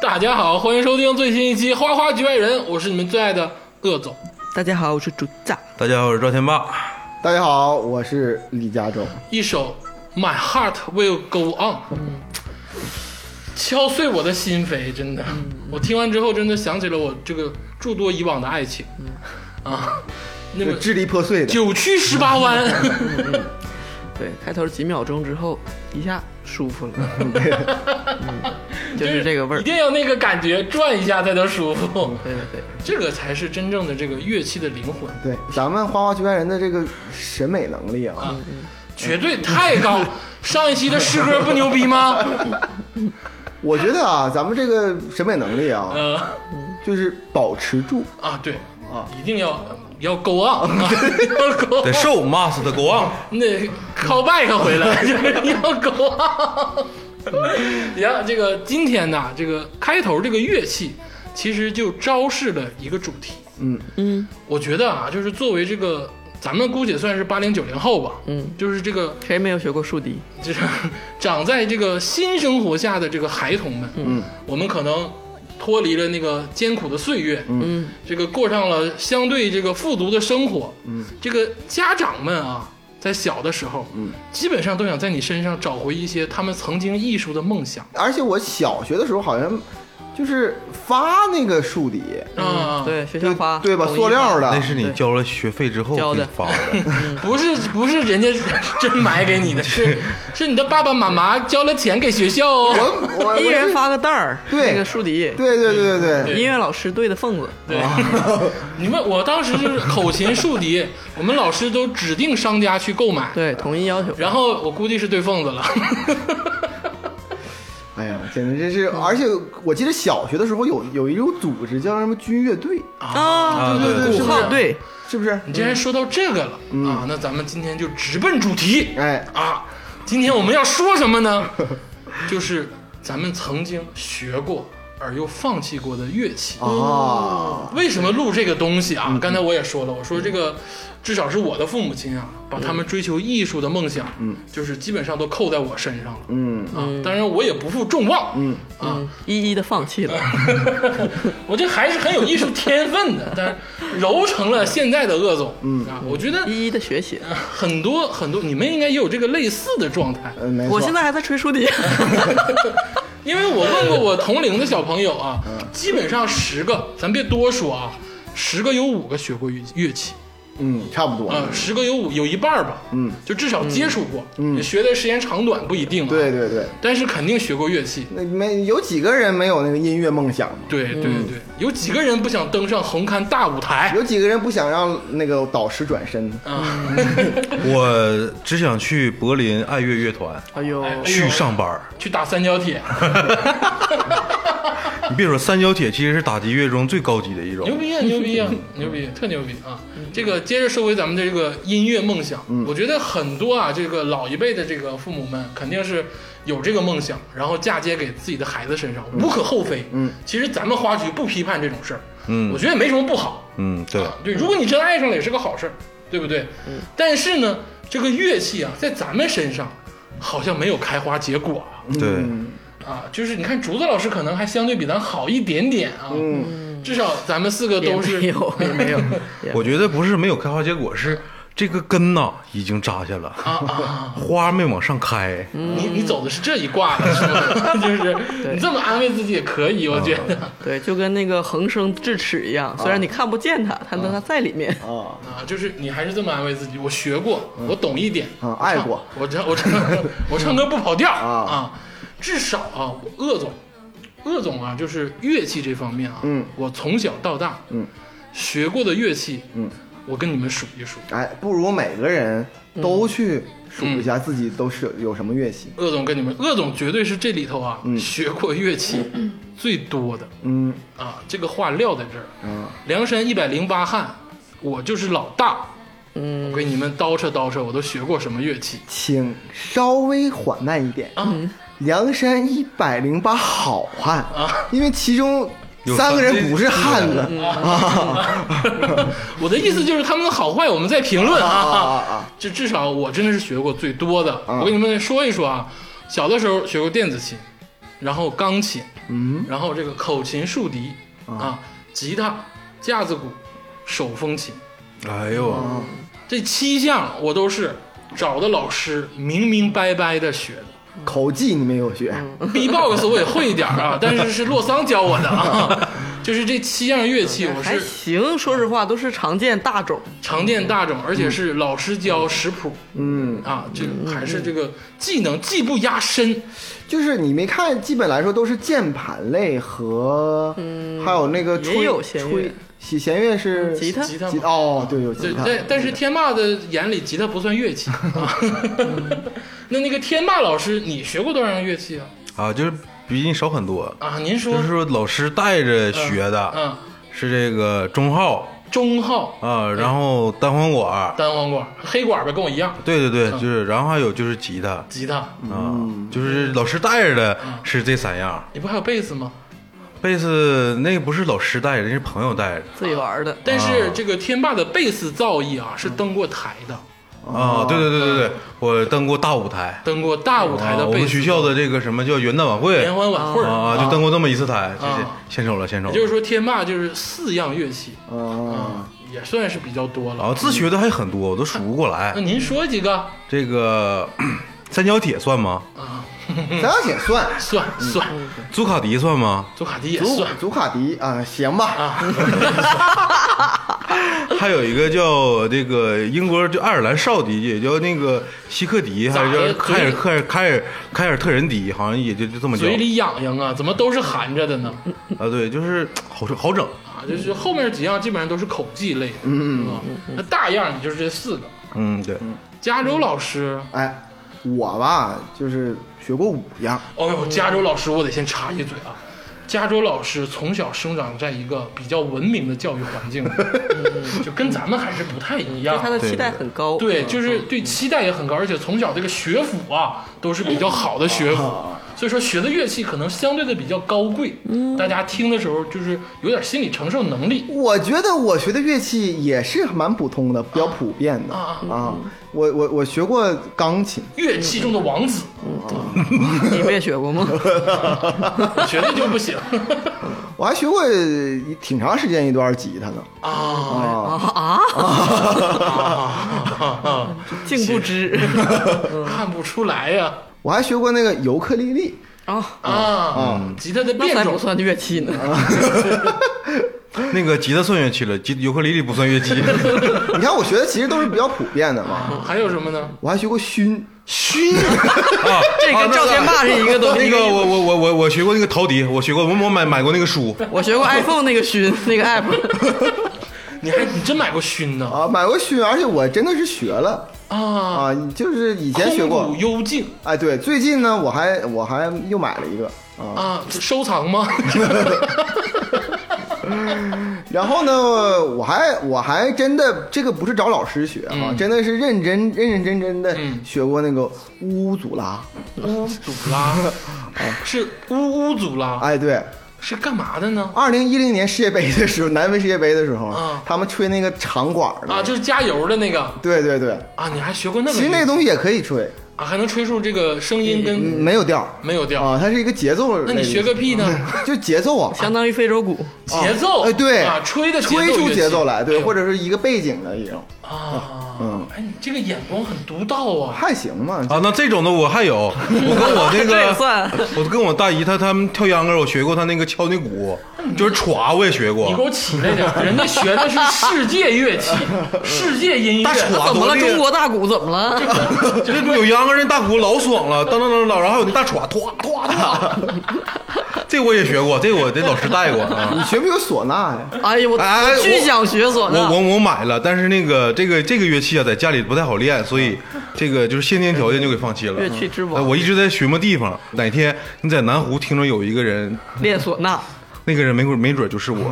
大家好，欢迎收听最新一期《花花局外人》，我是你们最爱的鄂总。大家好，我是竹子。大家好，我是赵天霸。大家好，我是李佳洲。一首《My Heart Will Go On》，敲碎我的心扉，真的。我听完之后，真的想起了我这个诸多以往的爱情，啊，那么支离破碎的，九曲十八弯，对，开头几秒钟之后，一下舒服了，嗯 就是这个味儿嗯一。定要那个感觉，转一下才能舒服。对对对，这个才是真正的这个乐器的灵魂，对咱们花花局外人的这个审美能力啊，绝对太高。上一期的诗歌不牛逼 吗？我觉得啊，咱们这个审美能力啊，嗯、就是保持住。啊，对啊，一定要要 go on，啊要 go 对 on， ，show must go on。那 call back 回来就是 要 go on。然后这个今天呢，这个开头这个乐器其实就昭示了一个主题。嗯嗯，我觉得啊，就是作为这个咱们姑且算是八零九零后吧，嗯，就是这个谁没有学过竖笛？就是长在这个新生活下的这个孩童们，嗯，我们可能脱离了那个艰苦的岁月，嗯，这个过上了相对这个富足的生活，嗯，这个家长们啊，在小的时候，嗯，基本上都想在你身上找回一些他们曾经艺术的梦想而且我小学的时候好像就是发那个树底，啊，，对，学校发，对吧？统一塑料发的那，是你交了学费之后交的给发的， 不是不是人家 真买给你的，是是你的爸爸妈妈交了钱给学校哦，我我 我一人是。发个袋儿，对那个竖笛，对对对对对，音乐老师对的缝子，对， 你们我当时就是口琴、竖笛，我们老师都指定商家去购买，对，统一要求。然后我估计是对缝子了。哎呀，简直真是！而且我记得小学的时候有有一种组织叫什么军乐队，啊，对对对鼓是不号是对，是不是？你既然说到这个了、啊，那咱们今天就直奔主题哎，啊！今天我们要说什么呢？就是咱们曾经学过而又放弃过的乐器。啊，为什么录这个东西啊？刚才我也说了，我说这个，至少是我的父母亲啊，把他们追求艺术的梦想，嗯，就是基本上都扣在我身上了。嗯，啊，当然我也不负众望，嗯啊，嗯，一一的放弃了。 我这还是很有艺术天分的，但是揉成了现在的鄂总，嗯啊，我觉得一一的学习，很多很多，你们应该也有这个类似的状态，嗯，没错。我现在还在吹竖笛，因为我问过我同龄的小朋友啊，基本上十个，咱别多说啊，十个有五个学过乐乐器，嗯，差不多。啊，十个有五有一半儿吧，嗯，就至少接触过，嗯，学的时间长短不一定、啊，对，对对，但是肯定学过乐器。那没有几个人没有那个音乐梦想嘛？对对对，有几个人不想登上红磡大舞台？啊有几个人不想让那个导师转身呢？嗯我只想去柏林爱乐乐团 哎呦，哎呦去上班儿。 去打三角铁，你别说，三角铁其实是打击乐中最高级的一牛种。逼啊，牛逼啊，牛逼，特牛逼啊！这个接着说回咱们的这个音乐梦想，我觉得很多啊，这个老一辈的这个父母们肯定是有这个梦想，然后嫁接给自己的孩子身上，无可厚非。嗯，其实咱们花局不批判这种事儿，嗯我觉得也没什么不好。嗯，对，对，嗯如果你真爱上了，也是个好事儿，对不对？但是呢，这个乐器啊，在咱们身上好像没有开花结果啊。对，啊，就是你看竹子老师可能还相对比咱好一点点啊，嗯，至少咱们四个也都是没有，也 没有，也我觉得不是没有开花结果，是这个根呐已经扎下了，啊嗯啊，花没往上开。你你走的是这一挂的是 吗？就是你这么安慰自己也可以，我觉得对，就跟那个横生智齿一样，虽然你看不见它，但它在里面。啊啊，就是你还是这么安慰自己，我学过，我懂一点，啊，爱过我唱我唱我唱歌不跑调啊啊，至少啊，鄂总，鄂总啊，就是乐器这方面啊，嗯，我从小到大，嗯，学过的乐器，嗯，我跟你们数一数，哎，不如每个人都去数一下自己都是有什么乐器。鄂总跟你们，鄂总绝对是这里头啊、学过乐器最多的嗯啊，这个话撂在这儿。嗯梁山一百零八汉，我就是老大。嗯，我给你们叨扯叨扯，我都学过什么乐器请稍微缓慢一点。啊？梁山一百零八好汉啊，因为其中三个人不是汉子啊 我的意思就是他们的好坏，我们再评论啊啊 嗯啊。啊！这至少我真的是学过最多的。我给你们说一说啊，小的时候学过电子琴，然后钢琴，嗯，然后这个口琴、竖笛啊，吉他、架子鼓、手风琴，哎呦，这七项我都是找的老师明明白白的学的。口技你没有学，嗯 B-box 我也会一点儿啊，但是是洛桑教我的啊。 就是这七样乐器，我还是行，说实话都是常见大种。常见大种，而且是老师教食谱嗯，啊，这个还是这个技能技不压身，就是你没看，基本来说都是键盘类和，还有那个嗯吹也有弦乐嗯吹弦弦乐是吉他吉他吉嘛。哦，对，有对嗯吉，他，但但是天霸的眼里吉他不算乐器 啊。那那个天霸老师，你学过多少样乐器啊？啊，就是比你少很多，啊，您说就是说老师带着学的，啊，是这个中号中号、啊，然后单簧管，单簧管、黑管吧，跟我一样，对对对，就是，然后还有就是吉他吉他。啊，就是老师带着的嗯是这三样，你不还有贝斯吗？贝斯那不是老师带着，那是朋友带着自己玩的，但是这个天霸的贝斯造诣啊，是登过台的。啊，对对对对对，我登过大舞台，登过大哦嗯舞台啊的我贝们斯学校的这个什么叫元旦晚会联欢晚会儿啊，就登过这么一次台，这是啊献丑了献丑也了，就是说，天霸就是四样乐器啊，也算是比较多了。啊，自学的还很多，我都数不过来那。您说几个这个 三角铁算吗？啊？咱俩也算，算嗯算，祖卡迪算吗？祖卡迪也祖算祖卡迪啊，行吧，啊。 还有一个叫这个英国就爱尔兰少迪，也叫那个希克迪，还咋的是叫凯尔克尔凯尔凯尔特人迪，好像也就就这么叫嘴里痒痒啊，怎么都是含着的呢？啊。对，就是好整好整。啊，就是后面几样基本上都是口技类的，嗯嗯，那大样也就是这四个。嗯，对，加州老师，嗯哎，我吧就是学过五样，哦呦，加州老师，我得先插一嘴啊。加州老师从小生长在一个比较文明的教育环 境里，嗯就跟咱们还是不太一样对。啊他的嗯期待很高。对，就是对期待也很高，而且从小这个学府啊都是比较好的学府，所以说学的乐器可能相对的比较高贵，嗯大家听的时候就是有点心理承受能力。我觉得我学的乐器也是蛮普通的，比较普遍的啊啊。我我我学过钢琴，乐器中的王 子，你们也学过吗？绝对就不行我还学过挺长时间一段吉他呢啊！啊。嗯竟不 知 看不出来呀我还学过那个尤克里里，啊，嗯啊！吉他的那变才种不算乐器呢。啊那个吉他算乐器了，吉尤克里里不算 乐啊器。 你看我学的其实都是比较普遍的嘛。还有什么呢？我还学过埙，熏啊，这跟赵天霸是一个东西。那个我我我我我学过那个陶笛，我学过，我我买买过那个书，我学过 iPhone 那个 熏那个 app，你还你真买过熏呢 啊，买过埙，而且我真的是学了啊！啊，就是以前学空过谷。幽静哎，对，最近呢，我还我还又买了一个啊。啊，收藏 吗？然后呢，我还我还真的这个不是找老师学啊，嗯真的是认真认认真真的学过那个乌祖拉。乌祖拉是乌乌祖拉，哎，对，是干嘛的呢？二零一零年世界杯的时候，南非世界杯的时候，啊他们吹那个长管儿的。啊，就是加油的那个对对对，啊，你还学过那个乐器？其实那个东西也可以吹，嗯啊，还能吹出这个声音跟没有调儿没有调。啊，它是一个节奏类的。那你学个屁呢？就节奏啊，相当于非洲鼓。节奏，哎对啊，吹的吹出节奏来，对，或者者是一个背景的也有，啊，嗯哎，你这个眼光很独到啊。还行嘛。啊，那这种的我还有，我跟我 那这也个，算我跟我大姨她他们跳秧歌，我学过她那个敲那鼓，就是歘，我也学你给过。我起来点儿，人家学的是世界乐器，世界音乐大。歘怎么多了？厉害中国大鼓怎么了？ 就是有秧歌，那大鼓老爽了，当当当当，然后有那大歘，歘 歘啊歘，这我也学过，这我这老师带过啊。你学没学唢呐呀？哎呀，我哎哎我巨想学唢我呐。我我买了，但是那个这个这个乐器啊，在家里不太好练，所以这个就是先天条件就给放弃了。乐器之王哎我一直在寻摸地方，哪天你在南湖听着有一个人，练唢呐，那个人没准没准就是我。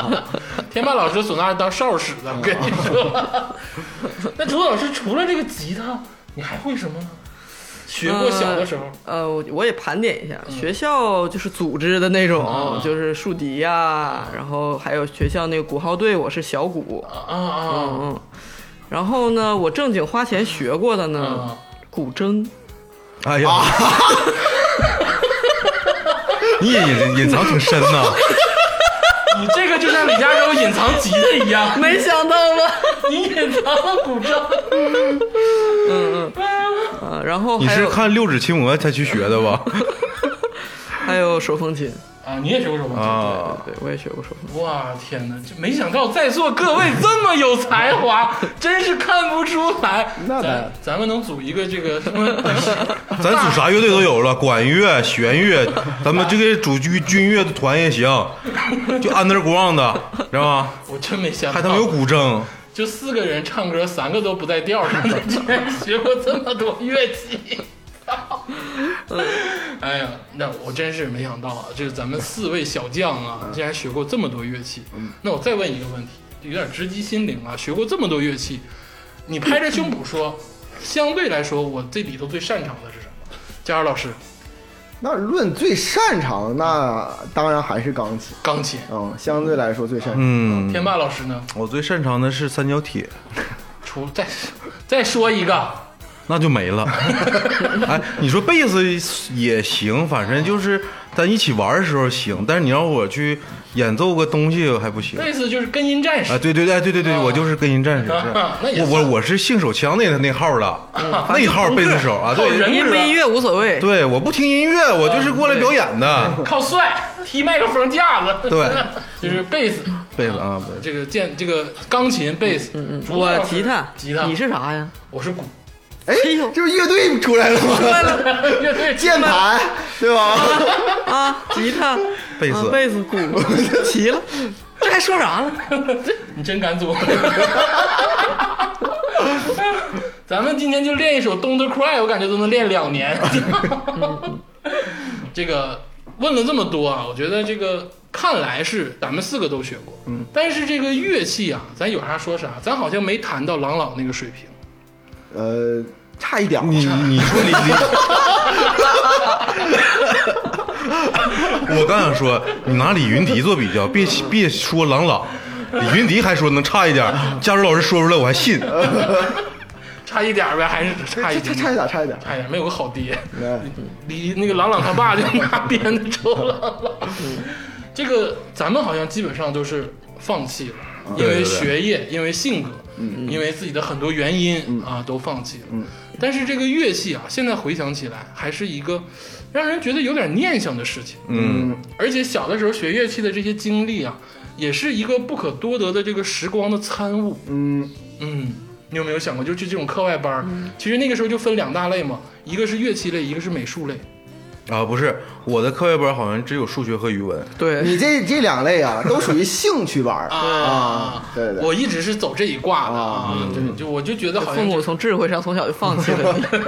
天霸老师唢呐当哨使的，我跟你说。那朱老师除了这个吉他，你还会什么呢？学过小的时候呃，我我也盘点一下，嗯学校就是组织的那种，啊就是竖笛呀，然后还有学校那个鼓号队，我是小鼓，啊啊嗯，然后呢，我正经花钱学过的啊呢，哎啊！古筝，哎呀，你也隐隐藏挺深呐、哎你这个就像李嘉洲隐藏吉他一样，没想到吧？你隐藏了古筝，啊，然后你还是有看六指琴魔才去学的吧？还有手风琴，啊，你也学过手风琴？啊，对我也学过手风琴。哇天哪！这没想到在座各位这么有才 华，真是看不出来。那当然咱咱们能组一个这个 什么？ 咱组啥乐队都有了，管乐、弦乐，咱们这个组军军乐团也行，就 underground 的，知道吗？我真没想到，还他妈有古筝，就四个人唱歌，三个都不在调上的， 竟然学过这么多乐器。哎呀，那我真是没想到啊！就是咱们四位小将啊，竟然学过这么多乐器。那我再问一个问题，有点直击心灵啊！学过这么多乐器，你拍着胸脯说，相对来说，我这里头最擅长的是什么？佳儿老师，那论最擅长，那当然还是钢琴。钢琴。嗯，相对来说最擅长。嗯，天霸老师呢？我最擅长的是三角铁，除再再说一个，那就没了。 哎，你说贝斯也行，反正就是咱一起玩的时候行，但是你让我去演奏个东西还不行。类似就是跟音战士啊，对对对对对对，啊我就是跟音战士，啊那也是我算嗯我我是性手枪那那号的，那一号贝斯手啊，靠对人音不音乐无所谓，对，我不听音乐，我就是过来表演的，靠帅，踢麦克风架子，对， 就是贝斯，贝斯啊，贝斯这个键，这个钢琴、贝斯，主要嗯我是吉他，吉他，你是啥呀？ 我是鼓， 哎哎呦，这不乐队出来了吗？乐队键盘，对 吧？啊，吉他，贝斯啊贝斯， 鼓，齐了，这还说啥了？你真敢组。 咱们今天就练一首《Don't Cry》，我感觉都能练两年。嗯 这个问了这么多啊，我觉得这个看来是咱们四个都学过，嗯，但是这个乐器啊，咱有啥说啥，咱好像没谈到郎朗那个水平。呃，差一点儿。你你说你你， 我刚想说，你拿李云迪做比较，别别说郎朗，李云迪还说能差一点，佳茹老师说出来我还信，差一点儿呗，还是差一点差嗯差儿，差一点儿，差一点儿。差一点儿，没有个好爹。哎李那个郎朗他爸就拿鞭子抽郎朗。 这个咱们好像基本上都是放弃了，因为对对对学业，因为性格，因为自己的很多原因啊，都放弃了。但是这个乐器啊，现在回想起来，还是一个让人觉得有点念想的事情。嗯，而且小的时候学乐器的这些经历啊，也是一个不可多得的这个时光的参悟。嗯，嗯，你有没有想过，就去这种课外班儿？其实那个时候就分两大类嘛，一个是乐器类，一个是美术类。啊不是，我的课外班好像只有数学和语文，对，你这这两类啊，都属于兴趣班儿 啊啊。对对，我一直是走这一挂的啊嗯对，就我就觉得好父像母就从智慧上从小就放弃了 你。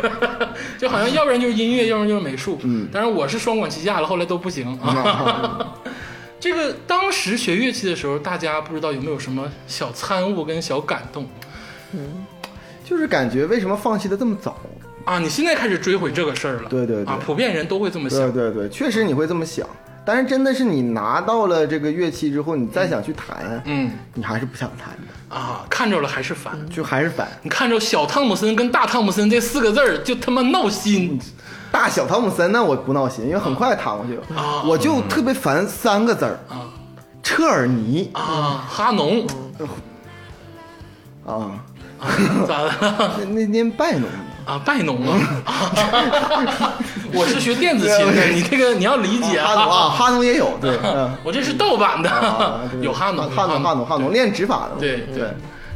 就好像要不然就是音 乐，要不然就是美术。嗯当然我是双管齐下了，后来都不行啊。这个当时学乐器的时候，大家不知道有没有什么小参悟跟小感动就是感觉为什么放弃的这么早？啊？你现在开始追悔这个事儿了，对对对啊，普遍人都会这么对想。对对，确实你会这么想，但是真的是你拿到了这个乐器之后，你再想去弹，嗯你还是不想弹的，啊，看着了还是烦。就还是烦。你看着小汤姆森跟大汤姆森这四个字儿，就他妈闹心大小汤姆森那我不闹心，因为很快弹过去了，我就特别烦三个字儿，啊彻尔尼啊！哈农，啊，咋了？那那念拜农。啊，拜农 啊！我是学电子琴的，你这个你要理解哈农啊，啊。哈农也有 对，嗯，我这是盗版啊 的，对有哈农，哈农，哈农，哈农练指法的嘛，对对，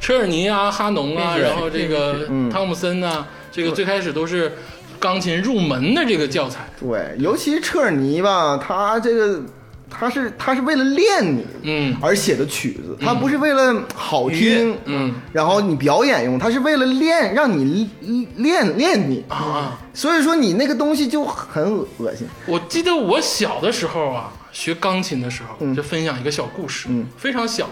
车尔尼啊，哈农啊，必须然后这个嗯汤姆森呐，这个最开始都是钢琴入门的这个教材。对，尤其是彻尔尼吧，他这个他是他是为了练你，嗯而写的曲子，他不是为了好听，嗯，然后你表演用，他是为了练，让你练练你，啊，所以说你那个东西就很恶心，我记得我小的时候啊，学钢琴的时候，就分享一个小故事，嗯非常小。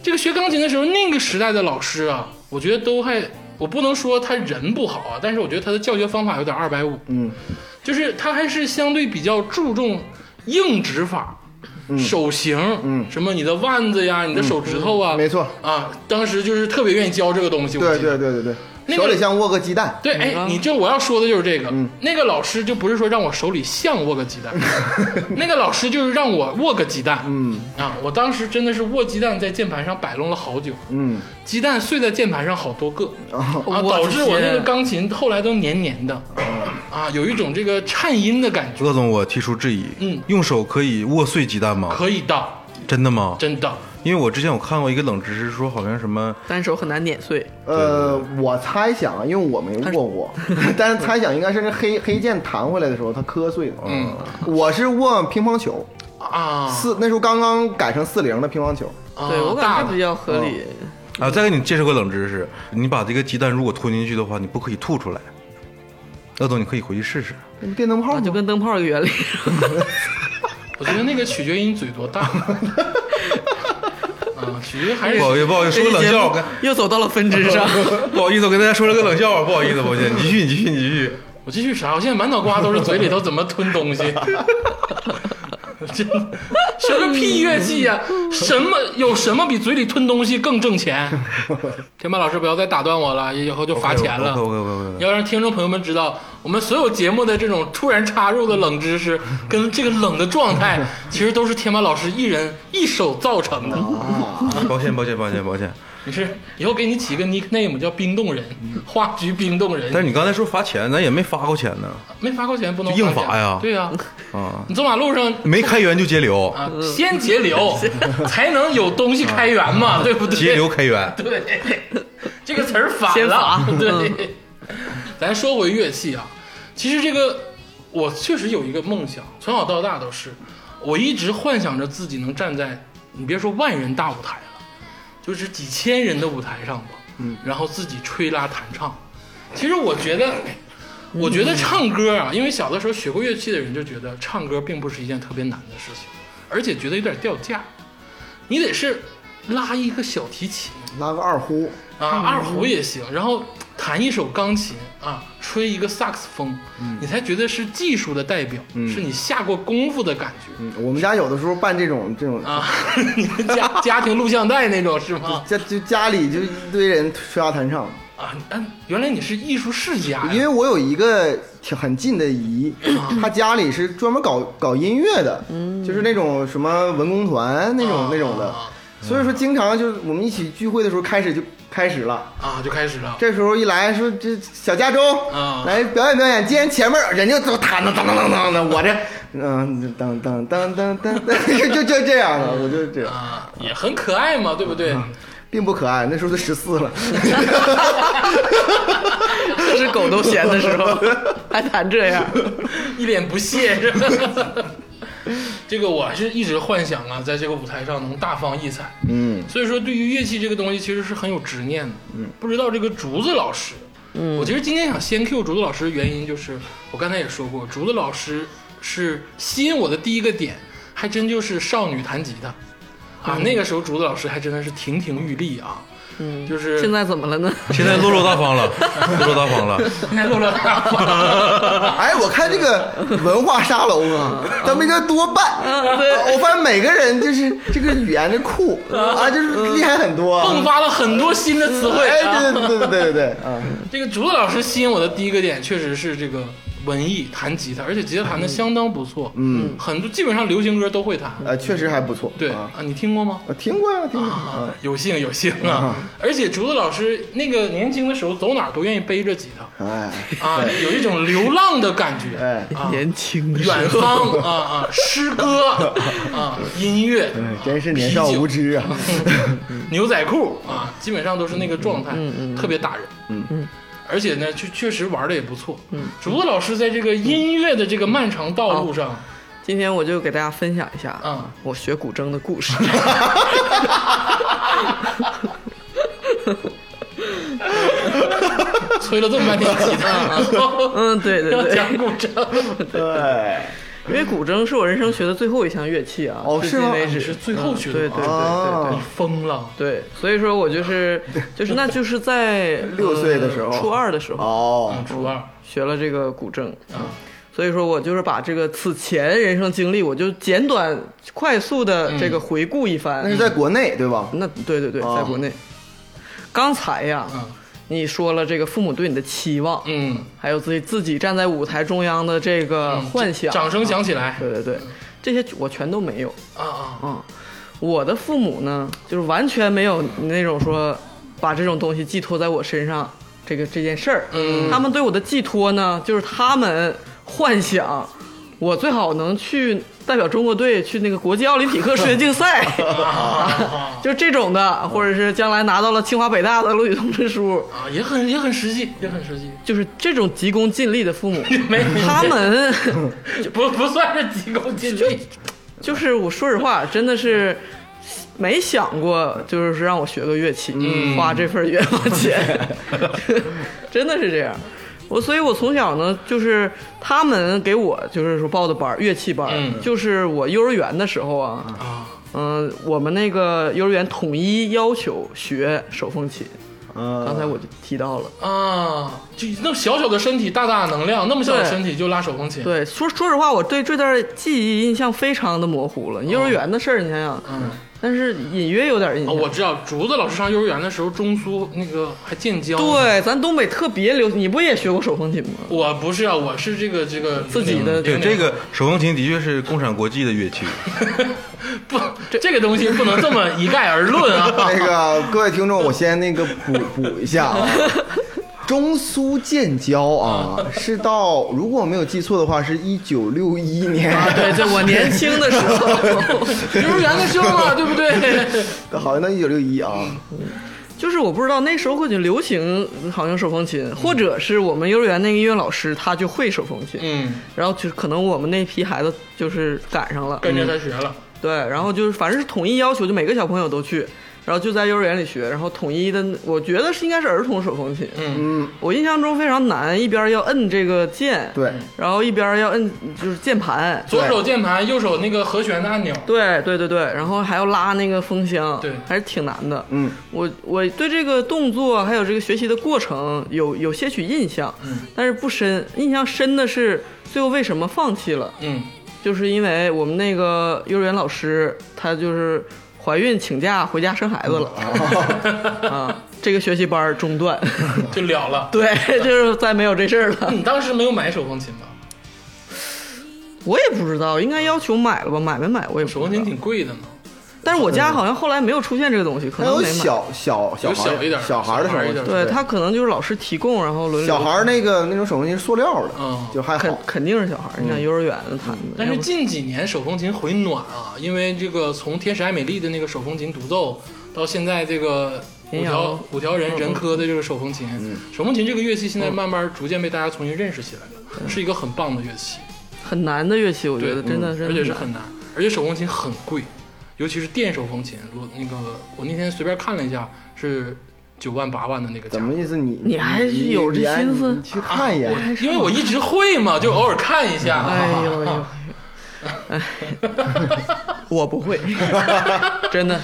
这个学钢琴的时候，那个时代的老师啊，我觉得都还，我不能说他人不好啊，但是我觉得他的教学方法有点二百五，嗯，就是他还是相对比较注重硬指法。手型，嗯，什么你的腕子呀，你的手指头啊，嗯没错啊，当时就是特别愿意教这个东西。我对记得对对对对，那个手里像握个鸡蛋，对，哎，你这我要说的就是这个。那个老师就不是说让我手里像握个鸡蛋，那个老师就是让我握个鸡蛋。嗯啊，我当时真的是握鸡蛋在键盘上摆弄了好久，嗯，鸡蛋碎在键盘上好多个，啊，我的导致我那个天钢琴后来都黏黏的，啊，有一种这个颤音的感觉。鄂总，我提出质疑，嗯用手可以握碎鸡蛋吗？可以的，真的吗？真的，因为我之前我看过一个冷知识，说好像什么单手很难碾碎。呃，我猜想，啊，因为我没握过，但是猜想应该是那黑黑键弹回来的时候它磕碎了。嗯，我是握乒乓球，啊，四那时候刚刚改成四零的乒乓球，哦啊对我大感觉比了较合理。啊，再给你介绍个冷知识，你把这个鸡蛋如果吞进去的话，你不可以吐出来。鄂总，你可以回去试试。那不电哦灯泡啊，就吗？跟灯泡的 原理，我觉得那个取决于你嘴多 大。啊，取决于 还是不好意思，不好意思，说个冷笑话，又走到了分支 上。不好意思，我跟大家说了个冷笑话，不好意思，抱歉，你继续，你继续，你继续。我继续啥？我现在满脑瓜都是嘴里头怎么吞东 西。真什么屁乐器呀、什么有什么比嘴里吞东西更挣 钱？天霸老师不要再打断我了，以后就罚钱了。 OK，OK，OK，OK，OK 要让听众朋友们知道，我们所有节目的这种突然插入的冷知 识，跟这个冷的状态，其实都是天霸老师一人一手造成的。啊抱歉，抱歉，抱歉，抱歉。你是以后给你起个 nickname 叫冰冻人，花局冰冻人。嗯但是你刚才说罚钱，咱也没罚过钱 呢，没罚过钱不能就硬罚罚钱呀对呀、啊，你走马路上没开源就节 流，啊，先节流，才能有东西开源嘛，对不对？节流开源。对，这个词儿反先了嗯罚。对， 咱说回乐器啊，其实这个我确实有一个梦想，从小到大都是，我一直幻想着自己能站在，你别说万人大舞台了，就是几千人的舞台上吧，嗯，然后自己吹拉弹唱。其实我觉得。我觉得唱歌啊，因为小的时候学过乐器的人就觉得唱歌并不是一件特别难的事情，而且觉得有点掉价。你得是拉一个小提琴，拉个二胡，啊，二胡也行，然后弹一首钢琴啊，吹一个萨克斯风，嗯你才觉得是技术的代表，是你下过功夫的感觉嗯我们家有的时候办这种这种，啊。 你们家 家庭录像带那种是吗？家就家里就一堆人吹拉弹唱，啊，啊原来你是艺术世家嗯因哎呀！啊为我有一个挺很近的姨，她家里是专门搞搞音乐的，就是那种什么文工团那种嗯啊那种的，所以说经常就是我们一起聚会的时候开始就开始了。啊，就开始了。这时候一来说这小加州啊来表演表演，今天前面人家都弹的当当当当的，我这嗯当当当当当， 就就就这样了，我就这样，啊，也很可爱嘛，对不对？嗯并不可爱，那时候都十四了， 这是狗都闲的时候，还谈这 样。 一脸不屑是吧？ 这个我是一直幻想啊，在这个舞台上能大放异彩。嗯，所以说，对于乐器这个东西，其实是很有执念的。嗯，不知道这个竹子老师，嗯，我其实今天想先 Q 竹子老师的原因，就是我刚才也说过，竹子老师是吸引我的第一个点，还真就是少女弹吉他啊。那个时候，竹子老师还真的是亭亭玉立啊。嗯，就是现在怎么了呢？现在落落大 方了，落落大方了。现在落落大方。哎，我看这个文化沙龙啊，咱们应该多办。我发现每个人就是这个语言的库啊，就是厉害很多。 迸发了很多新的词 汇、啊，哎，对对对对对对对啊！这个竹子老师吸引我的第一个点，确实是这个文艺弹吉他，而且吉他弹的相当不错，嗯，很多基本上流行歌都会弹。呃，确实还不错。对啊啊，你听过吗？我听过呀，听过啊。有幸有幸啊！而且竹子老师那个年轻的时候，走哪儿都愿意背着吉他哎，啊，有一种流浪的感觉。哎啊，年轻的时远候，方啊啊，诗 歌啊，音乐，嗯真是年少无知啊！牛仔裤啊，基本上都是那个状态，特别打人。嗯嗯。而且呢，确确实玩的也不错。嗯，只不过老师在这个音乐的这个漫长道路上，今天我就给大家分享一下嗯啊，我学古筝的故事。 吹了这么半天吉他，然后嗯，对对要 对，讲古筝，对，因为古筝是我人生学的最后一项乐器啊，哦至是今吗为啊止你是最后学的对吗对对对啊你疯了。对对，所以说我 就是就是那就是在六岁的时候呃初二的时候哦，初二学了这个古筝，啊，所以说我就是把这个此前人生经历，我就简短快速的这嗯个回顾一番。那是在国内对吧？那对对对，哦在国内。刚才呀，嗯你说了这个父母对你的期望，嗯，还有自己自己站在舞台中央的这个幻想，啊掌声响起来对对对，这些我全都没有。啊啊！嗯，我的父母呢，就是完全没有那种说把这种东西寄托在我身上这个这件事儿。嗯他们对我的寄托呢，就是他们幻想我最好能去代表中国队去那个国际奥林匹克数学竞 赛， 啊就这种的，或者是将来拿到了清华北大的录取通知书，啊，也很也很实际，也很实际，就是这种急功近利的父母， 没他们。不不算是急功近利，就是我说实话，真的是没想过，就是让我学个乐器，嗯花这份冤枉 钱，真的是这样。我所以，我从小呢，就是他们给我就是说报的班儿乐器班儿、嗯就是我幼儿园的时候啊，嗯、我们那个幼儿园统一要求学手风琴，刚才嗯，我就提到了。啊，就那么小小的身体，大大的能量，那么小的身体就拉手风琴，对，说说实话，我对这段记忆印象非常的模糊了。幼儿园的事儿，你想想，哦嗯，但是隐约有点印啊象。我知道竹子老师上幼儿园的时候，中苏那个还建交，，对，咱东北特别流，你不也学过手风琴吗？我不是啊，我是这个这个自己的对，这个手风琴的确是共产国际的乐器，不这个东西不能这么一概而论 啊， 那个各位听众，我先那个补补一下啊。 中苏建交啊，是到如果我没有记错的话，是一九六一年， 啊，对，在我年轻的时候，幼儿园的时候啊嘛，对不对？好像到一九六一啊。 就是我不知道那时候会就流行好像手风琴，或者是我们幼儿园那个音乐老师他就会手风 琴，嗯，然后就是可能我们那批孩子就是赶上了，跟着他学了，对，然后就是反正是统一要求，就每个小朋友都去。然后就在幼儿园里学，然后统一的，我觉得是应该是儿童手风琴。嗯嗯，我印象中非常难，一边要摁这个键，对，然后一边要摁就是键盘，左手键盘，右手那个和弦的按钮，对对对对，然后还要拉那个风箱，对还是挺难的。嗯，我我对这个动作还有这个学习的过程有有些许印象，嗯，但是不深。印象深的是最后为什么放弃了，嗯就是因为我们那个幼儿园老师她就是怀孕请假回家生孩子了，哦啊，这个学习班儿中断，就了了。对， 就是再没有这事儿了。你当时没有买手风琴吧？我也不知道，应该要求买了吧？买没买我也不知手道风琴挺贵的呢，但是我嗯家好像后来没有出现这个东西，可还能有没买。小小小有孩小一点儿儿小孩儿的小孩儿一时点候，儿对他可能就是老师提供，然后轮流。小孩儿那个那种手风琴是塑料的嗯，就还肯好。肯定是小孩儿，你想幼儿园弹的。但是要不近几年手风琴回暖啊，因为这个从《天使爱美丽》的那个手风琴独奏，到现在这个五民条谣嗯五条人人科的这个手风琴，嗯手风琴这个乐器现在慢慢逐渐被大家重新认识起来了，是一个很棒的乐器，很难的乐器，我觉得对嗯真的而且是难很难，而且手风琴很贵，尤其是电手风琴，我那个我那天随便看了一下是九万八万的那个价怎。么意思？你你还是你有这你还心思你去看一眼。因为我一直会嘛，就偶尔看一下。哎呦呦呦！哎，我不会， 真的。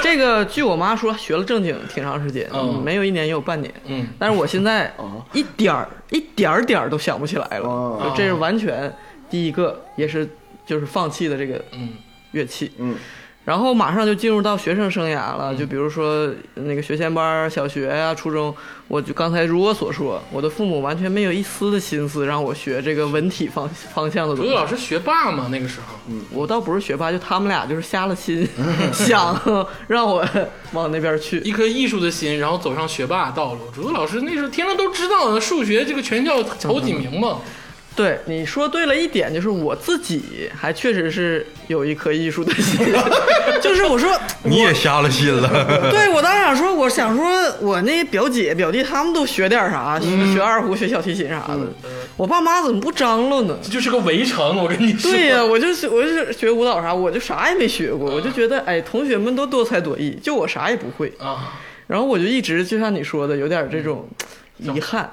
这个据我妈说，学了正经挺长时间，嗯没有一年也有半年。嗯，但是我现在一点儿一点儿点儿都想不起来了，啊哦就这是完全第一个，也是就是放弃的这个嗯乐器。嗯，然后马上就进入到学生生涯嗯了，就比如说那个学前班儿、小学呀、初中，我就刚才如我所说，我的父母完全没有一丝的心思让我学这个文体方方向的竹东子西。老师学霸嘛，那个时候，我倒不是学霸，就他们俩就是瞎了心，想让我往那边去。一颗艺术的心，然后走上学霸道路。竹子老师那时候天上都知道，数学这个全校头几名嘛。对，你说对了一点，就是我自己还确实是有一颗艺术的心，就是我说你也瞎了心 了。对，我当时想说，我想说，我那表姐表弟他们都学点啥，学学二胡，学小提琴啥的，我爸妈怎么不张罗呢？这就是个围城，我跟你说。对呀、我就是我就是学舞蹈啥，我就啥也没学过，我就觉得哎，同学们都多才多艺，就我啥也不会。啊，然后我就一直就像你说的，有点这种嗯遗憾。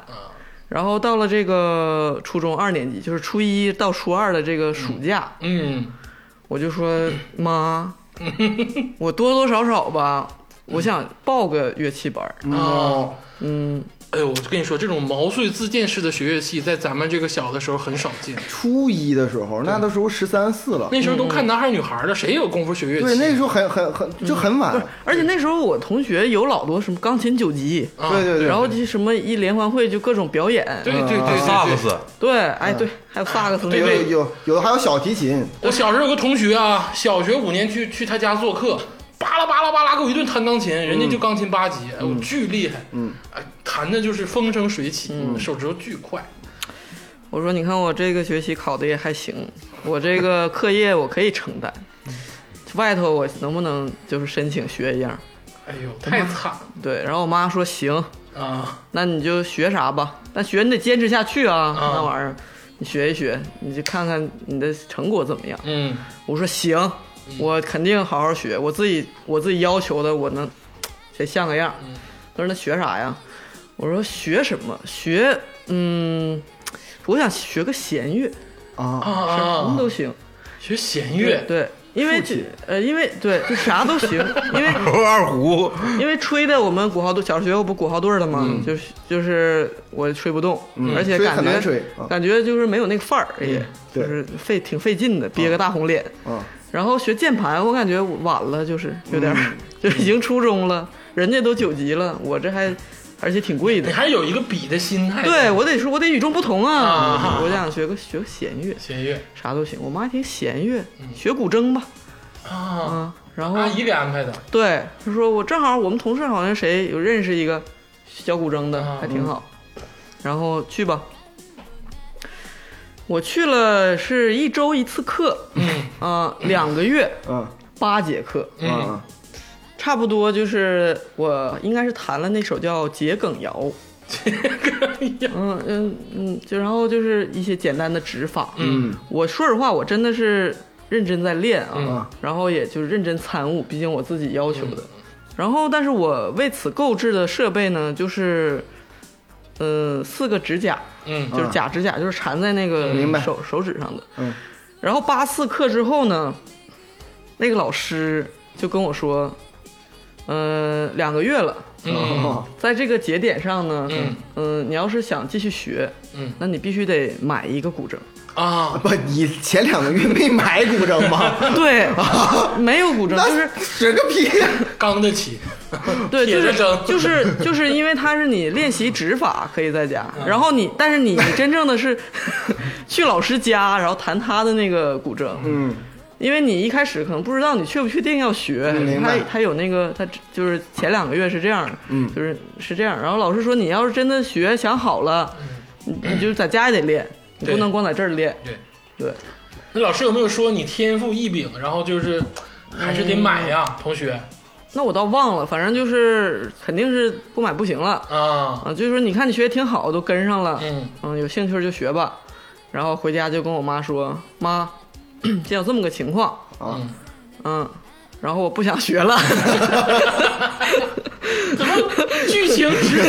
然后到了这个初中二年级，就是初一到初二的这个暑假，嗯我就说妈， 嗯我多多少少吧，我想报个乐器班儿。哦，嗯，哎呦，我跟你说，这种毛遂自荐式的学乐器，在咱们这个小的时候很少见。初一的时候，那都时候十三四了，那时候都看男孩女孩了，谁有功夫学乐器？对，那时候很很很就很晚，而且那时候我同学有老多什么钢琴九级，啊对对对，然后就什么一联欢会就各种表演，对对对对，对萨克斯，对，哎对，还有萨克斯，对有对有有的还有小提琴，我小时候有个同学啊，小学五年去去他家做客，巴拉巴拉巴拉给我一顿弹钢琴，人家就钢琴八级，哎我巨厉害，嗯，哎，弹的就是风生水起，手指头巨快，我说你看我这个学期考的也还行，我这 个课业我可以承担，外头我能不能就是申请学一样？哎呦，太惨了对，然后我妈说行，啊！那你就学啥吧，但学你得坚持下去啊，啊那玩意儿你学一学，你就看看你的成果怎么样。嗯，我说行，我肯定好好学，我自己我自己要求的，我能得像个样。他说那学啥呀？我说学什么？学嗯，我想学个弦乐，啊啊，什么啊，都行。学弦乐，对，哦因为竖琴呃，因为对，就啥都行，因 为二胡，因为吹的我们鼓号队，小学我不鼓号队儿的嘛，就是就是我吹不动，而且嗯吹感很觉难吹啊感觉就是没有那个范儿，也、对就是费挺费劲的，憋个大红脸。嗯然后学键盘，我感觉我晚了，就是有点儿，就已经初中了，人家都九级了，我这还而且挺贵的 你。还有一个比的心态，对，我得说，我得与众不同啊！啊我想学个学个弦乐，弦乐啥都行。我妈听弦乐，嗯学古筝吧，啊，啊，然后阿姨给安排的，对，他说我正好我们同事好像谁有认识一个小古筝的，啊还挺好，然后去吧。我去了是一周一次课，嗯啊、两个月嗯八节课，嗯嗯差不多就是我应该是弹了那首叫《桔梗 谣》。嗯嗯嗯，就然后就是一些简单的指法。嗯我说实话，我真的是认真在练啊，嗯然后也就是认真参悟，毕竟我自己要求的。然后，但是我为此购置的设备呢，就是，呃，四个指甲，嗯就是假指甲，就是缠在那个明白手手指上的。嗯然后八四课之后呢，那个老师就跟我说，呃，两个月了，嗯啊在这个节点上呢，嗯呃你要是想继续学，嗯那你必须得买一个古筝。嗯啊，不，你前两个月没买古筝吗？对， 没有古筝那就是学个屁！刚得起，对，就铁是着蒸就是 就是因为它是你练习指法可以在家，嗯然后你但是你你真正的是 去老师家，然后弹他的那个古筝，嗯，因为你一开始可能不知道你确不确定要学嗯，明他白他有那个他就是前两个月是这样，嗯，就是是这样，然后老师说你要是真的学想好了，嗯你你就在家也得练，你不对能光在这儿练，对。对，那老师有没有说你天赋异禀，然后就是还是得买呀，同学那我倒忘了，反正就是肯定是不买不行了。啊？啊，就是说你看你学的挺好，都跟上了，嗯有兴趣就学吧。然后回家就跟我妈说，妈， 现在有这么个情况，嗯，嗯，然后我不想学了，怎么 剧情直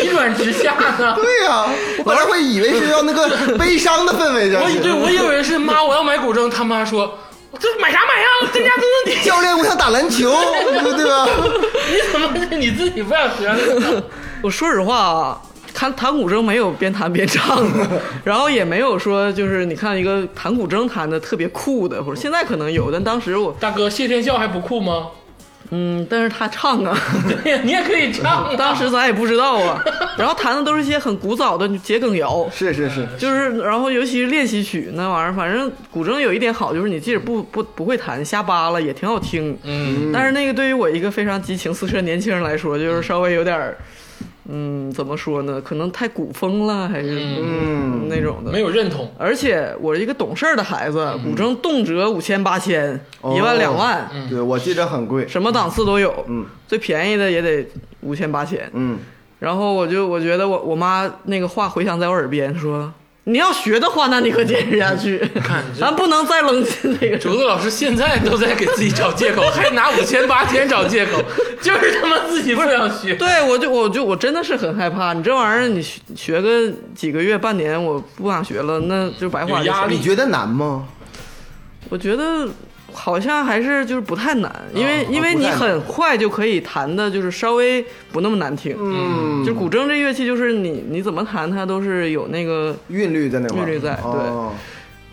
急转直下呢？ 对呀、我本来会以为是要那个悲伤的氛围下我以去。对我以为是妈，我要买古筝，他妈说这买啥买呀，在家蹲蹲地，教练，我想打篮球，对啊吧？你 怎么你自己不想学了？我说实话啊。弹弹古筝没有边弹边唱的，然后也没有说就是你看一个弹古筝弹的特别酷的，或者现在可能有，但当时我大哥，谢天笑还不酷吗？ 嗯，但是他唱啊， 对呀，你也可以唱啊。当时咱也不知道啊，然后弹的都是一些很古早的桔梗谣，是是是，就是，然后尤其是练习曲那玩意儿，反正古筝有一点好，就是你即使不不不会弹，瞎扒拉也挺好听。嗯但是那个对于我一个非常激情四射年轻人来说，就是稍微有点儿，嗯，怎么说呢？可能太古风了，还是嗯，嗯，那种的。没有认同。而且我是一个懂事儿的孩子，古筝动辄五千八千、哦一万两万，嗯对我记着很贵。什么档次都有。嗯，最便宜的也得五千八千。嗯，然后我就我觉得我我妈那个话回响在我耳边说：“你要学的话，那你可坚持下去，咱不能再扔进那个。竹子老师现在都在给自己找借口，还拿五千八千找借口，就是他妈自己不想”学。对，我就我就我真的是很害怕，你这玩意儿你学学个几个月半年，我不想学了，那就白花有压了。力你觉得难吗？我觉得好像还是就是不太难，因为、因为你很快就可以弹的，就是稍微不那么难听。嗯，就古筝这乐器，就是你你怎么弹它都是有那个韵律在那块儿，韵律在对哦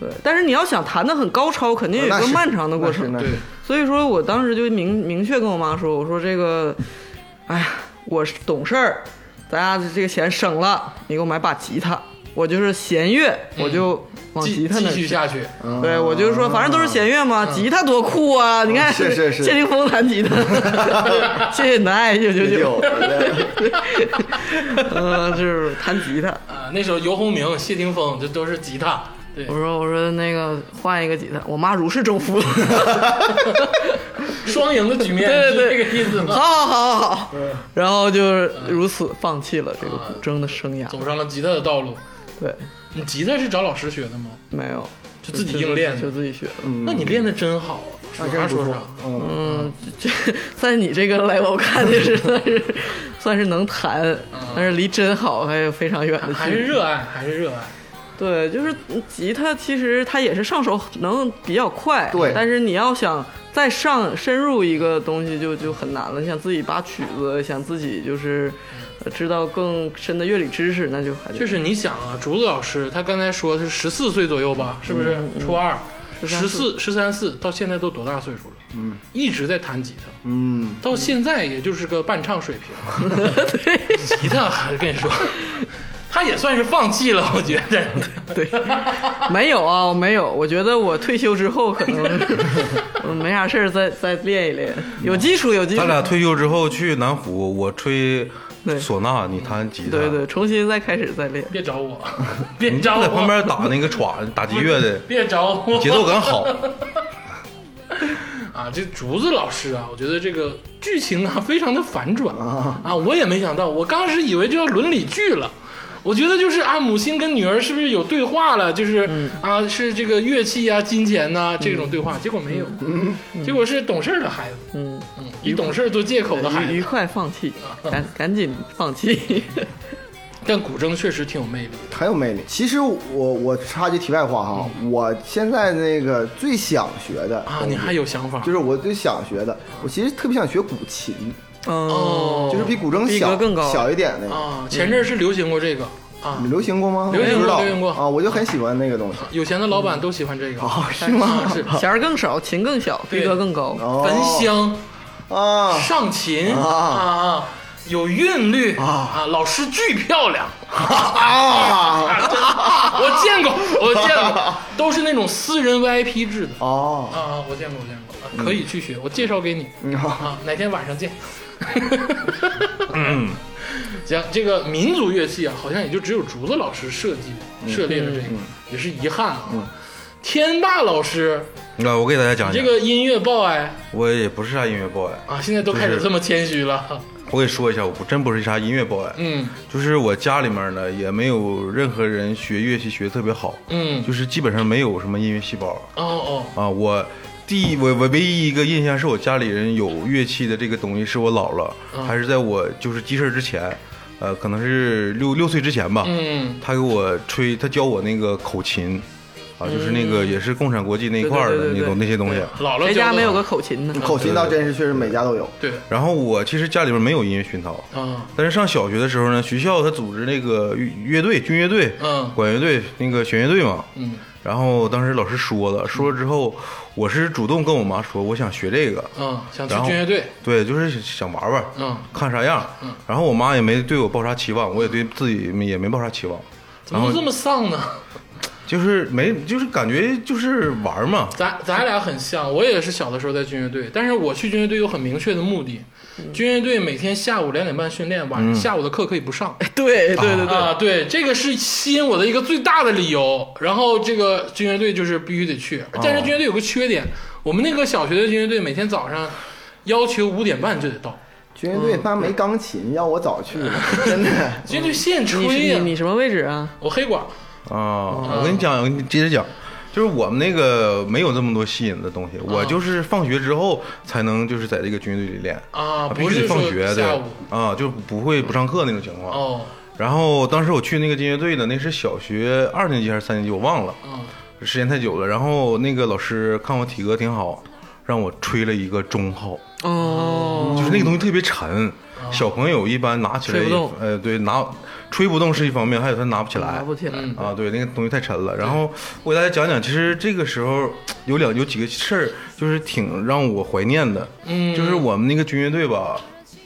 对，但是你要想弹的很高超，肯定有一那个是漫长的过程。那是对，所以说我当时就明明确跟我妈说，我说这个，哎呀，我是懂事儿，咱家这个钱省了，你给我买把吉他。我就是弦乐，我就往哦吉继他那继儿续去。下去，对，我就说，反正都是弦乐嘛，吉他多酷啊！你看，是是是啊谢霆锋弹吉他，谢谢你的爱，九九那九有，对 呃，就是弹吉他。啊，那时候游鸿明、谢霆锋这都是吉他，对我，说，我说那个换一个吉他，我妈如释重负。双赢的局面对对是对这个意思 好吗？好好好好，然后就是如此放弃了这个古筝的生涯。走上了吉他的道路。对，你吉他是找老师学的吗？没有，就自己硬练就的？自己学。那你练的真好啊！那啥真说不啥错，，嗯，嗯，这在你这个 level 看的是算 是算是能弹，但是离真好还有非常远的距嗯还是离。热爱，还是热爱。对，就是吉他，其实它也是上手能比较快，对但是你要想再上深入一个东西就就很难了，想自己把曲子，想自己就是嗯呃知道更深的乐理知识，那就还得就是你想啊，竹子老师他刚才说是十四岁左右吧，是不是？初二，十四、十三四，到现在都多大岁数了？嗯，一直在弹吉他，嗯，到现在也就是个伴唱水平。吉他，我跟你说， 他也算是放弃了，我觉得。 对，没有啊，我没有。我觉得我退休之后可能嗯没啥事儿，再再练一练，有基础有基础咱。俩退休之后去南湖，我吹对唢呐，你弹吉他。对对，重新再开始再练。别找我， 别你找我，就在旁边打那个喘打击乐的，别找我， 节奏 感好。啊，这竹子老师啊，我觉得这个剧情啊非常的反转啊我也没想到，我刚开始以为这要伦理剧了。我觉得就是啊，母亲跟女儿是不是有对话了？就是、嗯啊，是这个乐器啊、金钱呐、这种对话，结果没有，嗯结果是懂事儿的孩子，嗯，嗯，以懂事儿做借口的孩愉愉子。快放弃，赶赶紧放 弃。但古筝确实挺有魅力的，很有魅力。其实我我插句题外话哈，我现在那个最想学的嗯啊，你还有想法？哦就是我最想学的，我其实特别想学古琴，哦，哦，就是比古筝逼格小更高小一点那个。啊，前阵儿是流行过这个啊你，流行过吗？流行过我不知道流行过啊，我就很喜欢那个东西。有钱的老板都喜欢这个，哦，是吗？啊是弦儿更少，琴更小，对逼格更高。哦焚香。啊，上琴啊啊，有韵律啊老师巨漂 亮啊啊！真的我见过，我见过，都是那种私人 VIP 制的哦，啊啊！我见过，我见过，啊可以去嗯学，我介绍给你你好，啊，哪天晚上见。嗯 行，这个民族乐器啊，好像也就只有竹子老师设计嗯涉猎了这个，也是遗憾啊。天霸老师，那啊我给大家讲你讲这，个音乐报哎我也不是啥音乐 boy，啊，现在都开始这么谦虚了。我给说一下，我不真不是啥音乐 boy，嗯就是我家里面呢也没有任何人学乐器学得特别好，嗯，就是基本上没有什么音乐细胞哦哦，啊。我第一我我唯一一个印象是我家里人有乐器的这个东西是我姥嗯姥，还是在我就是记事儿之前，呃，可能是六六岁之前吧，嗯他给我吹，他教我那个口琴，啊，就是那个也是共产国际那一块儿嗯的对对对对那种那些东西。姥姥谁教家的没有个口琴呢？嗯嗯口琴倒真是确实每家都有。对然后我其实家里边没有音乐熏陶，啊但是上小学的时候呢，学校他组织那个乐乐队、军乐队、嗯管乐队、那个弦乐队嘛。嗯然后当时老师说了，说了之后，我是主动跟我妈说，我想学这个，嗯，想去然后军乐队，对，就是想玩玩，嗯看啥样。然后我妈也没对我抱啥期望，我也对自己也没抱啥期望，怎么都这么丧呢？就是没，就是感觉就是玩嘛。咱咱俩很像，我也是小的时候在军乐队，但是我去军乐队有很明确的目的。嗯军乐队每天下午两点半训练，晚嗯上下午的课可以不上。 对对对对，啊，对，这个是吸引我的一个最大的理由。然后这个军乐队就是必须得去，哦但是军乐队有个缺点，我们那个小学的军乐队每天早上要求五点半就得到，军乐队他没钢琴，要我早去了，真的。军乐队现嗯你是吹你呀、你什么位置啊？我黑管，嗯啊，我跟你讲，我跟你接着讲，就是我们那个没有这么多吸引的东西，嗯我就是放学之后才能就是在这个军队里练啊必不须是得放说学对下午啊，就不会不上课那种情况。哦，然后当时我去那个军乐队呢，那是小学二年级还是三年级，我忘了，嗯时间太久了。然后那个老师看我体格挺好，让我吹了一个中号，哦，就是那个东西特别沉，哦小朋友一般拿起来吹不动，呃，对，拿吹不动是一方面，还有他拿不起来哦拿，不起来，嗯啊，对，那个东西太沉了。然后我给大家讲讲，其实这个时候有两有几个事儿，就是挺让我怀念的。嗯，就是我们那个军乐队吧，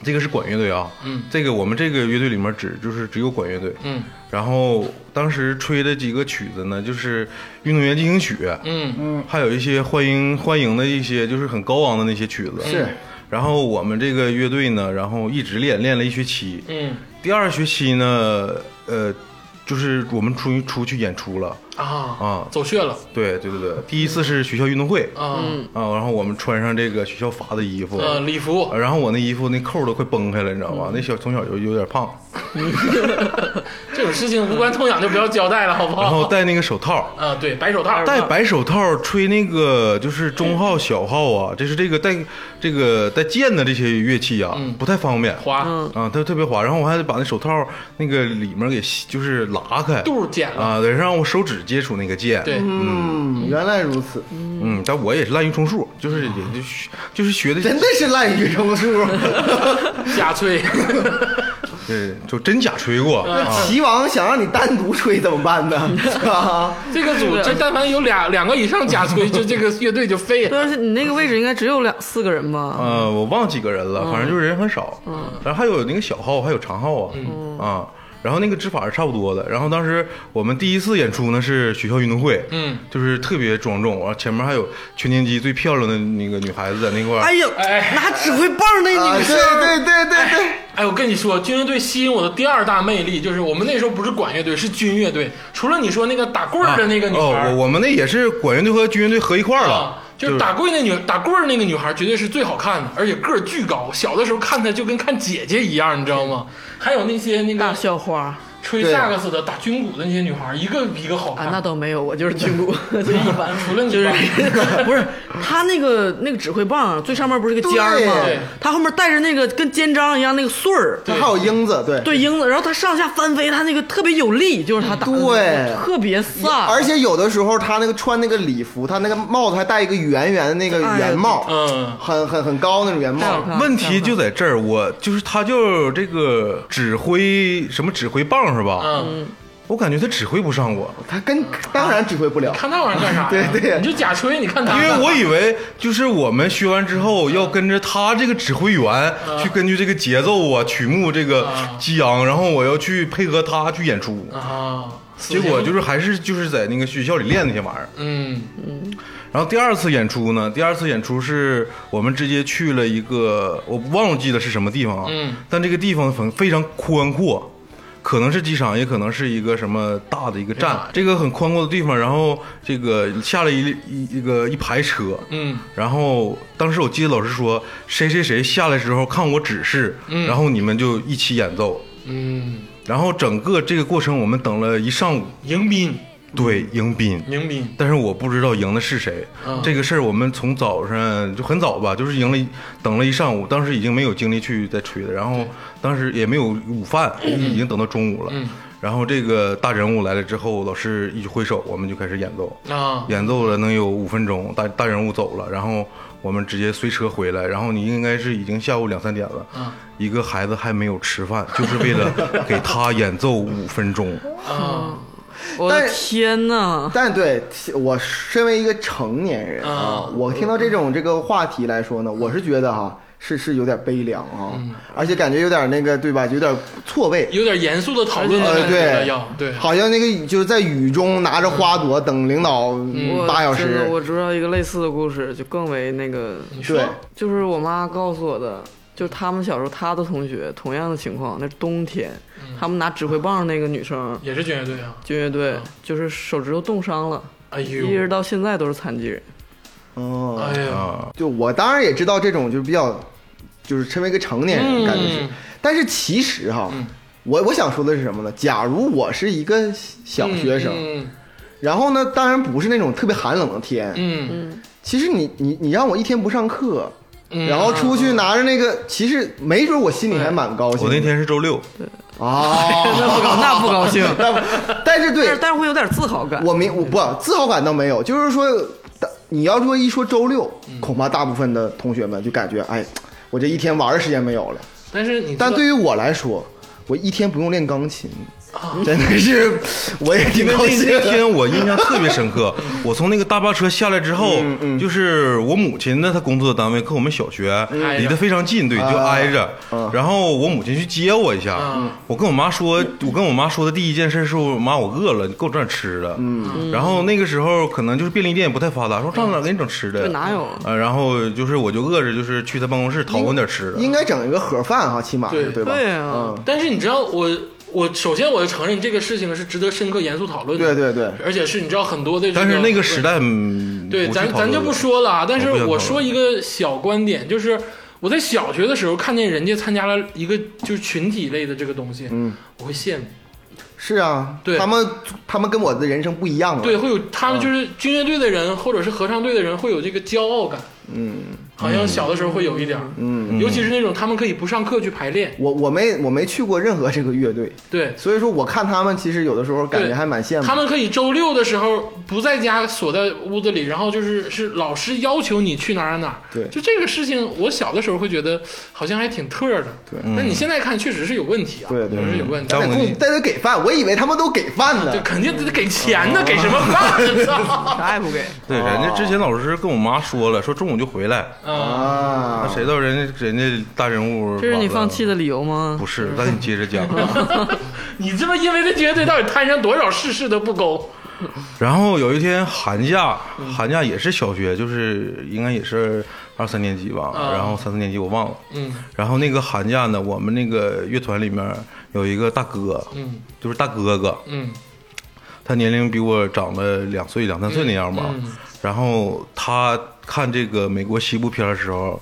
这个是管乐队啊。嗯，这个我们这个乐队里面只就是只有管乐队。嗯，然后当时吹的几个曲子呢，就是《运动员进行曲》，嗯还有一些欢迎欢迎的一些就是很高昂的那些曲子。是。然后我们这个乐队呢，然后一直练练了一学期。嗯第二学期呢，呃，就是我们终于出去演出了。啊，啊，走穴了对对对对，第一次是学校运动会啊，啊，然后我们穿上这个学校发的衣服，呃，嗯礼服 然后我那衣服那扣都快崩开了，你知道吗？那小从小就有点胖，这种事情无关痛痒就不要交代了，好不然后好？戴那个手套，啊，对，白手套，戴白手套，吹那个就是中号、小号嗯啊，这是这个带这个带键的这些乐器啊，不太方便。嗯嗯滑啊，它特别滑，然后我还得把那手套那个里面给吸就是拉开，肚儿剪了，啊，得让我手指接触那个键。对，嗯，原来如此，嗯，但我也是滥竽充数，就是也就学就是学的啊真的是滥竽充数。瞎吹， 对，就真假吹过啊。齐王想让你单独吹怎么办呢？啊是吧？这个组这但凡有俩两个以上假 吹，就这个乐队就废了。但是你那个位置应该只有两四个人吧？呃，我忘几个人了，反正就是人很少。嗯，然后还有那个小号，还有长号啊，嗯啊，然后那个指法是差不多的。然后当时我们第一次演出呢是学校运动会，嗯，就是特别庄重，然后前面还有全年级最漂亮的那个女孩子在那块儿。哎呀，哎拿指挥棒那啊，女对生，对对对对，哎，我跟你说，军乐队吸引我的第二大魅力就是我们那时候不是管乐队，是军乐队。除了你说那个打棍儿的那个女孩哦，儿我我们那也是管乐队和军乐队合一块儿了啊，，就是打棍那女打棍儿那个女孩，绝对是最好看的，而且个儿巨高。小的时候看她就跟看姐姐一样，你知道吗？还有那些那大个校花吹萨克斯的、打军鼓的那些女孩，一个比一个好啊看。，那倒没有，我就是军 鼓，就一般。除了你 就是吧，不是他那个那个指挥棒啊最上面不是个尖儿对吗？他后面带着那个跟肩章一样那个穗儿，他还有英子，对对鹰子，然后他上下翻飞，他那个特别有力，就是他打的那个对特别飒，而且有的时候他那个穿那个礼服，他那个帽子还戴一个圆圆的那个圆帽，嗯，很很很高那种圆太好帽。看了问题就在这儿，我就是他就这个指挥什么指挥棒是吧？嗯，我感觉他指挥不上我，他跟当然指挥不了，看那玩意儿干啥呀？对对你就假吹，你看她。因为我以为就是我们学完之后要跟着他这个指挥员去根据这个节奏啊、曲目这个啊激昂，然后我要去配合他去演出。啊，结果就是还是就是在那个学校里练那些玩意儿。嗯然后第二次演出呢，第二次演出是我们直接去了一个我忘了记得是什么地方啊，嗯但这个地方很非常宽阔，可能是机场，也可能是一个什么大的一个站，这个很宽阔的地方，然后这个下了一一一个一排车，嗯，然后当时我记得老师说谁谁谁下来之后看我指示，然后你们就一起演奏，嗯，然后整个这个过程我们等了一上午，迎宾嗯对，迎宾，迎宾，但是我不知道赢的是谁。这个事儿我们从早上就很早吧，就是赢了一，等了一上午，当时已经没有精力去再吹了，然后当时也没有午饭，已经等到中午了。然后这个大人物来了之后，老师一挥手，我们就开始演奏，啊演奏了能有五分钟，大大人物走了，然后我们直接随车回来，然后你应该是已经下午两三点了，一个孩子还没有吃饭，就是为了给他演奏五分钟。啊我的但是天呐，但对我身为一个成年人啊，我听到这种这个话题来说呢，我是觉得哈、是是有点悲凉啊，而且感觉有点那个对吧，有点错位。有点严肃的讨论的呃，感觉了，对要对，好像那个就是在雨中拿着花朵等领导嗯我嗯八小真时的，我知道一个类似的故事，就更为那个，对，就是我妈告诉我的，就是他们小时候她的同学同样的情况，那是冬天，嗯他们拿指挥棒那个女生。也是军乐队啊，军乐队就是手指头冻伤了，哎一直呦，到现在都是残疾人。 嗯，哎呀，啊，就我当然也知道这种就是比较，就是身为一个成年人，感觉是嗯，但是其实哈，我我想说的是什么呢？假如我是一个小学生，嗯然后呢，当然不是那种特别寒冷的天，嗯其实你你你让我一天不上课，嗯，然后出去拿着那个，其实没准我心里还蛮高兴我的。那天是周六，啊，那不高，那不高兴，但但是但对 是但是会有点自豪感。我没我不自豪感倒没有，就是说。当你要说一说周六，嗯恐怕大部分的同学们就感觉，哎，我这一天玩的时间没有了。但是你知道，但对于我来说，我一天不用练钢琴，啊真的 是我也挺因为高兴那那的。天我印象特别深刻，我从那个大巴车下来之嗯后，就是我母亲的她工作的单位和我们小学嗯挨着离得非常近，对，就啊挨着啊。然后我母亲去接我一下嗯，我跟我妈说，我跟我妈说的第一件事是我妈我饿了，你给我整点吃的。嗯然后那个时候可能就是便利店也不太发达，说上哪儿给你整吃的？这哪有呃然后就是我就饿着，就是去她办公室讨论点吃的。应该整一个盒饭哈，起码是对对吧？对啊嗯，但是你知道我。我首先我就承认这个事情是值得深刻严肃讨论的，对对对而且是你知道很多的这，但是那个时代，嗯对，不去咱讨咱就论不说了啊。但是我不想我讨论说一个小观点，就是我在小学的时候看见人家参加了一个就是群体类的这个东西，嗯，我会羡慕。是啊，对他们他们跟我的人生不一样啊。对，，会有他们就是军乐队的人或者是合唱队的人会有这个骄傲感，嗯好像小的时候会有一点儿，嗯，尤其是那种他们可以不上课去排练，我我没我没去过任何这个乐队，对。所以说我看他们其实有的时候感对觉还蛮羡慕。他们可以周六的时候不在家锁在屋子里，然后就是是老师要求你去哪儿哪儿。对就这个事情，我小的时候会觉得好像还挺特儿的。对但你现在看确实是有问题啊，对对确实有问题嗯。还得供，还得给饭，我以为他们都给饭就呢。肯定得给钱呢，给什么饭？ 操！啥也不给，对，人家之前老师跟我妈说了，说中午就回来。啊，那啊，谁知道人家人家大人物？这是你放弃？的理由吗不？是，那你接 着讲。你这么因为这军乐队到底摊上多少事事都不勾？然后有一天寒假，嗯寒假也是小学，就是应该也是二三年级吧，啊然后三四年级我忘了。嗯然后那个寒假呢，我们那个乐团里面有一个大哥，嗯就是大哥哥，嗯他年龄比我长了两岁、两三岁那样吧。嗯嗯然后他看这个美国西部片的时候，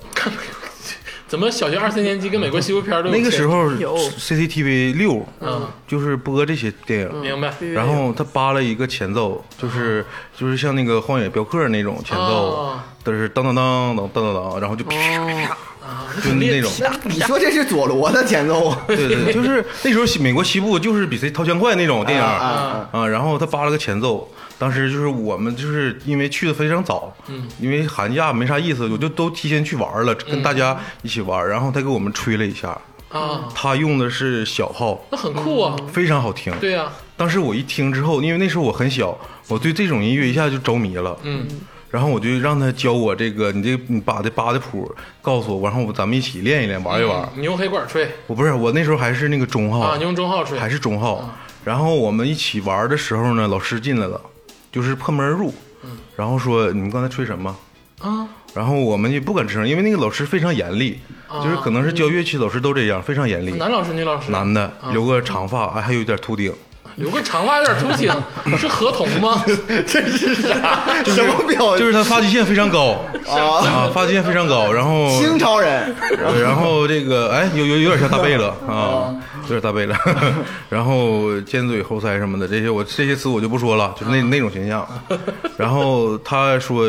怎么小学二三年级跟美国西部片儿都有那个时候有 CCTV 六嗯，就是播这些电影。嗯牵明白？然后他扒了一个前奏，就是就是像那个《荒野镖客》那种前奏哦，都是当当当当当当当，然后就啪啪啪，哦啊就那种。你说这是佐罗的前奏啊？对 对，对就是那时候西美国西部就是比谁掏钱快那种电影啊啊啊然后他扒了个前奏，当时就是我们就是因为去的非常早，因为寒假没啥意思，我就都提前去玩了，跟大家一起玩，然后他给我们吹了一下，啊，他用的是小号，那很酷啊！嗯非常好听。对啊呀，当时我一听之后，因为那时候我很小，我对这种音乐一下就着迷了。嗯，然后我就让他教我这个，你这你把这扒的谱告诉我，然后咱们一起练一练，玩一玩。你用黑管吹我不是，我那时候还是那个中号，嗯啊，你用啊中号吹还是中号。然后我们一起玩的时候呢，老师进来了，就是破门而入，嗯然后说你们刚才吹什么？啊然后我们也不敢吱声，因为那个老师非常严厉，啊就是可能是教乐器老师都这样，非常严厉。男老师、女老师，男的啊留个长发，哎，还有一点秃顶。留个长发有点秃顶，是合同吗？这是啥？什么表哎就情是他发际线非常高啊？啊，发际线非常高，然后清朝人，对然后这个哎，有有有点像大贝勒啊，有点大贝勒，然后尖嘴猴腮什么的，这些我这些词我就不说了，就是那那种形象。然后他说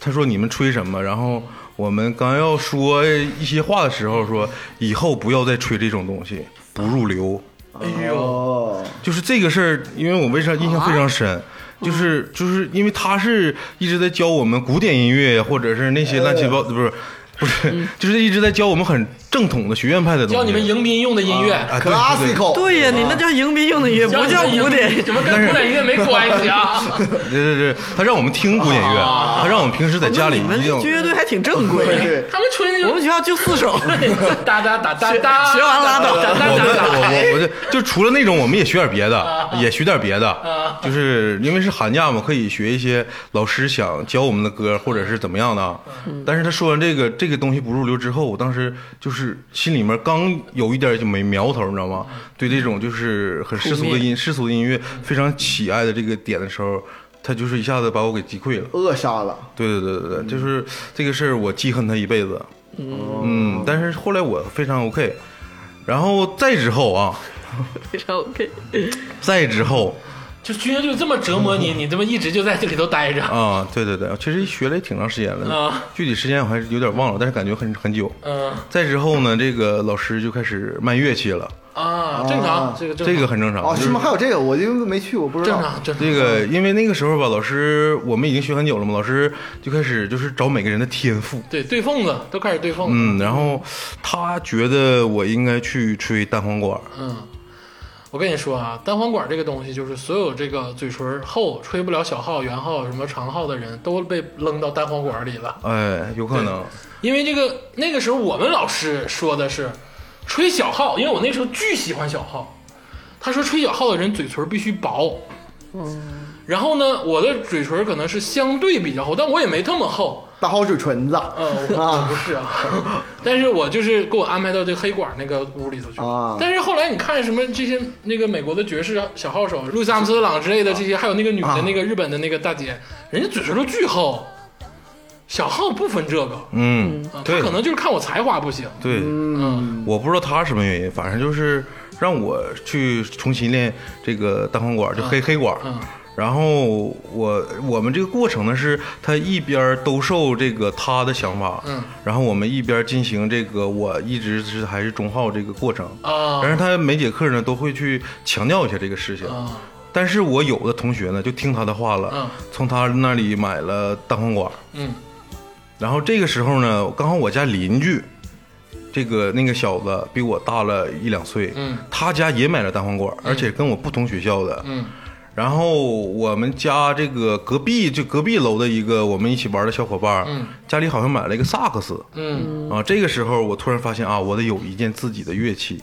他说你们吹什么？然后我们刚要说一些话的时候说，以后不要再吹这种东西，不入流。哎呦，哦，就是这个事儿，因为我为啥印象非常哦深，就是就是因为他是一直在教我们古典音乐，或者是那些乱七呃八不是不是，嗯就是一直在教我们很正统的学院派的东西。教你们迎宾用的音乐，啊对对对 classical，对呀，你那叫迎宾用的音乐，不叫古典。怎么跟古典音乐没关系啊？对对对，他让我们听古典乐，他让我们平时在家里你们一定要军乐队还挺正规，对对，他们吹那我种们学校就四首。 哒哒哒哒哒，学完拉倒哒哒我们哒哒。我我我就就除了那种，我们也学点别的，也学点别的，就是因为是寒假嘛，可以学一些老师想教我们的歌，或者是怎么样的。但是他说完这个这个东西不入流之后，我当时就是心里面刚有一点就没苗头，你知道吗？对这种就是很世俗的音世俗的音乐非常喜爱的这个点的时候，他就是一下子把我给击溃了。扼杀了。对对对对对，就是这个事儿，我记恨他一辈子。嗯，但是后来我非常 OK，然后再之后啊，非常 OK，再之后 就军乐队这么折磨你，你他妈一直就在这里头待着。啊，对对对，其实学了也挺长时间了，啊具体时间我还是有点忘了，但是感觉很很久。嗯再之后呢，这个老师就开始卖乐器了，啊，正常，这个正这常个很正常。哦，就是吗？还有这个，我就没去，我不知正道。常正常。这个，因为那个时候吧，老师我们已经学很久了嘛，老师就开始就是找每个人的天赋，对对缝子都开始对缝子，嗯，然后他觉得我应该去吹单簧管，嗯，我跟你说啊，单簧管这个东西，就是所有这个嘴唇厚、吹不了小号、圆号、什么长号的人都被扔到单簧管里了。哎，有可能，因为这个那个时候我们老师说的是吹小号，因为我那时候巨喜欢小号，他说吹小号的人嘴唇必须薄。嗯，然后呢，我的嘴唇可能是相对比较厚，但我也没这么厚。大好嘴唇子呃，我我啊不是啊， 但是我就是给我安排到这黑管那个屋里头去。啊但是后来你看什么这些那个美国的爵士小号手，路易斯阿姆斯特朗之类的这些，还有那个女的那个日本的那个大姐，人家嘴唇都巨厚，小号不分这个嗯，啊，他对可能就是看我才华不行。对，嗯我不知道他什么原因，反正就是让我去重新练这个单簧管，就黑、黑管。嗯然后我我们这个过程呢，是他一边兜售这个他的想法，嗯，然后我们一边进行这个我一直是还是中号这个过程。啊但是他每节课呢都会去强调一下这个事情，啊但是我有的同学呢就听他的话了，嗯从他那里买了单簧管，嗯然后这个时候呢，刚好我家邻居，这个那个小子比我大了一两岁，嗯，他家也买了单簧管，而且跟我不同学校的，嗯然后我们家这个隔壁就隔壁楼的一个我们一起玩的小伙伴，嗯，家里好像买了一个萨克斯，嗯啊，这个时候我突然发现啊，我得有一件自己的乐器。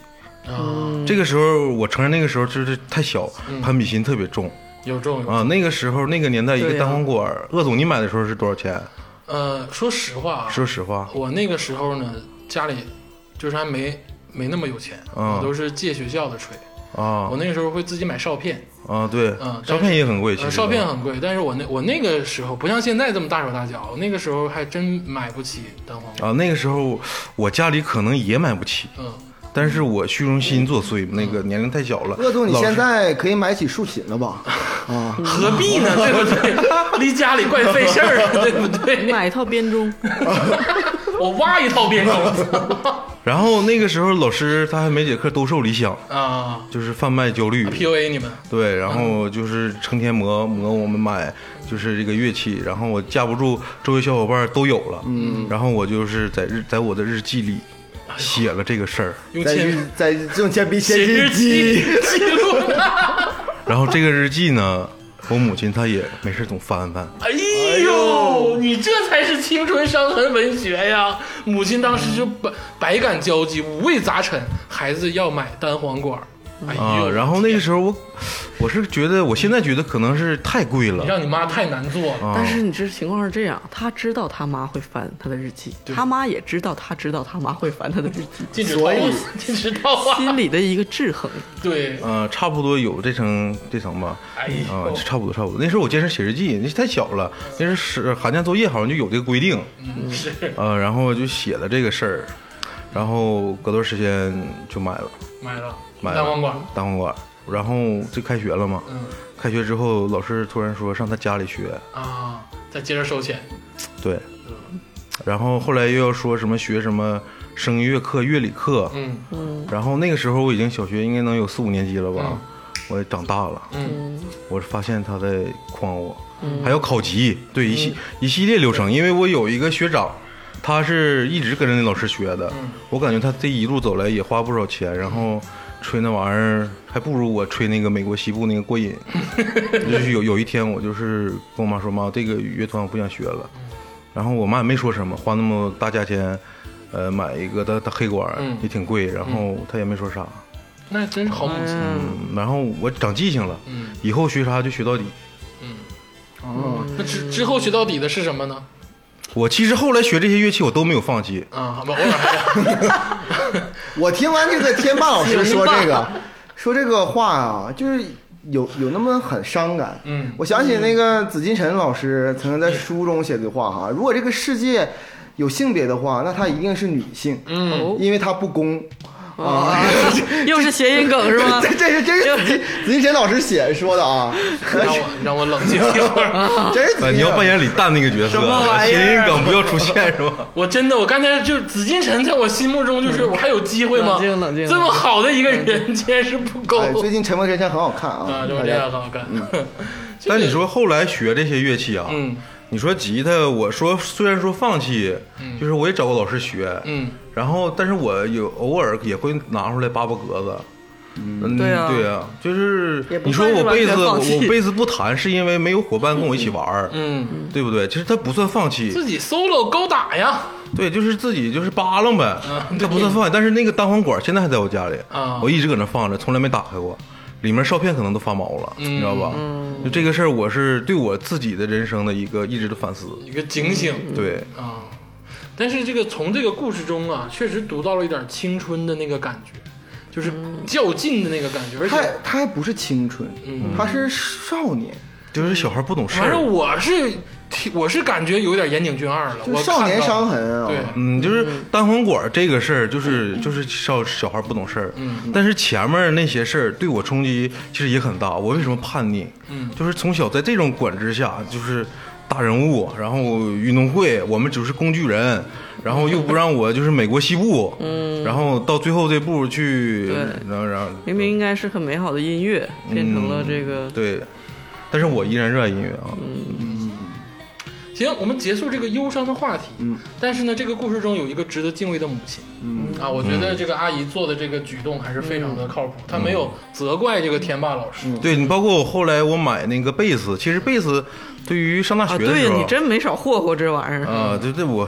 啊，这个时候我承认那个时候就是太小，嗯攀比心特别重有重有。啊。那个时候那个年代一对个呀单簧管，鄂总你买的时候是多少钱？呃，说实话啊，说实话，我那个时候呢，家里就是还没没那么有钱，啊我都是借学校的吹。啊我那个时候会自己买哨片，啊，对嗯，但照是片也很贵，其呃，实哨片很贵，但是我那我那个时候不像现在这么大手大脚，我那个时候还真买不起单簧管。啊，那个时候我家里可能也买不起，嗯，但是我虚荣心作祟，那个年龄太小了。鄂总，你老师现在可以买起竖琴了吧？啊，何必 呢？对不对？离家里怪费事儿啊的，对不对？ 买一套编钟，我挖一套编钟然后那个时候老师他还每节课兜售理想， 啊嗯就是贩卖焦虑。 ，PUA 你们对，然后就是成天磨磨我们买，就是这个乐器，然后我架不住周围小伙伴都有了，嗯，然后我就是在日在我的日记里哎写了这个事儿，用在铅日在用铅笔写写日日记记，记录。 然后这个日记呢，我母亲她也没事总翻翻，哎呦，你这才是青春伤痕文学呀！母亲当时就百百感交集，五味杂陈，孩子要买单簧管儿。哎啊呦，，然后那个时候我我是觉得我现在觉得可能是太贵了你，让你妈太难做了。啊但是你这情况是这样，他知道他妈会翻他的日记，他妈也知道他知道他妈会翻他的日记， 禁止所套以路，禁止套话。心里的一个制衡。对，呃，差不多有这层这层吧，哎啊呦，，差不多差不多。那时候我坚持写日记，那太小了，那时候是寒假作业好像就有这个规定，嗯是呃，然后就写了这个事儿，然后隔段时间就买了买了买了单簧管儿，单簧管，然后就开学了嘛。嗯开学之后，老师突然说上他家里学，啊，再接着收钱，对，然后后来又要说什么学什么声乐课、乐理课，嗯然后那个时候我已经小学应该能有四五年级了吧，我也长大了，嗯我发现他在诓我，还要考级，对一系、嗯一系列流程，因为我有一个学长，他是一直跟着那老师学的，嗯我感觉他这一路走来也花不少钱，然后吹那玩意儿还不如我吹那个美国西部那个过瘾， 就是有有一天我就是跟我妈说妈，这个乐团我不想学了，然后我妈也没说什么，花那么大价钱。呃，买一个大大黑管儿嗯也挺贵，然后她也没说啥，那真是好母亲。嗯，嗯，然后我长记性了，嗯以后学啥就学到底，嗯，那之之后学到底的是什么呢？我其实后来学这些乐器，我都没有放弃。啊，好吧，偶尔还我听完这个天霸老师 说这个，说这个话啊，就是有有那么很伤感。嗯我想起那个紫金陈老师曾经在书中写的话嗯哈，如果这个世界有性别的话，那她一定是女性，嗯哦哦因为她不公。啊，又是谐音梗是吗？ 这这是真是 紫金紫金神老师写说的啊，让我让我冷静一会儿。真是紫呃，你金神要扮演李诞那个角色什么玩，意儿啊谐音梗不要出现是 吧？我真的，我刚才就是紫金陈，在我心目中就是我还有机会吗？冷静冷静这么好的一个人，竟然是不够哎，最近《沉默真相》很好看啊！啊，就是大这样，家很好看。 但你说后来学这些乐器啊，嗯你说吉他，我说虽然说放弃，嗯就是我也找过老师学，嗯，然后但是我有偶尔也会拿出来扒扒格子。嗯，对对啊啊，就是也不你说算是我完贝全斯，我放弃我贝斯不弹是因为没有伙伴跟我一起玩儿，嗯，对不对？其实它不算放弃，自己 solo 勾打呀，对，就是自己就是扒楞呗啊，它不算放弃。但是那个单簧管现在还在我家里啊我一直搁那放着，从来没打开过，里面哨片可能都发毛了，你知道吧？嗯就这个事儿，我是对我自己的人生的一个一直的反思。一个警醒嗯对，啊。但是这个从这个故事中啊，确实读到了一点青春的那个感觉，就是较劲的那个感觉，而他且。他还不是青春，嗯他是少年，就是小孩不懂事反正儿，我是挺，我是感觉有点岩井俊二了，就我是少看年到伤了。痕啊。对，嗯，就是单簧管这个事儿，嗯就是就是少小孩不懂事儿，但是前面那些事儿对我冲击其实也很大。我为什么叛逆？嗯就是从小在这种管制下，就是大人物，然后运动会，我们只是工具人，然后又不让我就是美国西部，嗯，然后到最后这步去，对然后然后明明应该是很美好的音乐，嗯变成了这个对，但是我依然热爱音乐啊，嗯行，我们结束这个忧伤的话题。嗯，但是呢，这个故事中有一个值得敬畏的母亲。嗯啊，我觉得这个阿姨做的这个举动还是非常的靠谱，嗯她没有责怪这个天霸老师。对你包括我后来我买那个贝斯，其实贝斯对于上大啊，学的对时呀，候你真没少霍霍这玩意儿，啊，对对我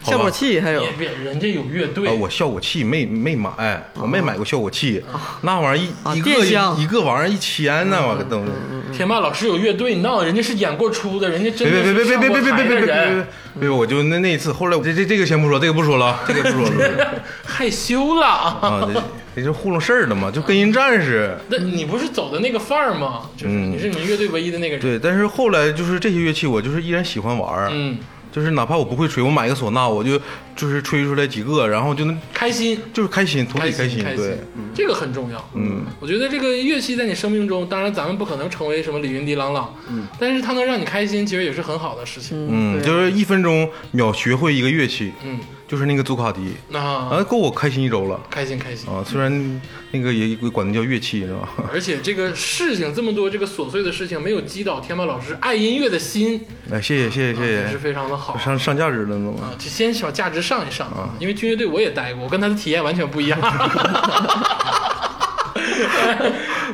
好效吧果器还有别别，人家有乐队。啊，我效果器没没买，我没买过效果器，那玩意啊儿一一电箱个一个玩意儿一千呢，我个东西。天霸老师有乐队，你闹，人家是演过出的，人家真别的别别别别别别别别别别别别别！我就那那一次，后来我这这这个先不说，这个不说了啊，这个不说了 害羞了啊！啊，这这就糊弄事儿了嘛，就跟人战士。那你不是走的那个范儿吗？就是你是你乐队唯一的那个人。嗯对，但是后来就是这些乐器，我就是依然喜欢玩儿，嗯，就是哪怕我不会吹，我买个唢呐，我就就是吹出来几个，然后就能开心。就是开心，同开理心心，对，，这个很重要。嗯，我觉得这个乐器在你生命中，当然咱们不可能成为什么李云迪、郎朗，嗯，但是它能让你开心，其实也是很好的事情。嗯，就是一分钟秒学会一个乐器，嗯，就是那个祖卡迪，那啊，够我开心一周了开心开心。啊！虽然那个也管那叫乐器是吧？ 而且这个事情这么多，这个琐碎的事情没有击倒天霸老师爱音乐的心，啊哎，谢谢谢谢也谢是谢，非常的好。上上价值了都。啊，就先小价值上一上，因为军乐队我也待过，我跟他的体验完全不一样。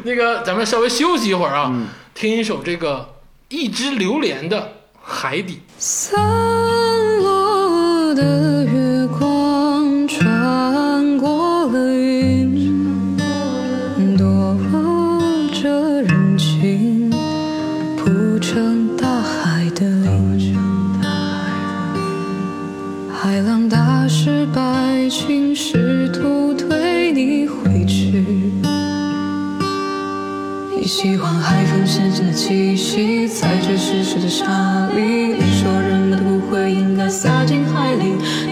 那个，咱们稍微休息一会儿啊，听一首这个一只榴莲的《海底》。散落的月光穿过了云，躲着人群，铺成大海的鳞。海浪打湿白裙，试图推你回去。你喜欢海风咸咸的气息，在这湿湿的沙里，你说人们的骨灰应该撒进海里。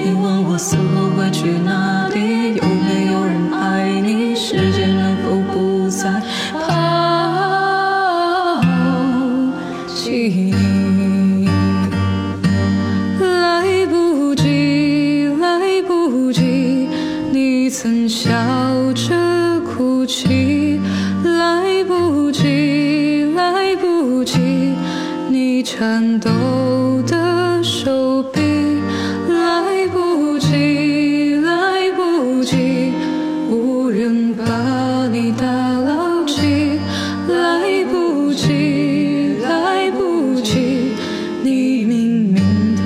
你问我死后会去哪里，有没有人爱你，时间能否不再抛弃你？来不及，来不及，你曾笑着哭泣，来不及，来不及，你颤抖的手臂，来不及，来不及，无人把你打捞起，来不及，来不及，你明明讨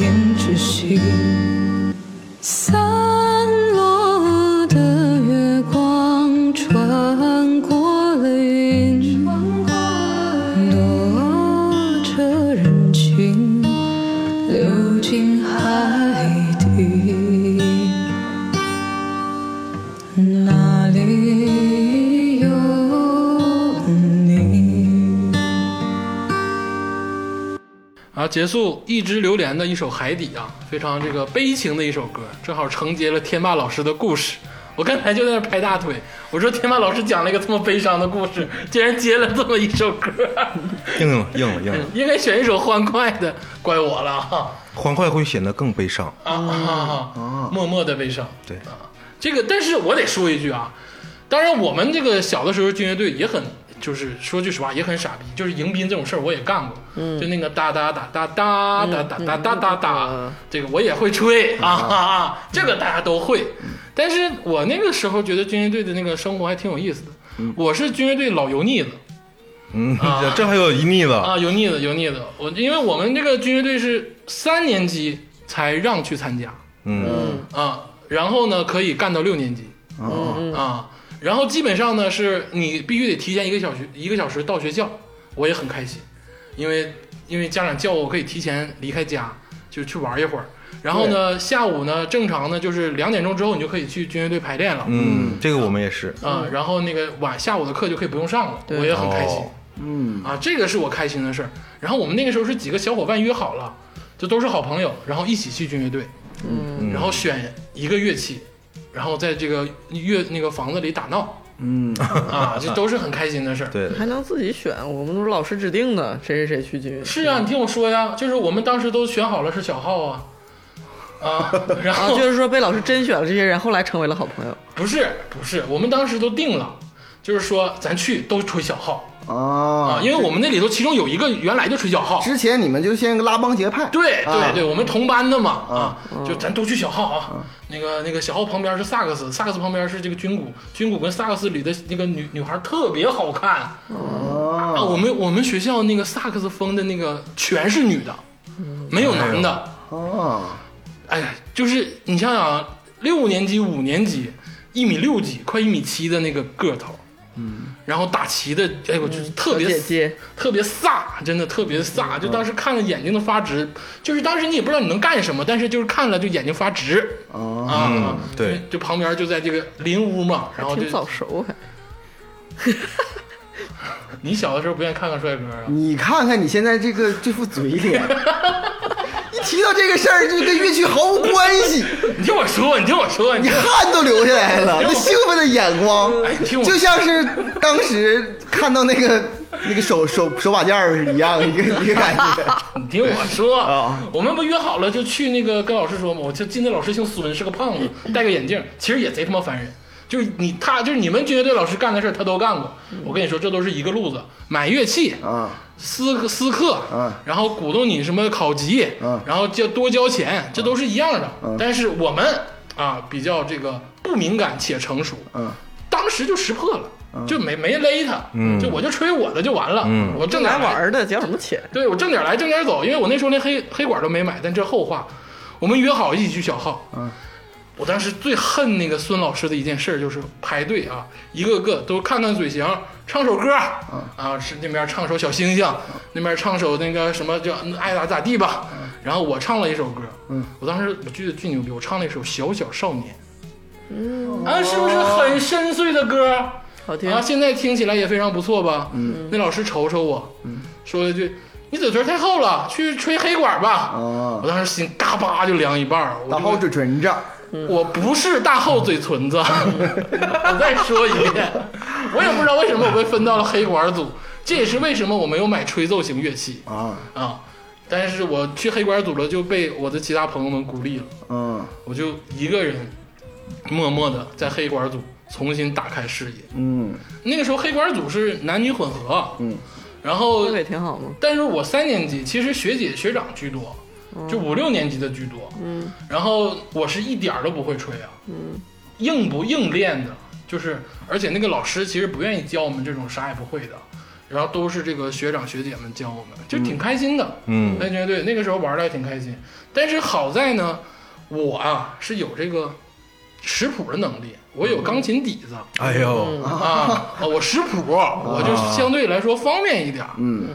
厌窒息。散落的月光穿过了云，躲着人群，流进海底。哪里有你？啊，结束一只榴莲的一首《海底》啊，非常这个悲情的一首歌，正好承接了天霸老师的故事。我刚才就在那拍大腿，我说天霸老师讲了一个这么悲伤的故事，竟然接了这么一首歌， 硬了，硬了，硬了，应该选一首欢快的，怪我了啊欢快会显得更悲伤。啊啊啊！默默的悲伤。对，这个，但是我得说一句啊，当然我们这个小的时候军乐队也很，就是说句实话也很傻逼，就是迎宾这种事儿我也干过，就那个哒哒哒哒哒哒哒哒哒哒哒，这个我也会吹啊啊啊，这个大家都会。但是我那个时候觉得军乐队的那个生活还挺有意思的，我是军乐队老油腻子嗯， 这这还有一腻子，啊，油腻子油腻子，我因为我们这个军乐队是三年级才让去参加嗯，啊，然后呢可以干到六年级。啊，嗯嗯啊，然后基本上呢是你必须得提前一个小时一个小时到学校，我也很开心，因为因为家长叫我，我可以提前离开家，就去玩一会儿。然后呢，下午呢正常呢就是两点钟之后你就可以去军乐队排练了，嗯，这个我们也是，啊，然后那个晚下午的课就可以不用上了，我也很开心、哦嗯，啊，这个是我开心的事儿。然后我们那个时候是几个小伙伴约好了，就都是好朋友，然后一起去军乐队，嗯然后选一个乐器，然后在这个乐那个房子里打闹，嗯，啊，这都是很开心的事儿。对，嗯还能自己选，我们都是老师指定的，谁谁谁去军乐 队是啊，你听我说呀，就是我们当时都选好了是小号啊，啊，然啊，后就是说被老师甄选了这些人，后来成为了好朋友。不是不是，我们当时都定了，就是说咱去都吹小号啊，啊，因为我们那里头其中有一个原来就吹小号，之前你们就先拉帮结派，对啊对对，我们同班的嘛啊，就咱都去小号啊，那个那个小号旁边是萨克斯，萨克斯旁边是这个军鼓，军鼓跟萨克斯里的那个女女孩特别好看啊，啊我们我们学校那个萨克斯风的那个全是女的，没有男的。嗯啊，哎呀，就是你想想啊，六年级、五年级，一米六几，快一米七的那个个头，嗯，然后打旗的，哎呦，我就是 特别、嗯小姐嗯姐，特别飒，真的特别飒，就当时看了眼睛都发直，就是当时你也不知道你能干什么，但是就是看了就眼睛发直啊，啊、嗯对，就旁边就在这个邻屋嘛，然后就挺早熟还。你小的时候不愿意看看帅哥啊？你看看你现在这个这副嘴 脸，一提到这个事儿就跟乐曲毫无关 系，你听我说，你听我说，你你听我汗都流下来 了，那兴奋的眼光哎听，我就像是当时看到那个那个手手手把件儿是一样一个一个 感觉。你听我说啊，我们不约好了就去那个跟老师说嘛，我就记得老师姓孙，是个胖子，戴个眼镜，其实也贼他妈烦人。就是你他就是你们军乐队老师干的事儿，他都干过。我跟你说，这都是一个路子，买乐器，啊，私私课嗯，然后鼓动你什么考级嗯，然后交多交钱，这都是一样的。但是我们啊比较这个不敏感且成熟，嗯，当时就识破了，就没没勒他，就我就吹我的就完了，我挣正点来儿玩儿的，交什么钱？对我挣点来，挣点走，因为我那时候连黑黑管都没买，但这后话，我们约好一起去小号。嗯，我当时最恨那个孙老师的一件事儿就是排队啊，一个个都看看嘴型，唱首歌，嗯啊，是那边唱首小星星，那边唱首那个什么叫爱咋咋地吧，然后我唱了一首歌，嗯，我当时我记得巨牛逼，我唱了一首《小小少年》，嗯，啊，是不是很深邃的歌？好听啊，，现在听起来也非常不错吧？嗯，那老师瞅瞅我，说了一句：“你嘴唇太厚了，去吹黑管吧。啊我当时心嘎巴就凉一半儿，我大就号嘴唇子，我不是大厚嘴唇子， 我再说一遍，我也不知道为什么我被分到了黑管组，这也是为什么我没有买吹奏型乐器啊，啊。但是我去黑管组了，就被我的其他朋友们鼓励了，嗯我就一个人默默的在黑管组重新打开视野。嗯那个时候黑管组是男女混合，嗯，然后东北挺好吗？但是我三年级其实学姐学长居多，就五六年级的居多，哦嗯，然后我是一点儿都不会吹啊，嗯，硬不硬练的，就是而且那个老师其实不愿意教我们这种啥也不会的，然后都是这个学长学姐们教我们，就挺开心的，嗯哎，对对，那个时候玩的还挺开心，但是好在呢，我啊是有这个识谱的能力，我有钢琴底子。哎呦，啊，我识谱，我就相对来说方便一点儿。嗯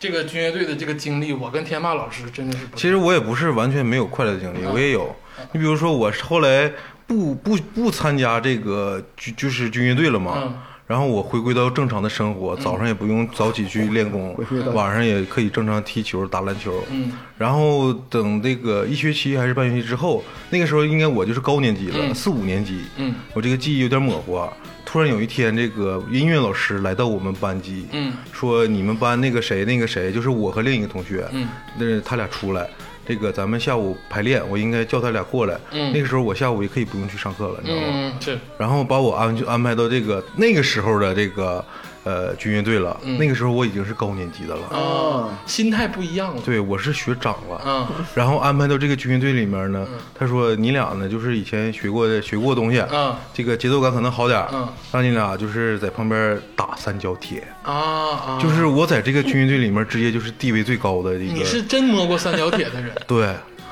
这个军乐队的这个经历，我跟天霸老师真的是不嗯其实我也不是完全没有快乐的经历，我也有。你比如说，我后来不不不参加这个就就是军乐队了嘛嗯，然后我回归到正常的生活，早上也不用早起去练功，晚上也可以正常踢球、打篮球。嗯，然后等这个一学期还是半学期之后，那个时候应该我就是高年级了，四五年级。嗯，我这个记忆有点模糊啊。突然有一天，这个音乐老师来到我们班级，嗯，说你们班那个谁那个谁，就是我和另一个同学，嗯，那他俩出来，这个咱们下午排练，我应该叫他俩过来。嗯那个时候我下午也可以不用去上课了，你知道吗？嗯，是，然后把我安就安排到这个那个时候的这个呃军乐队了。嗯那个时候我已经是高年级的了，哦，心态不一样了。啊对我是学长了。嗯然后安排到这个军乐队里面呢，他说你俩呢就是以前学过的学过的东西，啊嗯这个节奏感可能好点儿，嗯让你俩就是在旁边打三角铁。啊啊，就是我在这个军乐队里面直接就是地位最高的一个，你是真摸过三角铁的人对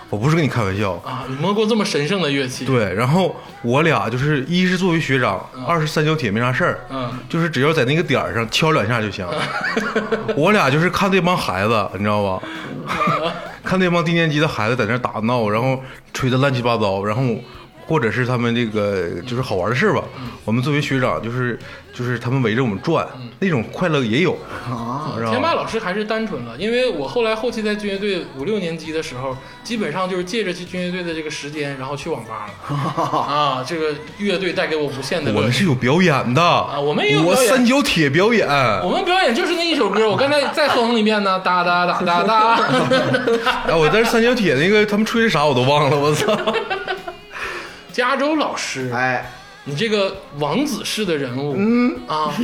我不是跟你开玩笑，啊，你摸过这么神圣的乐器。，对，然后我俩就是一是作为学长，二是三角铁没啥事儿，嗯就是只要在那个点儿上敲两下就 行。我俩就是看这帮孩子，你知 道吧？看那帮低年级的孩子在那儿打闹，然后吹的乱七八糟，然后或者是他们这个就是好玩的事儿吧。嗯我们作为学长，就是就是他们围着我们转，那种快乐也 有啊。然后天霸老师还是单纯了，因为我后来后期在军乐队五六年级的时候，基本上就是借着去军乐队的这个时间，然后去网吧 了。啊，这个乐队带给我无限的我乐们趣。啊是有表演的我们也有我哎表演哦三角铁表演。我们表演就是那一首歌，我刚才再哼一遍呢，哒哒哒哒哒。哎，我在三角铁那个他们吹的啥我都忘了，我操！加州老师，哎，嗯你这个王子式的人物，啊，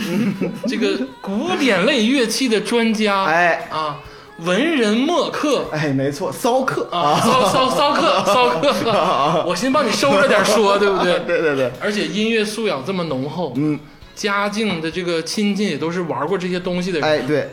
这个古典类乐器的专家，哎啊，文人墨客，哎，没错，骚客啊，啊，骚骚骚客骚客，我先帮你收着点说，对不对？啊对对对，而且音乐素养这么浓厚，嗯，家境的这个亲戚也都是玩过这些东西的人，哎对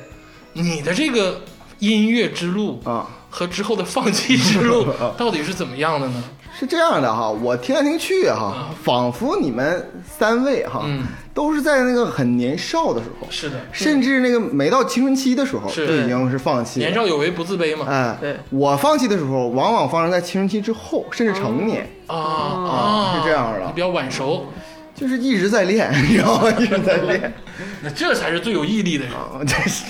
你的这个音乐之路啊。和之后的放弃之 路到底是怎么样的呢？是这样的哈，我听来听去哈，仿佛你们三位哈，啊嗯都是在那个很年少的时候，是的，甚至那个没到青春期的时候，是就已经是放弃了。年少有为不自卑嘛，哎，对我放弃的时候，往往发生在青春期之后，甚至成年，啊啊啊，是这样的你比较晚熟，就是一直在练，你知道吗？一直在练。那这才是最有毅力的人，啊， 这是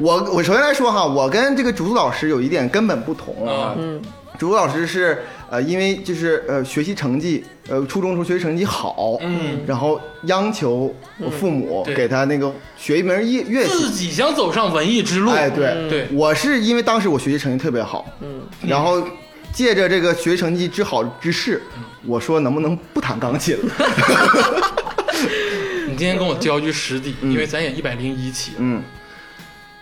我我首先来说哈，我跟这个竹子老师有一点根本不同啊。嗯，竹子老师是呃，因为就是呃学习成绩，呃初中时候学习成绩好，嗯，然后央求我父母对给他那个学一门乐乐器。自己想走上文艺之路，哎，对对我是因为当时我学习成绩特别好，嗯，然后借着这个学习成绩之好之势，我说能不能不弹钢琴了？你今天跟我交一句实底，因为咱也一百零一期了，嗯，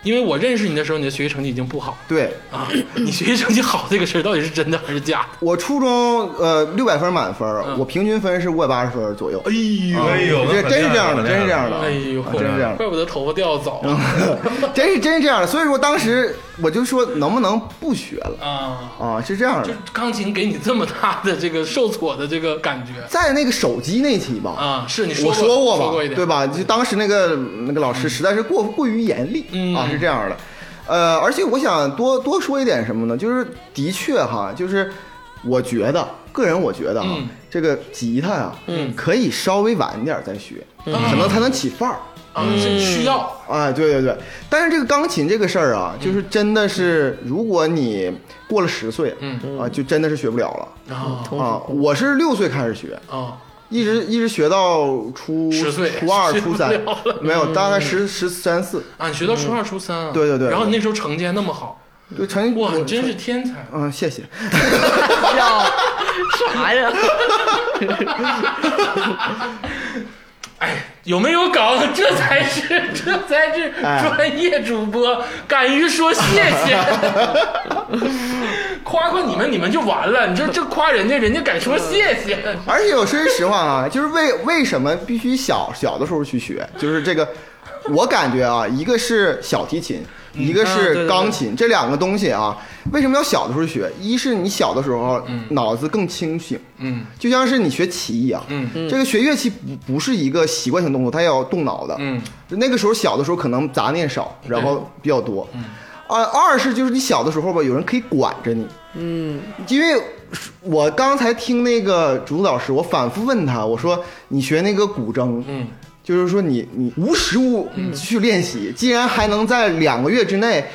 因为我认识你的时候，你的学习成绩已经不好了对，啊。 你学习成绩好这个事儿到底是真的还是假的？我初中呃六百分满分，嗯我平均分是五百八十分左右。哎 呦，哎呦这真是这样的，真是这样的，哎呦，啊真是这样 的，怪不得头发掉的早 真是真是这样的。所以说当时我就说能不能不学了啊！啊？是这样就的是，钢琴给你这么大的这个受挫的这个感觉在那个手机那期吧，啊，是你我说说过过说过一点吧，对？吧？就当时那个那个老师实在是过过于严厉嗯啊，是这样的。呃，而且我想多多说一点什么呢？就是的确哈，就是我觉得个人我觉得哈嗯，这个吉他啊，嗯可以稍微晚一点再学，可能才能起范儿。啊，是需要啊，对对对，但是这个钢琴这个事儿啊，就是真的是，如果你过了十岁，嗯啊，就真的是学不了了、啊啊。我是六岁开始学，啊一直一直学到初10岁初二、学不初三了了，没有，大概十十三四，啊！你学到初二、初三啊？嗯对对对然后你那时候成绩还那么好，就成绩哇，你真是天才！嗯，谢谢。要啥 呀？哎，有没有搞？这才 是这才是哎专业主播，敢于说谢 谢，夸夸你们你们就完了，你 这这夸人家人家敢说谢谢，而且我说句实话啊，就是为为什么必须小小的时候去学？就是这个，我感觉啊，一个是小提琴，一个啊对对是对钢琴，这两个东西啊，为什么要小的时候学？一是你小的时候嗯脑子更清醒，嗯，就像是你学棋一样，嗯，这个学乐器不不是一个习惯性动作，它要动脑的，嗯，那个时候小的时候可能杂念少，然后比较多，嗯，啊，二是就是你小的时候吧，有人可以管着你，嗯因为我刚才听那个竹子老师，我反复问他，我说你学那个古筝，嗯，就是说你你无实物去练习，既然还能在两个月之内，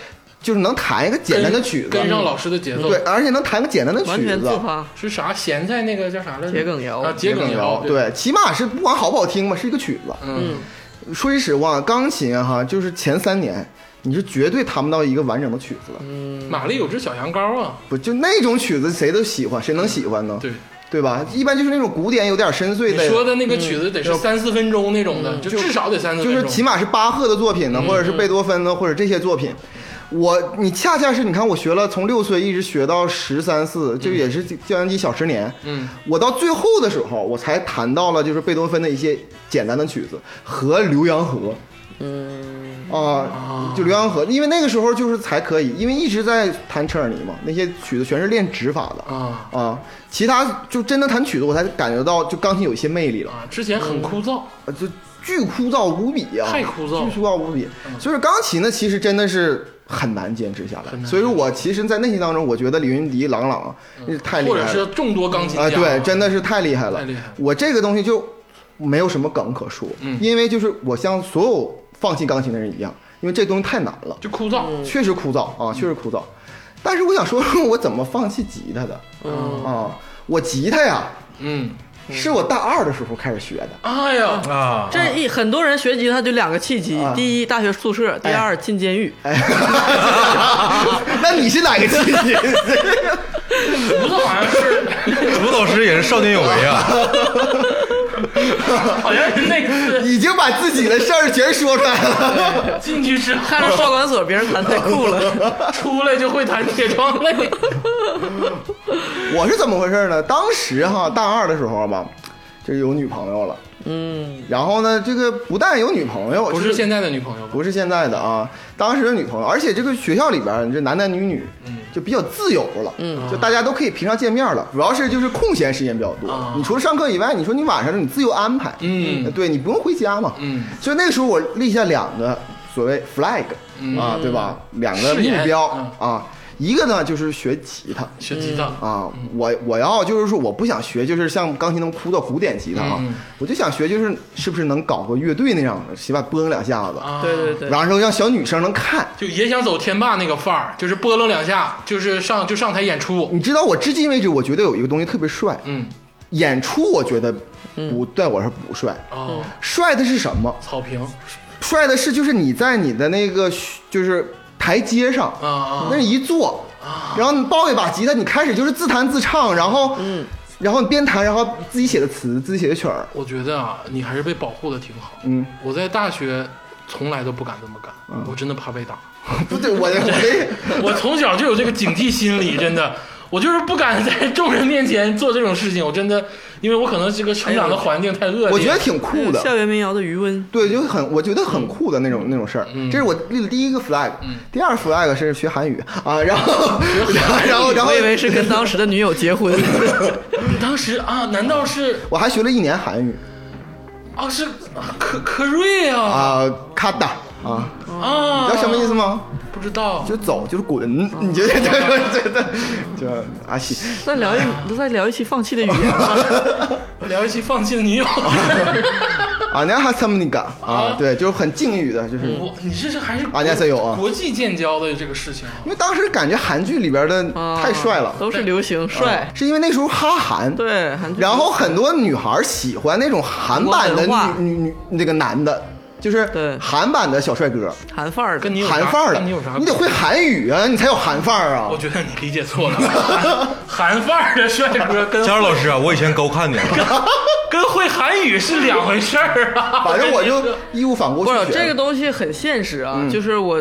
就是能弹一个简单的曲子，跟上老师的节奏。对，，而且能弹个简单的完曲全子自，发。是啥？咸菜那个叫啥来着？桔梗谣啊，桔梗谣。对，起码是不管好不好听吧，是一个曲子。嗯，说句实话，钢琴哈，就是前三年你是绝对弹不到一个完整的曲子的，玛丽有只小羊羔啊。不就那种曲子谁都喜欢，谁能喜欢呢？对，对吧？一般就是那种古典有点深邃你的，说的嗯那个曲子得是三四分钟那种的，就就至少得三四就分是钟。起码是巴赫的作品呢，或者是贝多芬的，或者这些作品。我你恰恰是你看我学了从六岁一直学到十三四，这个也是将近小十年。嗯，我到最后的时候，我才弹到了就是贝多芬的一些简单的曲子和《浏阳河》。啊，就《浏阳河》，因为那个时候就是才可以，因为一直在弹车尔尼嘛，那些曲子全是练指法的啊啊，其他就真的弹曲子，我才感觉到就钢琴有一些魅力了。啊，之前很嗯枯燥，呃，就巨枯燥无比啊，太枯燥了嗯巨枯燥无比。所以钢琴呢，其实真的是很难坚持下很来。难嗯所以说我其实，在内心当中，我觉得李云迪、郎朗啊那是太厉或者害了是众多钢琴啊、家。对，真的是太厉害了。太厉害了嗯我这个东西就没有什么梗可说，因为就是我像所有放弃钢琴的人一样，因为这东西太难了，就嗯枯燥。嗯确实枯燥啊，确实枯燥。但是我想说，我怎么放弃吉他的？啊，我吉他呀，嗯，是我大二的时候开始学的。哎呀，啊，这一很多人学吉他就两个契机啊：第一，大学宿舍；第哎二，进监狱。 那你是哪个亲戚？胡子好像是，卢老师也是少年有为啊， 好像是那次已经把自己的事儿全说出来了。进去之后看着少管所别人弹太酷了，出来就会弹铁窗泪。我是怎么回事呢？当时哈大二的时候吧，就是有女朋友了。嗯，然后呢，这个不但有女朋友，不就是现在的女朋友吧？不是现在的啊，当时的女朋友，而且这个学校里边儿，你这男男女女，嗯就比较自由了，啊嗯，就大家都可以平常见面了，主要是就是空闲时间比较多。啊你除了上课以外，你说你晚上你自由安排，嗯对你不用回家嘛，嗯，所以那个时候我立下两个所谓 flag、啊，对吧？两个嗯誓目言标、嗯啊，一个呢就是学吉他，学吉他，啊，我我要就是说，我不想学，就是像钢琴那么枯燥古典吉他啊，嗯我就想学，就是是不是能搞个乐队那样的，起码拨弄两下子，啊 对对对，然后之后让小女生能看。就也想走天霸那个范儿，就是拨弄两下，就是上就上台演出。你知道，我至今为止，我觉得有一个东西特别帅，嗯，演出我觉得不在我是不帅，嗯哦，帅的是什么？草坪帅的是就是你在你的那个就是台阶上啊啊那一坐，然后你抱一把吉他，你开始就是自弹自唱，然后嗯然后你边弹，然后自己写的词，自己写的曲儿， 我觉得啊，你还是被保护的挺好。嗯。我在大学从来都不敢这么干，我真的怕被打。不对，我这我这 我从小就有这个警惕心理，真的，我就是不敢在众人面前做这种事情。我真的，因为我可能这个成长的环境太恶劣。我觉得挺酷 校的，园民谣的余温。对，就很我觉得很酷的那种那种事儿。这是我立的第一个 flag，第二 flag 是学韩语啊，然后然后然后我以为是跟当时的女友结婚， 你当时啊，难道是我还学了一年韩语啊是啊科科瑞啊啊，咔哒啊，啊？你知道什么意思吗？不知道就走，就是滚，你觉得这个这个就啊西，再聊一再聊一期放弃的语言啊吧。 聊一期放弃的女友。啊，你还什么那个啊？对，就是很敬语的，就是我你这是还是 안녕하세요啊国际建交的这个事情啊因为当时感觉韩剧里边的啊太帅了，都是流行帅，是因为那时候哈韩对，韩剧然后很多女孩儿喜欢那种韩版的韩国文化女女女那个男的，就是对韩版的小帅哥，韩范儿的跟你有啥韩范儿的跟你有啥？你得会韩语啊，你才有韩范儿啊我。觉得你理解错了，韩 韩范儿的帅哥跟佳儿老师啊，我以前高看你了，跟会韩语是两回事儿啊。反正我就义无反顾不是去学。这个东西很现实嗯啊，就是我。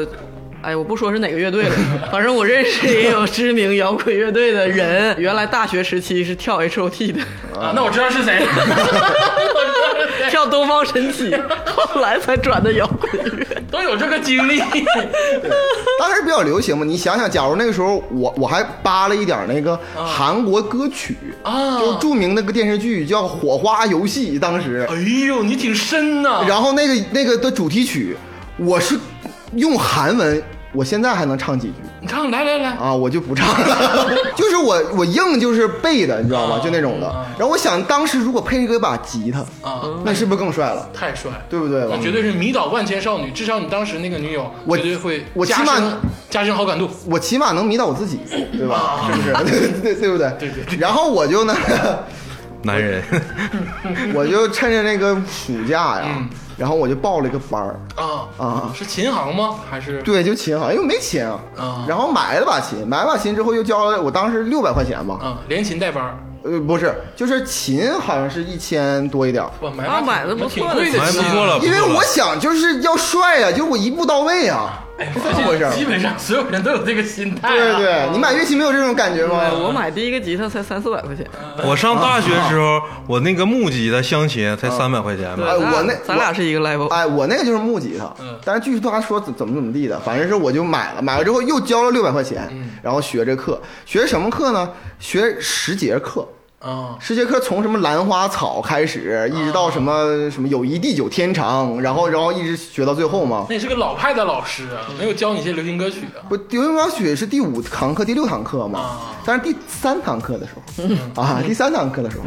哎，我不说是哪个乐队了， 反正我认识也有知名摇滚乐队的 人，原来大学时期是跳 H O T 的，啊，那我知道是谁， 我知道是谁，跳东方神 起，后来才转的摇滚乐。都有这个经历。当时比较流行嘛，你想想，假如那个时候我我还扒了一点那个韩国歌曲嗯啊就是著名那个电视剧叫《火花游戏》，当时，哎呦，你挺深呐、然后那个那个的主题曲，我是用韩文我现在还能唱几句你唱来来来，啊，我就不唱了， 就是我我硬就是背的，你知道吗？啊就那种的。然后我想，当时如果配一把吉他，啊，那是不是更帅了？太帅了。对不对？那绝对是迷倒万千少女，至少你当时那个女友我绝对会我加起码深加深好感度。我起码能迷倒我自己，对吧？是不是？ 对对对不对？啊对对对然后我就呢， 男人我就趁着那个暑假呀，嗯然后我就报了一个班儿。啊啊是琴行吗？还是对，就琴行，因为没琴啊然后买了把琴，买了把琴之后又交了，我当时六百块钱吧，啊连琴带班儿？呃，不是，就是琴好像是一千多一点儿，哇，买啊把买的挺不挺错的贵的琴哎，琴不错了，不错了 因为我想就是要帅呀、就我一步到位啊，哎是这么回事儿。基本上所有人都有这个心态、啊。对对，你买乐器没有这种感觉吗？哎我买第一个吉他才三四百块钱，我上大学的时候，我那个木吉他香琴才三百块钱对，吧，哎咱俩我那咱俩是一个 level，哎，我那个就是木吉他，嗯但是据他说怎怎么怎么地的，反正是我就买了，买了之后又交了六百块钱，嗯然后学这课，学什么课呢？学十节课，啊，十节课从什么兰花草开始，一直到什么什么友谊地久天长，然后然后一直学到最后嘛。那也是个老派的老师啊，嗯没有教你一些流行歌曲啊的。不，流行歌曲是第五堂课、第六堂课嘛啊？但是第三堂课的时候，啊，第三堂课的时候，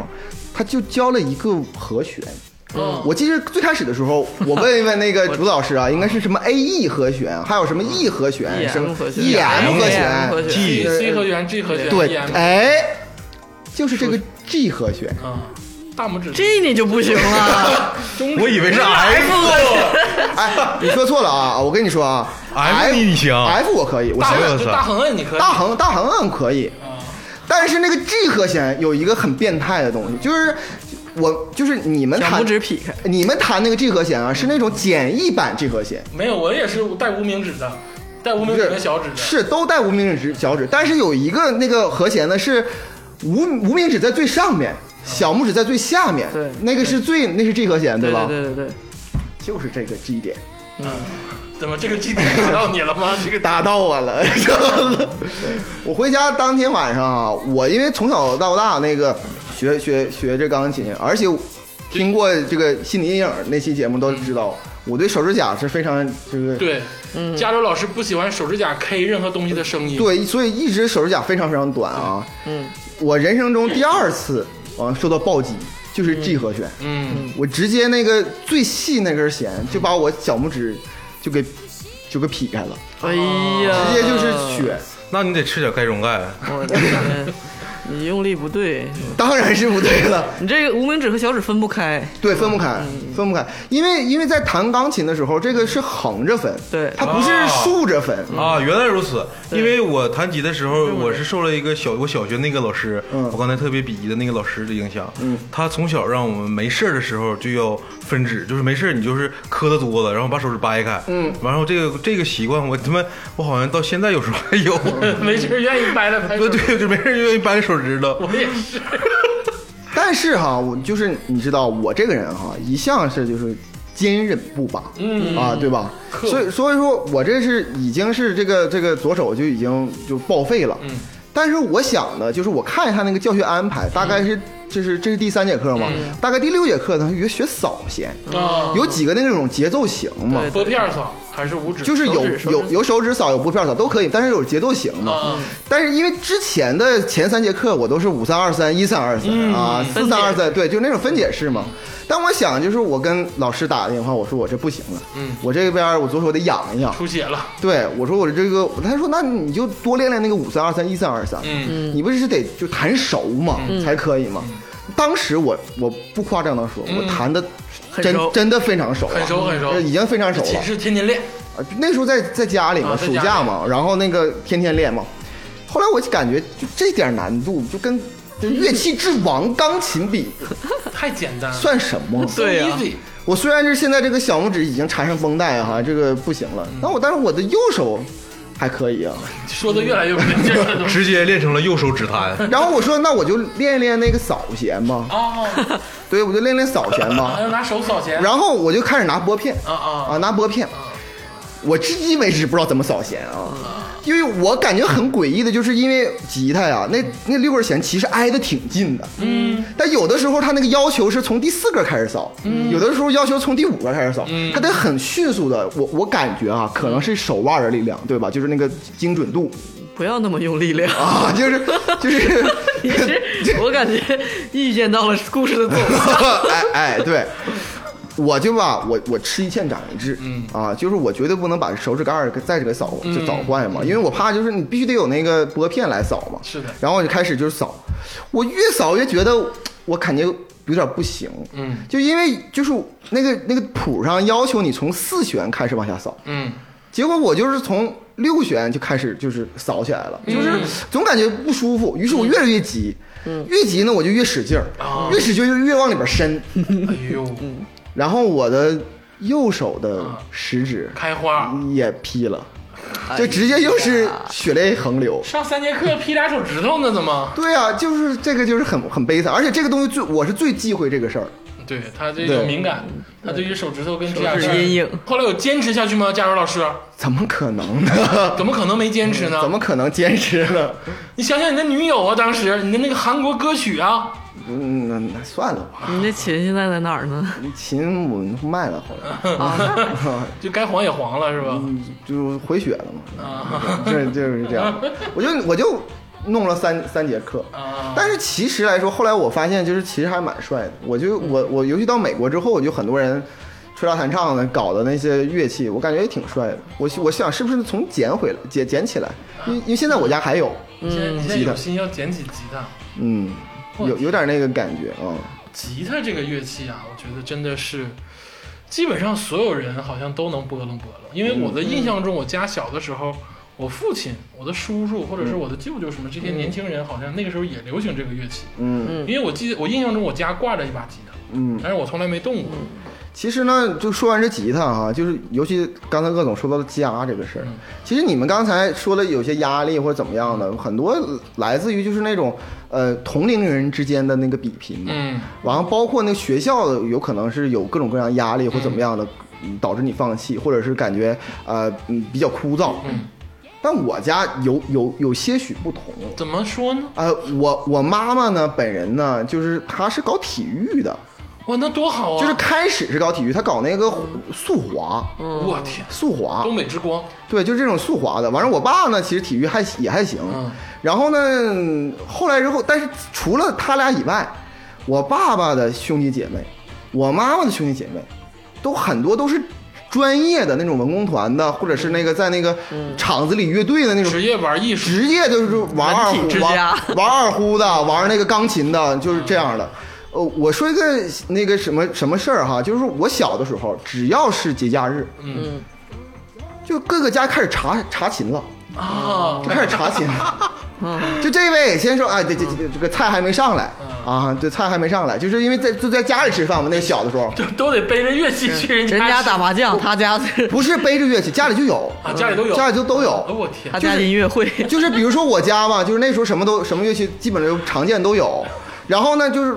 他就教了一个和弦。我记得最开始的时候，我问一问那个主导师啊，应该是什么 A E 和弦，还有什么 E 和弦， EM 什么和弦 E M 和 EM 和弦 C G 呃 C 和弦，G 和弦，E 对 M，，哎，就是这个 G 和弦，啊，大拇指，这你就不 行了。哎中指我以为是 F，哎，你说错了啊！我跟你说啊 F 你行，F 我可以，我大承横认按就大横摁，你可以大横大横按可以，但是那个 G 和弦有一个很变态的东西，就是我就是你们小弹拇指劈开，你们弹那个 G 和弦啊，嗯是那种简易版 G 和弦，没有，我也是带无名指的，带无名指跟小指的，是都带无名指小指，但是有一个那个和弦呢是无无名指在最上面，小拇指在最下面，对那个是最那是 G 和弦对吧？对对对对，就是这个 G 点怎么这个 G 点打到你了 吗？这个打到我了， 我回家当天晚上啊，我因为从小到大那个学学学这钢琴，而且听过这个心理阴影那期节目都知道，我对手指甲是非常这个对，嗯加州老师不喜欢手指甲 K 任何东西的声音，对，所以一直手指甲非常非常短啊。嗯，我人生中第二次啊受到暴击，就是 G 和弦，嗯，我直接那个最细那根弦就把我小拇指就给就给劈开了，哎呀，哦直接就是血，那你得吃点钙中钙。我的天， 你用力不对，当然是不对了。你这个无名指和小指分不开，对，分不开，分不开，因为因为在弹钢琴的时候，这个是横着分，对它不是啊竖着分。啊，原来如此。因为我弹吉的时候，我是受了一个小我小学那个老师，嗯我刚才特别鄙夷的那个老师的影响。嗯，他从小让我们没事儿的时候就要分指，就是没事儿你就是磕的多了，然后把手指掰开。嗯，然后这个这个习惯，我他妈我好像到现在有时候还有。嗯没事儿愿意掰了掰手 对指，对，就没事儿就愿意掰手指头。我也是，但是哈，我就是你知道，我这个人哈，一向是就是坚韧不拔，嗯啊，对吧？克所以所以说我这是已经是这个这个左手就已经就报废了。嗯但是我想的就是我看一下那个教学安排，大嗯概是这是这是第三节课嘛，大概第六节课呢学学扫弦，啊，有几个那种节奏型嗯嘛，对拨片儿扫还是五指， 就是手有指手有指有手指扫，有拨片扫都可以，但是有节奏型嘛。啊，嗯但是因为之前的前三节课我都是五三二三一三二三啊四嗯分解三二三，对，就那种分解式嘛。但我想就是我跟老师打电话，我说我这不行了，嗯，我这边我左手得养一养。出血了，对，我说我这个，他说那你就多练练那个五三二三一三二三，嗯你不是得就弹熟嘛、嗯才可以嘛。当时我我不夸张的说，我弹的嗯很真熟真的非常熟啊，很熟很熟已经非常熟了寝。室天天练，啊，那时候在在家里嘛，啊在暑家假里嘛，然后那个天天练嘛。后来我就感觉就这点难度，就跟就乐器之王钢琴 比，太简单了，算什么？ so 对呀 easy，我虽然是现在这个小拇指已经缠上绷带哈、这个不行嗯了，那我但是我的右手还可以啊。 说的越来越不对劲儿了。直接练成了右手指弹。然后我说那我就练一练那个扫弦吧，哦，对，我就练练扫弦 吧还。要拿手扫弦，然后我就开始拿拨片啊啊啊，拿拨片。我至今为止不知道怎么扫弦啊，因为我感觉很诡异的，就是因为吉他呀，那那六根弦其实挨得挺近的，嗯，但有的时候他那个要求是从第四根开始扫，嗯，有的时候要求从第五根开始扫，嗯，他得很迅速的，我我感觉啊，可能是手腕的力量，对吧？就是那个精准度不要那么用力 量。啊，就是 就是，你是我感觉预见到了故事的走 向。哎哎，对，我就吧，我我吃一堑长一智，嗯啊，就是我绝对不能把手指盖儿给再给扫嗯就扫坏嘛，因为我怕就是你必须得有那个拨片来扫嘛，是的然后我就开始就是扫，我越扫越觉得我感觉有点不行，嗯，就因为就是那个那个谱上要求你从四弦开始往下扫，嗯结果我就是从六弦就开始就是扫起来了，就是总感觉不舒服，于是我越来越急，越急呢我就越使劲儿，啊越使劲儿就越往里边伸，哎呦，然后我的右手的食指开花。也劈了，就直接就是血泪横流。上三节课劈俩手指头呢，怎么？对啊，就是这个，就是很很悲惨，而且这个东西最我是最忌讳这个事儿，对他这对种敏感，他对于手指头跟指甲手指盖儿阴影。后来有坚持下去吗？佳茹老师，怎么可能呢？怎么可能没坚持呢？嗯怎么可能坚持呢？你想想你的女友啊，当时你的那个韩国歌曲啊，嗯，那那算了吧，你那琴现在在哪儿呢？ 琴我们卖了，后来就该黄也黄了是吧？嗯就回血了嘛，啊这就是这样， 我就我就弄了三三节课，啊，但是其实来说，后来我发现就是其实还蛮帅的。我就我我尤其到美国之后，我就很多人吹拉弹唱的搞的那些乐器，我感觉也挺帅的。我我想是不是从捡回来捡捡起来，因为因为现在我家还有，你现在你现在吉他有心要捡起吉他，嗯，有有点那个感觉啊、吉他这个乐器啊，我觉得真的是，基本上所有人好像都能拨楞拨楞。因为我的印象中，我家小的时候，我父亲、我的叔叔或者是我的舅舅什么这些年轻人，好像那个时候也流行这个乐器。嗯因为我记得我印象中我家挂着一把吉他，嗯。但是我从来没动过。其实呢，就说完这吉他哈、就是尤其刚才鄂总说到的家这个事儿，嗯其实你们刚才说了有些压力或者怎么样的，嗯很多来自于就是那种呃同龄人之间的那个比拼嘛。嗯然后包括那个学校的有可能是有各种各样压力或怎么样的，嗯导致你放弃，或者是感觉呃嗯比较枯燥。嗯，但我家有有有些许不同。怎么说呢？呃，我我妈妈呢，本人呢，就是她是搞体育的，哇，那多好啊！就是开始是搞体育，她搞那个速滑，我天，速滑，东北之光，对，就是这种速滑的。完了，我爸呢，其实体育还也还行。嗯然后呢，后来之后，但是除了他俩以外，我爸爸的兄弟姐妹，我妈妈的兄弟姐妹，都很多都是专业的那种文工团的，或者是那个在那个嗯厂子里乐队的那种职业玩艺术。职业就是玩二文体胡，之家 玩玩二胡的，玩那个钢琴的，就是这样的。呃，我说一个那个什么什么事儿哈，就是我小的时候，只要是节假日，嗯，就各个家开始查查琴了，啊就，开始查琴 了。嗯 就这位先说，哎，这这这这个菜还没上来嗯啊，这菜还没上来，就是因为在就在家里吃饭嘛，那个小的时候就都得背着乐器去人人家家打麻将，他家 是不是背着乐器，家里就有，啊，家里都有，家里就都哎有。我天他，家音乐 会，就是比如说我家吧，就是那时候什么都什么乐器基本上常见都有，然后呢就是。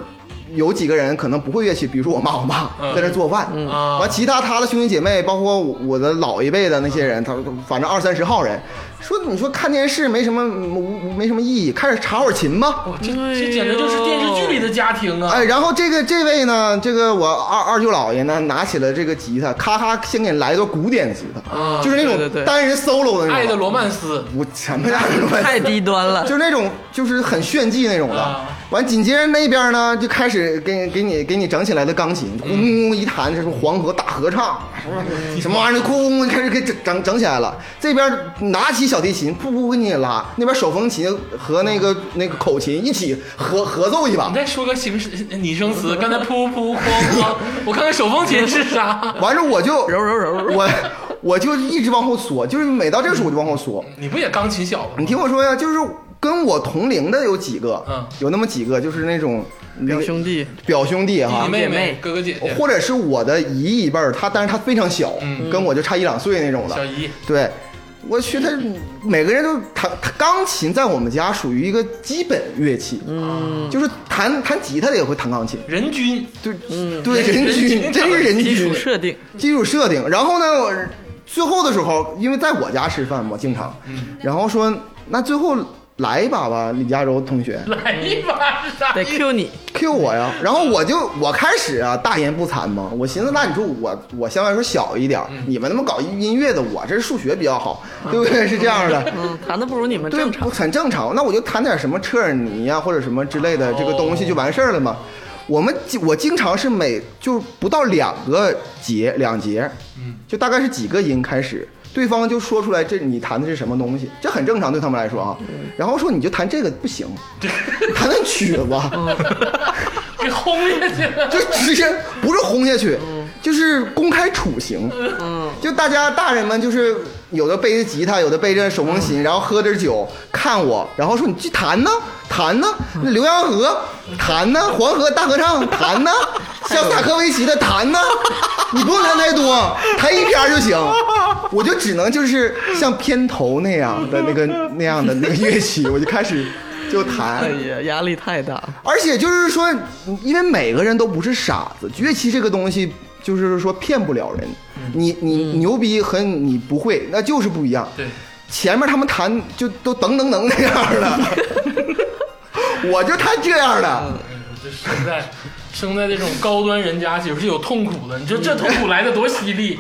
有几个人可能不会乐器，比如说我妈我爸嗯在那做饭，啊完其他他的兄弟姐妹，包括我我的老一辈的那些人，他反正二三十号人，说你说看电视没什么无无没什么意义，开始查会儿琴吧。哇，这这简直就是电视剧里的家庭啊！哎，然后这个这位呢，这个我二二舅姥爷呢，拿起了这个吉他，咔咔先给你来一段古典吉他，啊就是那对对种对单人 solo 的那种。爱的罗曼斯，我什么样的？太低 端了就。是那种就是很炫技那种的啊。完，紧接着那边呢就开始给给你给你整起来的钢琴，嗡嗡嗡一弹，这是黄河大合唱，嗯什么玩意儿，咕嗡开始给整整整起来了。这边拿起小提琴，噗噗给你拉，那边手风琴和那个那个口琴一起合合奏一把你。再说个形式呃拟声词，刚才噗噗哐哐，我看看手风琴是啥。完了我就揉揉揉揉我我就一直往后缩，就是每到这个时候我就往后缩。你不也钢琴小子你吗？听我说呀，就是跟我同龄的有几个，嗯有那么几个就是那种那表个兄弟，表兄弟哈，你妹姐妹妹、哥哥姐姐、或者是啊我的姨一辈儿，她但是她非常小，嗯跟我就差一两岁那种小的。姨，对，我去，她每个人都弹弹钢琴，在我们家属于一个基本乐器，嗯，就是弹弹吉他的也会弹钢琴，人均对，对，人人均均真是人基础均设定，基础设定。然后呢，我最后的时候，因为在我家吃饭嘛，经常，嗯然后说那最后来一把吧，李佳柔同学来一把是啥得意思？ Q 你， Q 我呀，然后我就我开始啊大言不惭嘛，我寻思那你说我我相对来说小一点嗯儿，你们他妈搞音乐的，我这是数学比较好，对不对？是这样的，嗯，弹的不如你们对，正常不。很正常。那我就弹点什么车尔尼呀、或者什么之类的这个东西哦就完事儿了嘛。我们经我经常是每就不到两个节两节，嗯，就大概是几个音开始，对方就说出来这你弹的是什么东西，这很正常对他们来说啊。嗯然后说你就弹这个 不行，弹弹曲子吧。给轰下去了。 就直接不是轰下去，就是公开处刑。嗯，就大家大人们就是有的背着吉他，有的背着手风琴，然后喝着酒看我，然后说你去弹呢，弹呢，浏阳河弹呢，黄河大合唱弹呢，肖斯塔科维奇的弹呢，你不用弹太多，弹一篇儿就行。我就只能就是像片头那样的那个那样的那个乐器，我就开始就弹。哎呀，压力太大了。而且就是说，因为每个人都不是傻子，乐器这个东西就是说骗不了人。你你牛逼和你不会那就是不一样。对，前面他们弹就都噔噔噔那样的，我就弹这样的。哎这生在生在这种高端人家，其实是有痛苦的。你说这痛苦来的多犀利，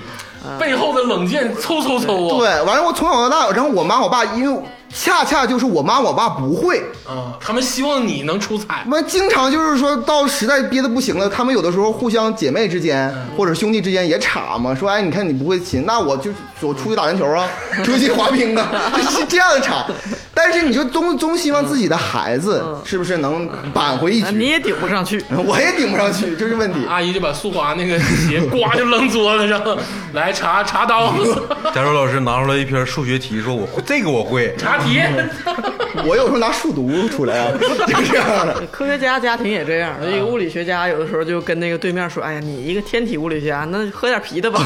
背后的冷箭嗖嗖嗖啊！嗯对，完了我从小到大，然后我妈我爸，因为恰恰就是我妈我爸不会，啊，他们希望你能出彩。那经常就是说到实在憋得不行了，他们有的时候互相姐妹之间或者兄弟之间也吵嘛，说哎，你看你不会琴，那我就我出去打篮球啊，出去滑冰啊， 就是这样的吵。但是你就总总希望自己的孩子是不是能扳回一啊你局，也顶不上去， 我也顶不上去，这是问题。阿姨就把速滑那个 鞋呱就扔桌子上，来查查刀子、假如老师拿出来一篇数学题，说我会这个我会，查题。我有时候拿数独出来啊， 就是这样的。科学家家庭也这样，一个物理学家有的时候就跟那个对面说：“哎呀，你一个天体物理学家，那喝点啤的吧。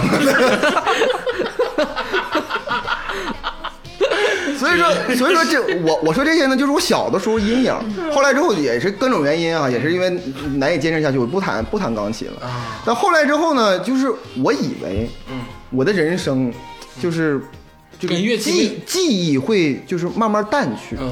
所以说，所以说这我我说这些呢，就是我小的时候阴影。后来之后也是各种原因啊，也是因为难以坚持下去，我不弹不弹钢琴了。但后来之后呢，就是我以为，我的人生就是这个跟乐器记记忆会就是慢慢淡去，嗯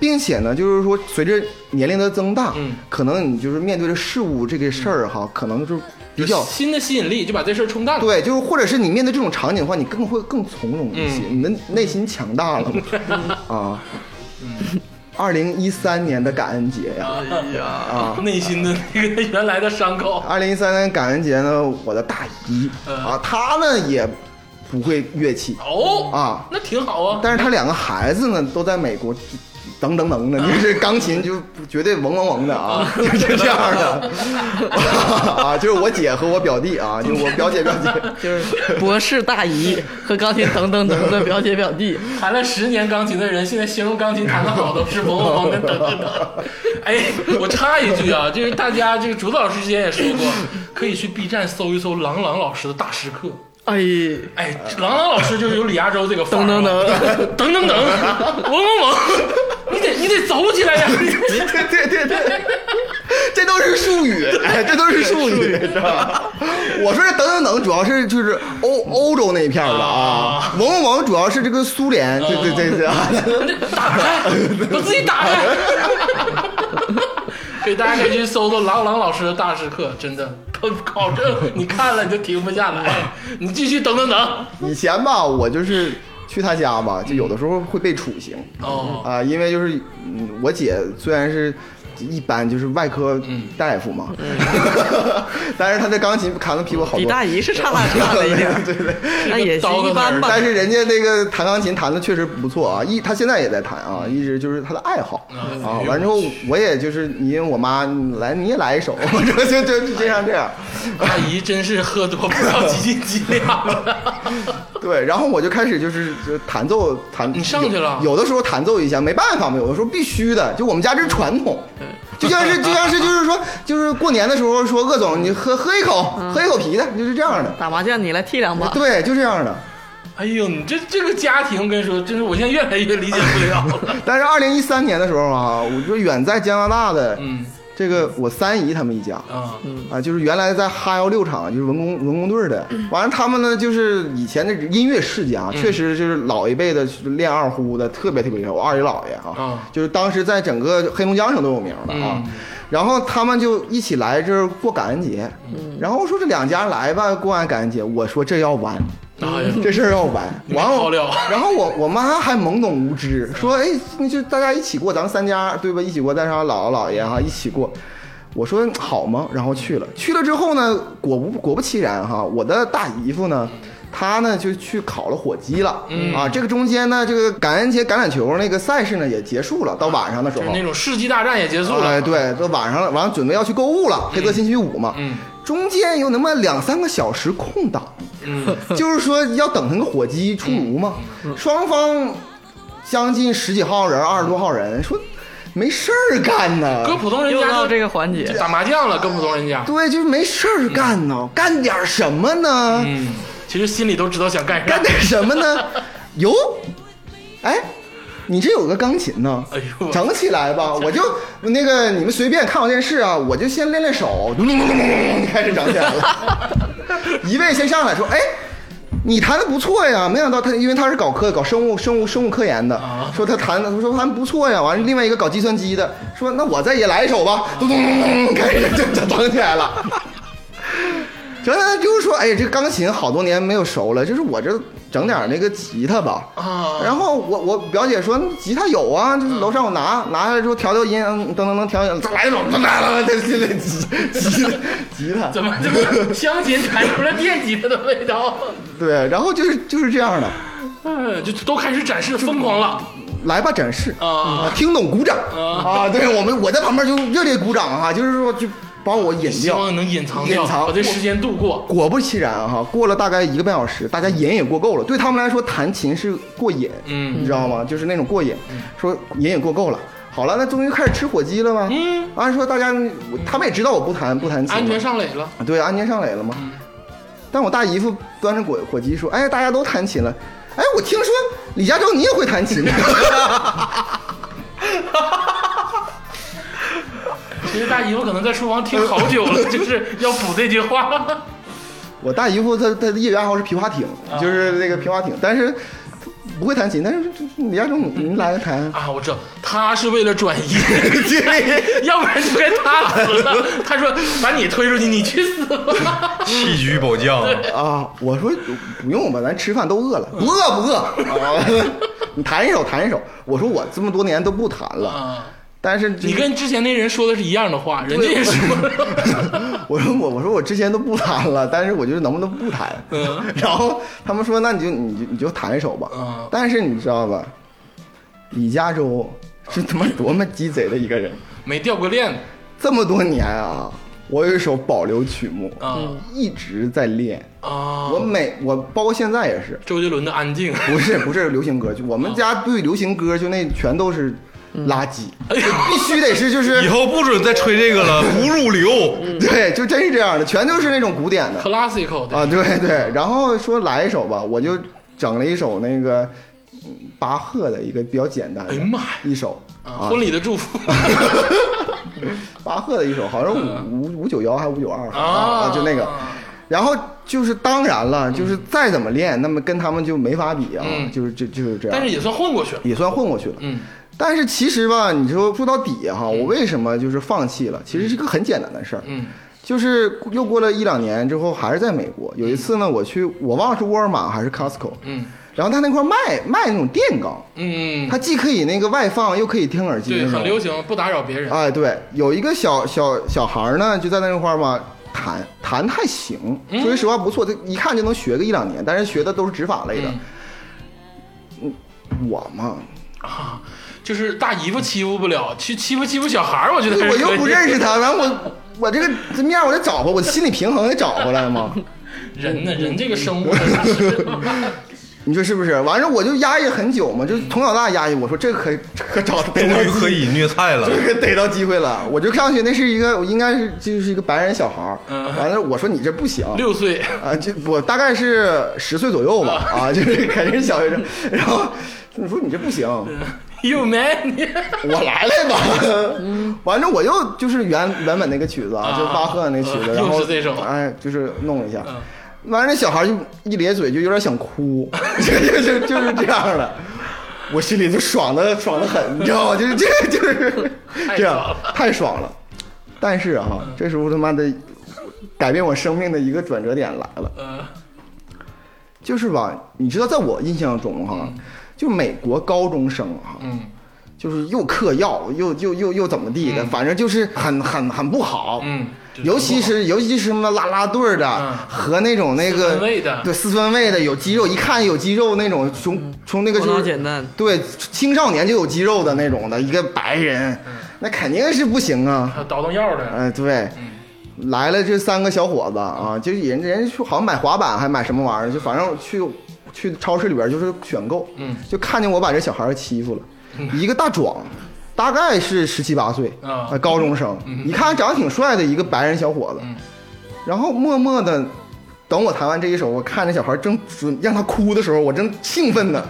并且呢，就是说随着年龄的增大，嗯可能你就是面对着事物这个事儿哈，可能就是比较新的吸引力就把这事儿冲淡了。 对，就是或者是你面对这种场景的话，你更会更从容一些，嗯你的内心强大了嘛 啊。二零一三年的感恩节呀，哎呀，啊，内心的那个原来的伤口，二零一三年感恩节呢，我的大姨嗯啊，她呢也不会乐器，哦啊那挺好啊。但是她两个孩子呢都在美国，等等等的，嗯就是钢琴就绝对嗡嗡嗡的啊， 就是这样的 啊，就是我姐和我表弟啊，就是我表姐表姐。 就是博士大姨和钢琴等等等的表姐表弟，弹了十年钢琴的人，现在形容钢琴弹得好都是嗡嗡嗡的等等等。 哎，我插一句啊，就是大家这个竹子老师之前也说过，可以去 B 站搜一搜郎朗老师的大师课。哎，哎，郎朗老师就是有李亚洲这个范儿等啊等等，等等等，嗡嗡嗡，你得你得走起来呀！对对对对，这都是术语，哎，这都是术语，知道吧？我说这等等等，主要是就是欧欧洲那一片儿的啊，嗡嗡嗡，主要是这个苏联，这这这这啊，打开，我自己打开。给大家可以去搜搜郎朗老师的大师课，真的，他保证你看了你就停不下来，哎你继续等等等。以前吧，我就是去他家吧，就有的时候会被处刑哦，啊，因为就是嗯我姐虽然是。一般就是外科大夫嘛，但是她的钢琴弹的比我好比多。大姨是差那差了一点，对对，那也是一般吧。 但是人家那个弹钢琴弹的确实不错啊，一他现在也在弹啊，一直就是他的爱好啊。哎完之后我也就是因为我妈来你也来一首， 就就就经常这样。阿姨真是喝多不知道几斤几两了。对，然后我就开始就是就弹奏弹，你上去了有有的时候弹奏一下，没办法嘛，有的时候必须的，就我们家这是传统，嗯就像是就像是就是说就是过年的时候说鄂总你喝喝一口喝一口啤的，就是这样的，打麻将你来踢两把，对，就这样的。哎呦，你这这个家庭，我跟你说，真是我现在越来越理解不了了。但是二零一三年的时候啊，我就远在加拿大的嗯这个我三姨他们一家啊，啊，就是原来在哈幺六厂，就是文工文工队儿的。嗯完了，他们呢，就是以前的音乐世家，确实就是老一辈的练二胡的，特别特别厉害。我二姨姥爷啊啊，就是当时在整个黑龙江省都有名的啊嗯。然后他们就一起来这儿过感恩节，然后说这两家来吧，过完感恩节，我说这要完，哎 呀，这事儿要完，没完好后料 然后我我妈还懵懂无知，说哎，那就大家一起过，咱们三家对吧？一起过，带上姥姥姥爷哈，一起过。我说好吗？然后去了，去了之后呢，果不果不其然哈，我的大姨夫呢，他呢就去烤了火鸡了、嗯啊。这个中间呢，这个感恩节橄榄球那个赛事呢也结束了，到晚上的时就候，是那种世纪大战也结束了，哎，对，都晚上了，完了准备要去购物了，黑色星期五嘛，嗯中间有那么两三个小时空档，嗯， 就是说要等那个火鸡出炉嘛，双方将近十几号人，二十多号人，说没事儿干呢，搁普通人又家到就这个环节，打麻将了，跟普通人家，对，就是没事儿干呢，干点儿什么呢？嗯，其实心里都知道想干啥 干，点什么呢？哟，哎，你这有个钢琴呢，哎呦整起来吧！我就那个你们随便看我电视啊，我就先练练手，咚咚咚咚咚咚开始整起来了。 一位先上来说，哎。你弹的不错呀，没想到他，因为他是搞科搞生物生物生物科研的，说他弹的，说弹得不错呀。完了，另外一个搞计算机的说，那我再也来一首吧，咚咚咚咚，开始就就整起来了。整整就是说，哎呀，这钢琴好多年没有熟了，就是我这整点那个吉他吧。啊然后我我表姐说吉他有啊，就是楼上我拿拿下来之后调调音，嗯噔噔噔调，再来一首，噔噔噔，这这这吉吉吉他，怎么怎么香琴弹出了电吉他的味道？对，然后就是就是这样的，嗯，就都开始展示疯狂了来吧展示啊！啊，听懂鼓掌啊，对我们我在旁边就热烈鼓掌啊，就是说就把我引希掉望。能隐藏隐掉，藏把这时间度过。果不其然哈、过了大概一个半小时，大家瘾也过够了。对他们来说，弹琴是过瘾，嗯你知道吗？就是那种过瘾，说瘾也过够了。好了，那终于开始吃火鸡了吗？嗯，按说大家我他们也知道我不弹不弹琴嘛，安全上嗯垒了，对安全上垒了吗？但我大姨夫端着火火鸡说：“哎，大家都弹琴了。”哎，我听说李佳洲你也会弹琴，其实大姨夫可能在厨房听好久了，就是要补这句话。我大姨夫他他的业余爱好是皮划艇，啊就是那个皮划艇，但是不会弹琴。但是李佳洲你你来弹啊，啊，我知道，他是为了转移，对。要不然就该他死了。他说把你推出去，你去死吧。 弃车保将，啊，我说不用吧，咱吃饭都饿了，不饿不饿。嗯啊、 你弹一首弹一首，我说我这么多年都不弹了，啊，但是你跟之前那人说的是一样的话，人家也说了。 我说我我说我之前都不弹了，但是我就是能不能不弹？然后他们说那你就你就你就弹一首吧。嗯但是你知道吧，李佳洲是他妈多么鸡贼的一个人，没掉过链子这么多年啊，我有一首保留曲目，啊一直在练。啊我！每我包括现在也是，周杰伦的《安静》 不是不是流行歌，就我们家啊对流行歌就那全都是垃圾，哎呦必须得是就以是后不准再吹这个了，不入流。对，就真是这样的，全都是那种古典的，classical 的啊，对对。然后说来一首吧，我就整了一首那个嗯巴赫的一个比较简单的哎呀妈呀，一首啊，啊，婚礼的祝福巴赫的一首，好像嗯五五五九幺还是五九二啊啊，就那个。然后就是当然了，就是再怎么练，那么跟他们就没法比啊嗯，就是这就是这样。 但是也算混过去了。也算混过去了。嗯，但是其实吧，你说说到底哈，我为什么就是放弃了？其实是一个很简单的事儿。嗯，就是又过了一两年之后，还是在美国。有一次呢，我去，我忘了是沃尔玛还是 Costco。嗯，然后他那块卖卖那种电钢，嗯，它既可以那个外放，又可以听耳机对，那很流种。行，不打扰别人。哎，对，有一个小小小孩儿呢，就在那块儿嘛。弹弹还行，说句实话不错，他一看就能学个一两年，但是学的都是指法类的。嗯，我嘛，啊，就是大姨夫欺负不了，欺欺负欺负小孩儿，我觉得还是我又不认识识他，然后我 我这个这面我得找回，我心理平衡得找回来嘛。人呢，人这个生物真是 你说是不是？完事我就压抑很久嘛，就从小到大压抑。我说这可这可找终逮到于可机，以虐菜了，这个逮到机会了。我就上去，那是一个我应该是就是一个白人小孩儿嗯。完了我说你这不行， 六岁 啊，就我大概 是十岁左右吧，啊，就是肯定是小学生。然后你说你这不行，有没 你？我来来吧，完了我又就是原原本那个曲子啊，就巴赫那曲子，啊然后又是这首嗯哎，就是弄一下，完了那小孩就一咧嘴，就有点想哭， 就就就就是这样的，我心里就爽的爽的很，你知道吗？就是这个就是这样太爽了，但是哈、这时候他妈的改变我生命的一个转折点来了。呃，就是吧，你知道，在我印象中哈，就美国高中生哈，嗯就是又嗑药，又又又又怎么地的，反正就是很很很不好。嗯，尤其是尤其是什么啦啦队儿的、嗯和那种那四个分卫的嗯对四分卫的有肌肉，一看有肌肉那种，从从那个头就脑是简单，对青少年就有肌肉的那种的一个白人，嗯那肯定是不行啊。还有倒腾药的，哎，对，来了这三个小伙子啊，就是人人去好像买滑板还买什么玩意儿，就反正去去超市里边就是选购，嗯，就看见我把这小孩欺负了，一个大壮。大概是十七八岁啊呃高中生，一看长得挺帅的一个白人小伙子，嗯然后默默的，等我弹完这一首，我看这小孩正准让他哭的时候，我正兴 奋呢，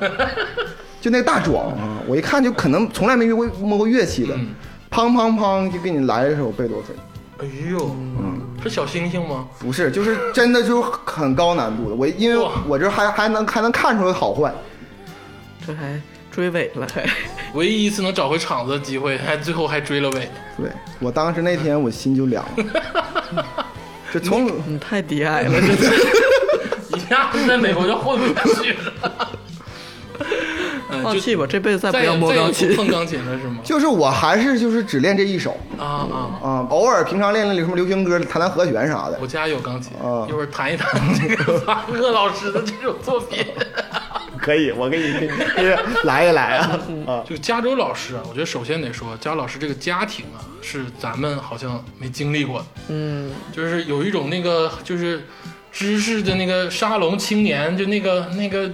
就那个大壮啊，我一看就可能从来没摸过摸过乐器的，嗯砰砰砰就给你来一首贝多芬，哎呦，嗯是小星星吗？不是，就是真的就是很高难度的。我因为哇我这还还能还能看出来好坏，这还追尾了，还唯一一次能找回场子的机会，还最后还追了尾。对我当时那天我心就凉了， 就从你嗯太低矮了，这一下子在美国就混不下去了。嗯， 放就弃吧，这辈子再再哦也不要摸再也钢琴不。碰钢琴了是吗？就是我还是就是只练这一首啊啊！啊、偶尔平常练练什么流行歌，弹弹和弦啥的我。家有钢琴，啊一会儿弹一弹这个巴赫老师的这种作品。 可以，我给你给你来一 来啊啊！就加州老师啊，我觉得首先得说，加州老师这个家庭啊，是咱们好像没经历过的。嗯，就是有一种那个就是知识的那个沙龙青年，就那个那个，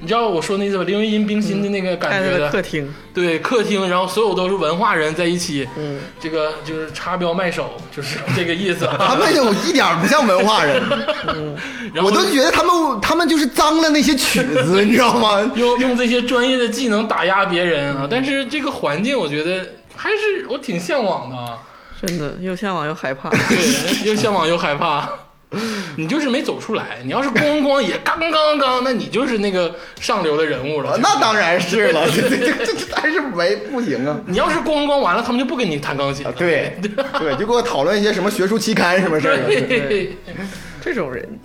你知道我说那个林徽因冰心的那个盖感在觉的，了客厅，对客厅，然后所有都是文化人在一起，嗯，这个就是插标卖首，就是 这个意思。他们有一点不像 文化人，然后啊我都觉得他们他们就是脏了那些曲子，你知道吗？用用这些专业的技能打压别人啊，但是这个环境我觉得还是我挺向往的啊，真的又向往又害怕。对，又向往又害怕。你就是没走出来，你要是咣咣也刚刚刚，那你就是那个上流的人物了。啊那当然是了， 这这这这这还是没不行啊。你要是咣咣完了，他们就不跟你弹钢琴了。对对，就给我讨论一些什么学术期刊什么事儿。啊 对，这种人，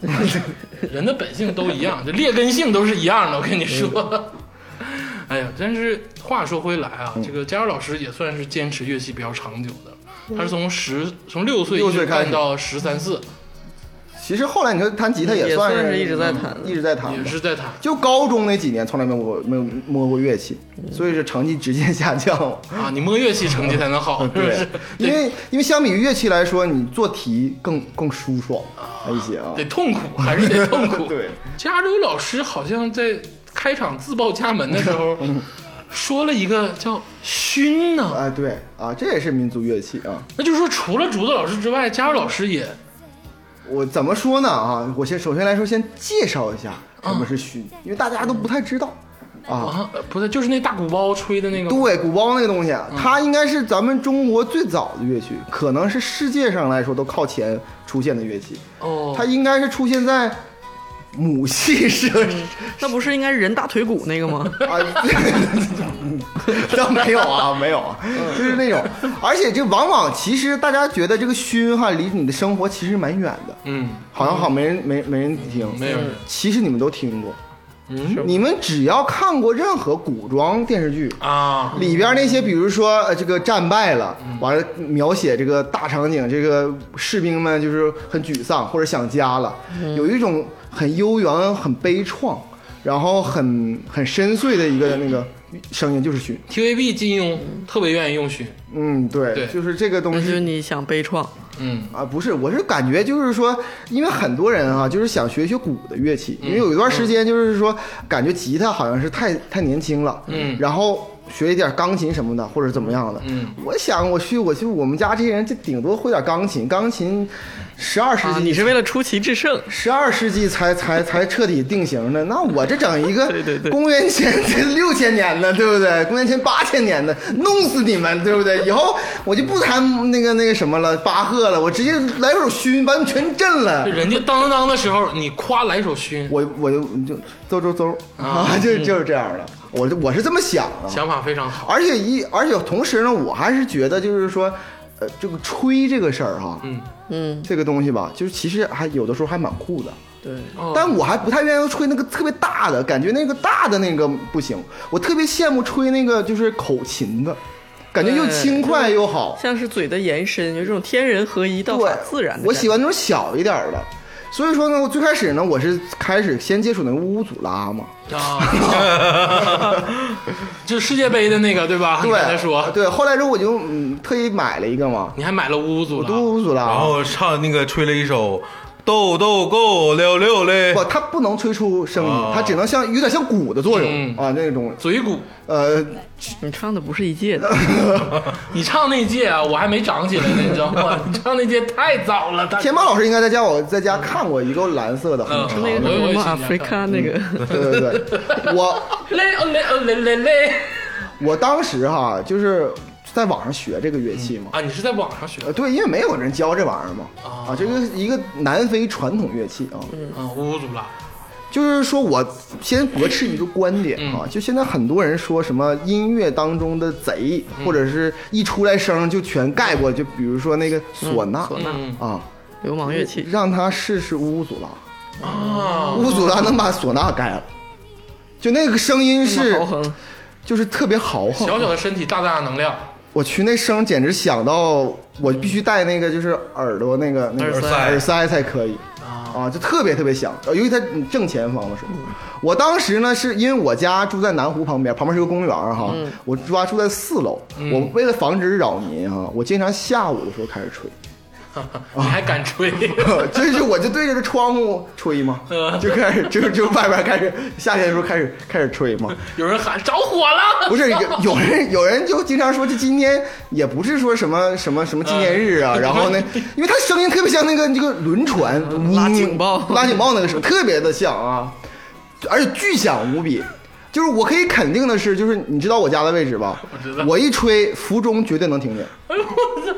人的本性都一样，这劣根性都是一样的。我跟嗯你说， 哎呀，但是话说回来啊，嗯这个佳茹老师也算是坚持乐器比较长久的，他是从十从六岁六一岁直开始干到十三四，其实后来你说弹吉他也算算是是一直在弹一直在弹也嘛。是在弹。就高中那几年从来没摸过没有摸过乐器，所以说成绩直线下降。啊，你摸乐器成绩才能 好，是不嗯 对是？，因为因为相比于乐器来说，你做题更更舒爽一些啊得。痛苦，还是得痛苦。 对，加州老师好像在开场自报家门的时候， 说了一个叫“熏”呢，哎，对嗯啊，这也是民族乐器啊。那就是说，除了竹子老师之外，加入老师也我怎么说呢啊？我先首先来说，先介绍一下什么是埙，因为大家都不太知道啊。啊，呃不是，就是那大鼓包吹的那个，对，鼓包那个东西，啊它应该是咱们中国最早的乐器，可能是世界上来说都靠前出现的乐器。哦，它应该是出现在母系社 那不是应该人大腿骨那个 吗？啊， 倒没有啊，没有，嗯就是 那种，而且这往往其实大家觉得这个熏哈离你的生活其实蛮远的，嗯，好像好像没人没没人听，没有人其实你们都听过，嗯你们只要看过任何古装电视剧，啊，里边那些，比如说呃这个战败了，完了描写这个大场景，这个士兵们就是很沮丧或者想家了，嗯有一种很悠远、很悲怆，然后很很深邃的一个那个声音，就是埙。 ，TVB 金庸特别愿意用熏，嗯，对，对就是这个那东就是西。你想悲怆，嗯啊，不是，我是感觉就是说，因为很多人啊，就是想学学鼓的嗯乐器，因为有一段时间就是说，感觉吉他好像是太太年轻了，嗯然后学一点钢琴什么的，或者怎么样的。嗯，我想我去我去我们家这些人，这顶多会点钢琴，钢琴十二世啊，纪你是为了出奇制胜，十二世纪才才才彻底定型的，那我这整一个对对对公元前 六千年的，对不对？公元前八千年的，弄死你们，对不对？以后我就不弹那个那个什么了，巴赫了，我直接来首熏，把你们全震了就。人家当当当的时候，你夸来首熏，我我就就走走走啊， 就就是这样的，我就我是这么想的。想法非常好。而且一而且同时呢，我还是觉得就是说，呃，这个吹这个事儿哈，嗯，嗯，这个东西吧，就是其实还有的时候还蛮酷的。对，哦但我还不太愿意吹那个特别大的，感觉那个大的那个不行。我特别羡慕吹那个就是口琴的，感觉又轻快又好。像是嘴的延伸，有这种天人合一、道对法自然的感觉。我喜欢那种小一点儿的。所以说呢，我最开始呢，我是开始先接触那个乌祖拉嘛，啊， 就是世界杯的那个对吧？对你刚才说，对，后来之后我就嗯特意买了一个嘛，你还买了乌祖我拉，哦都乌祖拉，然后唱那个吹了一首《豆豆够溜溜 嘞不，》，它不能吹出声音哦，它只能像有点像鼓的作用嗯啊那种，嘴鼓。呃，你唱的不是一届 的，你唱那届啊，我还没长起来呢，你知道 吗？你唱那届太早了，他天霸老师应该在家我在家看过一个蓝色的，很嗯长那个我什我也么喜阿欢弗里卡那个， 对对对，我嘞哦嘞哦嘞嘞嘞我当时哈就是在网上学这个乐器嘛，啊！你是在网上学呃，的对，因为没有人教这玩意儿嘛，啊啊，这个一个南非传统乐器啊，啊？乌祖拉，就是说我先驳斥一个观点啊，就现在很多人说什么音乐当中的贼，或者是一出来声就全盖过，就比如说那个唢呐，唢呐嗯啊， 流氓乐器。让他试试乌祖拉，啊，乌祖拉能把唢呐盖了，就那个声音这么是豪横，就是特别豪横，小小的身体，大大的能量，我去，那声简直响到我必须戴那个就是耳朵那个那个耳塞耳塞才可以啊啊，就特别特别响，呃尤其在正前方的时候。嗯我当时呢，是因为我家住在南湖旁边，旁边是个公园儿哈，嗯我住家住在四楼，我为了防止扰民哈，我经常下午的时候开始吹，你还敢吹？ 就是我就对着这窗户吹嘛，就开始就就外边开始夏天的时候开始开始吹嘛，有人喊着火了，不是有有人有人就经常说，这今天也不是说什么什么什么纪念日啊，然后呢，因为他声音特别像那个这个轮船嗯拉警报拉警报那个声，特别的像啊，而且巨响无比。就是我可以肯定的是，就是你知道我家的位置吧？我知道一吹，福中绝对能听见，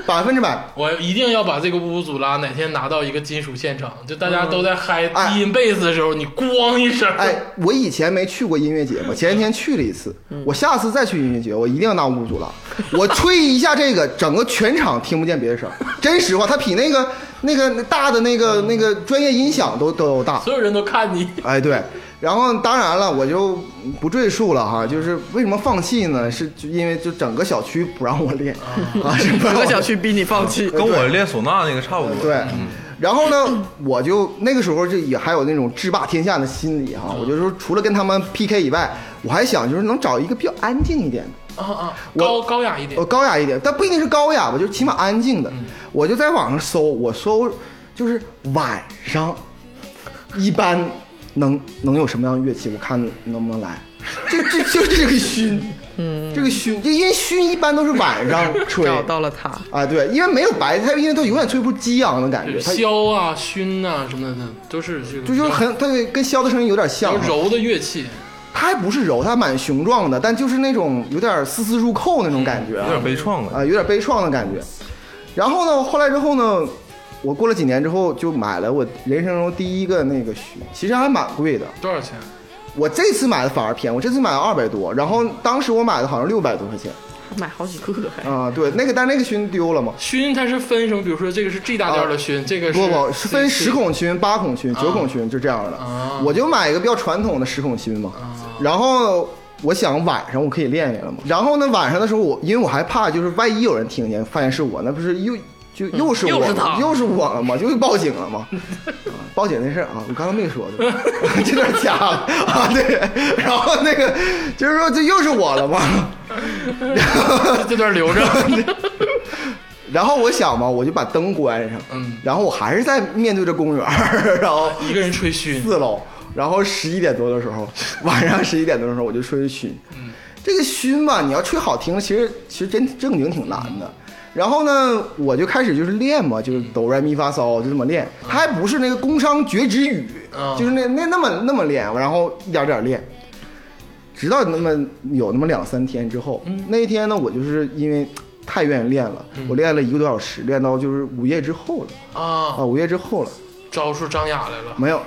百分之百。我一定要把这个乌祖拉哪天拿到一个金属现场，就大家都在嗨哎低音贝斯的时候，你咣一声，哎，我以前没去过音乐节嗯嘛，前天去了一次。我下次再去音乐节，我一定要拿五组了。我吹一下这个，整个全场听不见别 的声儿。真实话，它比那个那个那大的那嗯个那个专业音响都都要大。所有人都看 你。哎，对。然后当然了，我就不赘述了哈。就是为什么放弃呢？是就因为就整个小区不让我练啊，是不整让个我小区逼你放 弃，跟我练唢呐那个差不多。对，嗯然后呢，我就那个时候就也还有那种制霸天下的心理哈、嗯我就说除了跟他们 PK 以外，我还想就是能找一个比较安静一点的，啊啊，高我高雅一点嗯呃，高雅一点，但不一定是高雅吧，就是起码安静的。我就在网上搜，我搜就是晚上一般能能有什么样的乐器，我看能不能来。就就就是这个熏，嗯，这个熏，这因为熏一般都是晚上吹， 找到了他。啊，对，因为没有白，它因为它永远吹不出激昂的感觉，它箫啊、埙啊什么的，都是这个，就就是很，它跟箫的声音有点像啊比较，柔的乐器。它还不是柔，它还蛮雄壮的，但就是那种有点丝丝入扣那种感觉有啊，点悲怆啊、了。有点悲怆的感觉。然后呢，后来之后呢，我过了几年之后就买了我人生中第一个那个虚，其实还蛮贵的。多少钱？我这次买的反而便宜，我这次买了二百多，然后当时我买的好像六百多块钱买好几个还。啊、对，那个但那个熏丢了嘛。埙它是分什么？比如说这个是 G 大调的埙，这个是不不，是分 C 十孔熏、八孔熏、九孔熏，就这样的啊。我就买一个比较传统的十孔熏嘛。然后我想晚上我可以练练了嘛。然后呢，晚上的时候我因为我还怕就是万一有人听见发现是我，那不是又就又是我又是他又是我了嘛，就报警了嘛。报警那事儿啊，我刚才没说 对吧，这段掐了啊，对。然后那个就是说这又是我了嘛。这段留 着。然后我想嘛，我就把灯关上，嗯然后我还是在面对着公园儿，然后一个人吹埙， 四楼，然后十一点多的时候，晚上十一点多的时候我就出去熏，这个熏吧，你要吹好听，其实其实真正经挺难的。然后呢，我就开始就是练嘛，就是哆来咪发骚，就这么练。它还不是那个工商绝止语，啊就是那那那么那么练，然后一点点练，直到那么有那么两三天之后，那一天呢，我就是因为太愿意练了，我练了一个多小时，练到就是午夜之后了啊啊，，午夜之后了。招出张雅来了，没有，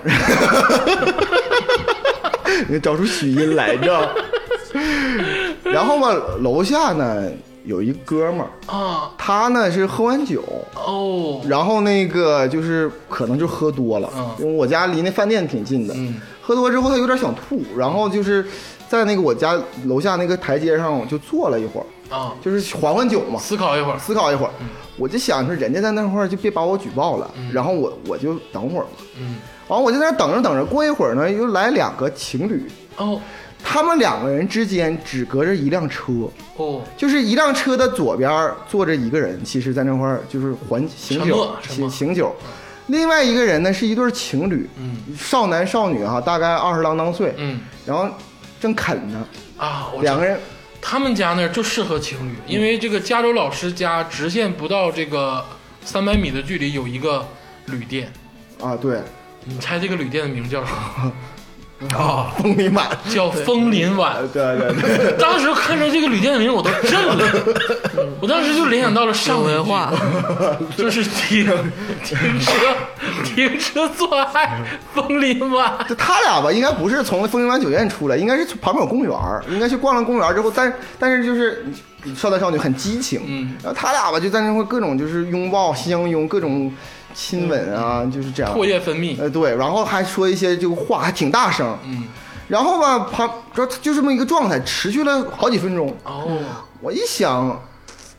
你找出曲音来着。然后吧，楼下呢有一哥们儿，啊他呢是喝完酒，哦，然后那个就是可能就喝多了，嗯因为我家离那饭店挺近的，嗯喝多之后他有点想吐，然后就是在那个我家楼下那个台阶上我就坐了一会儿，啊，就是缓缓酒嘛，思考一会儿，思考一会儿，嗯我就想着人家在那块儿就别把我举报了，然后我我就等会儿吧。嗯，完，我就在那儿等着等着，过一会儿呢，又来两个情侣，哦他们两个人之间只隔着一辆车，哦，就是一辆车的左边儿坐着一个人，其实在那块儿就是还醒沉酒默，沉默醒醒酒。另外一个人呢是一对儿情侣，嗯少男少女哈、大概二十郎当岁，嗯然后正啃呢，啊，我知两道个人他们家那儿就适合情侣，因为这个加州老师家直线不到这个三百米的距离有一个旅店，啊，对，你猜这个旅店的名叫什么？啊，风里满，叫枫林晚 对。对对。当时看着这个旅店的名，我都震了，我当时就联想到了上文化， 就是停停车停车做爱，枫林晚。就他俩吧，应该不是从风云湾酒店出来，应该是从旁边有公园儿应该去逛了公园儿之后，但但是就是少男少女很激情，嗯，然后他俩吧就在那块儿各种就是拥抱、相拥、各种亲吻啊，就是这样。嗯唾液分泌，呃，对，然后还说一些就话，还挺大声。嗯，然后吧，旁这就这么一个状态，持续了好几分钟。哦，我一想，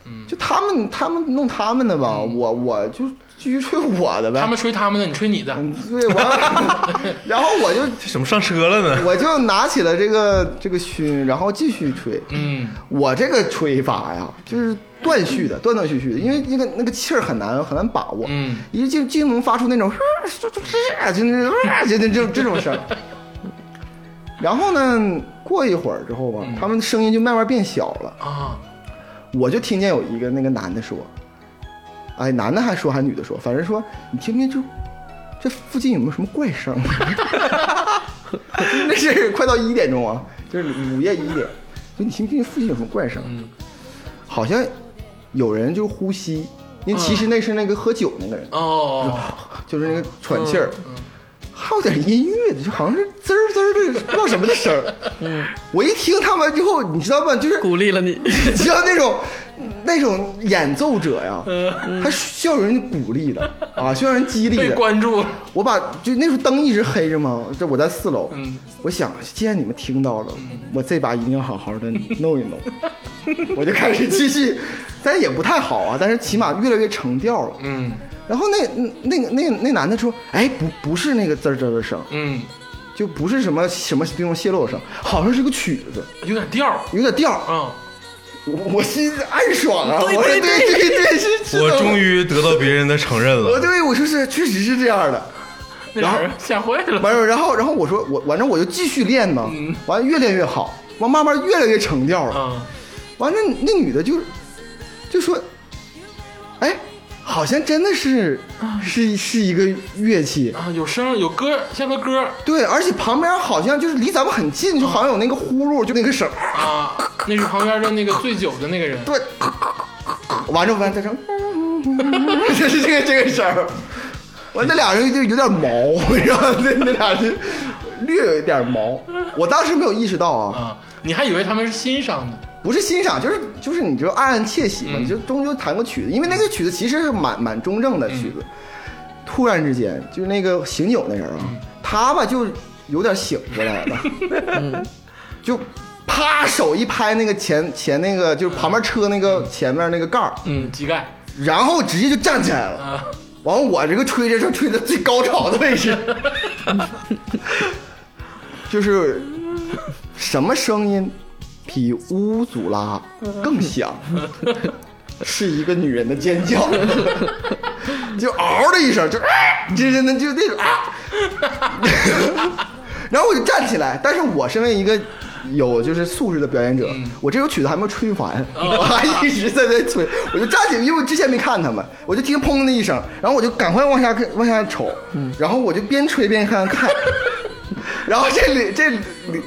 嗯就他们他们弄他们的吧，我我就继续吹我的呗。他们吹他们的，你吹你的，嗯，对， 我，然后我就这怎么上车了呢？我就拿起了这个这个熏，然后继续吹。嗯，我这个吹法呀，就是断续的，断断续续的，因为那个那个气儿很难很难把握。嗯，一就就能发出那种啊就就就那就就就这种声儿。然后呢，过一会儿之后吧，他们声音就慢慢变小了。啊，我就听见有一个那个男的说，哎，男的还说还女的说，反正说你听没听这这附近有没有什么怪声？ 那是快到一点钟啊，就是午夜一点，就你听不听附近有什么怪声？嗯好像有人就呼吸，因为其实那是那个喝酒那个人，哦，就是那个喘气儿。还有点音乐的，就好像是滋儿滋儿的，不知道什么的声儿。嗯，我一听他们之后，你知道吗？就是鼓励了 你。你知道那种那种演奏者呀，他需要有人鼓励的啊，需要人激励嗯被的。关注了，我把就那时候灯一直黑着嘛，这我在四楼，嗯我想既然你们听到了，我这把一定要好好的弄一弄。 我就开始继续，但也不太好啊，但是起码越来越成调了。嗯然后那那个那个那男的说：“哎，不不是那个滋儿滋儿的声，嗯，就不是什么什么这种泄露的声，好像是个曲子，有点调儿，有点调儿。”嗯，我我心里暗爽啊！我对说对对对，是 是的啊我终于得到别人的承认我了。对我说是确实是这样的。那然后俩人吓坏了，完了，然后然后我说我反正我就继续练嘛，完了越练越好，完慢慢越来越成调了。嗯，完了那那女的就就说，哎，好像真的是是是一个乐器。啊，有声儿有歌儿，像个歌儿对，而且旁边好像就是离咱们很近，就好像有那个呼噜，就那个声儿，啊，那是旁边的那个醉酒的那个人，对，完之后完再声，就是这个这个声儿。完，那俩人就有点毛，然后那那俩人略有一点毛。我当时没有意识到啊，啊，你还以为他们是欣赏的，不是欣赏，就是就是你就暗暗窃喜嘛，嗯你就终究弹过曲子，因为那个曲子其实是蛮蛮中正的曲子。突然之间，就是那个醒酒那人啊，他吧就有点醒过来了，就啪手一拍那个前前那个就是旁边车那个前面那个盖儿，嗯，膝盖然后直接就站起来了。啊，完，我这个吹着就吹到最高潮的位置，就是什么声音比乌祖拉更响？是一个女人的尖叫，就嗷的一声，就啊，就是那就那种啊，然后我就站起来，但是我身为一个有就是素质的表演者，我这首曲子还没有吹完，我还一直在那吹，我就站起来，因为我之前没看他们，我就听砰的一声，然后我就赶快往下看，往下瞅，嗯然后我就边吹边看看，然后这里这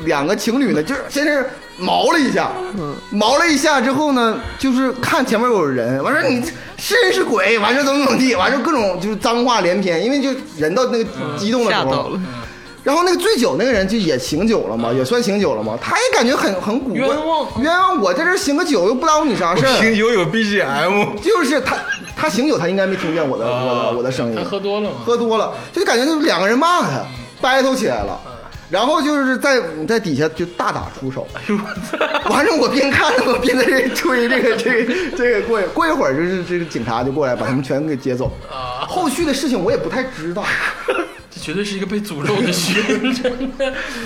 两个情侣呢，就是先是毛了一下，嗯毛了一下之后呢，就是看前面有人，完事儿你真是鬼，完事儿怎么怎么地，完事儿各种就是脏话连篇，因为就人到那个激动的嗯时吓候。到了。然后那个醉酒那个人就也醒酒了嘛，也算醒酒了嘛，他也感觉很很古怪嗯冤枉冤枉我在这儿醒个酒又不耽误你啥事我听儿，有有 BGM，就是他他醒酒他应该没听见我的我的我的声啊他音，喝多了嘛，喝多了就感觉就是两个人骂他，battle 起来了，然后就是在在底下就大打出手，哎完了我边看我边在这吹 这个这个这个过一过一会儿就是这个警察就过来把他们全给接走，啊后续的事情我也不太知道。这绝对是一个被诅咒的学，真的，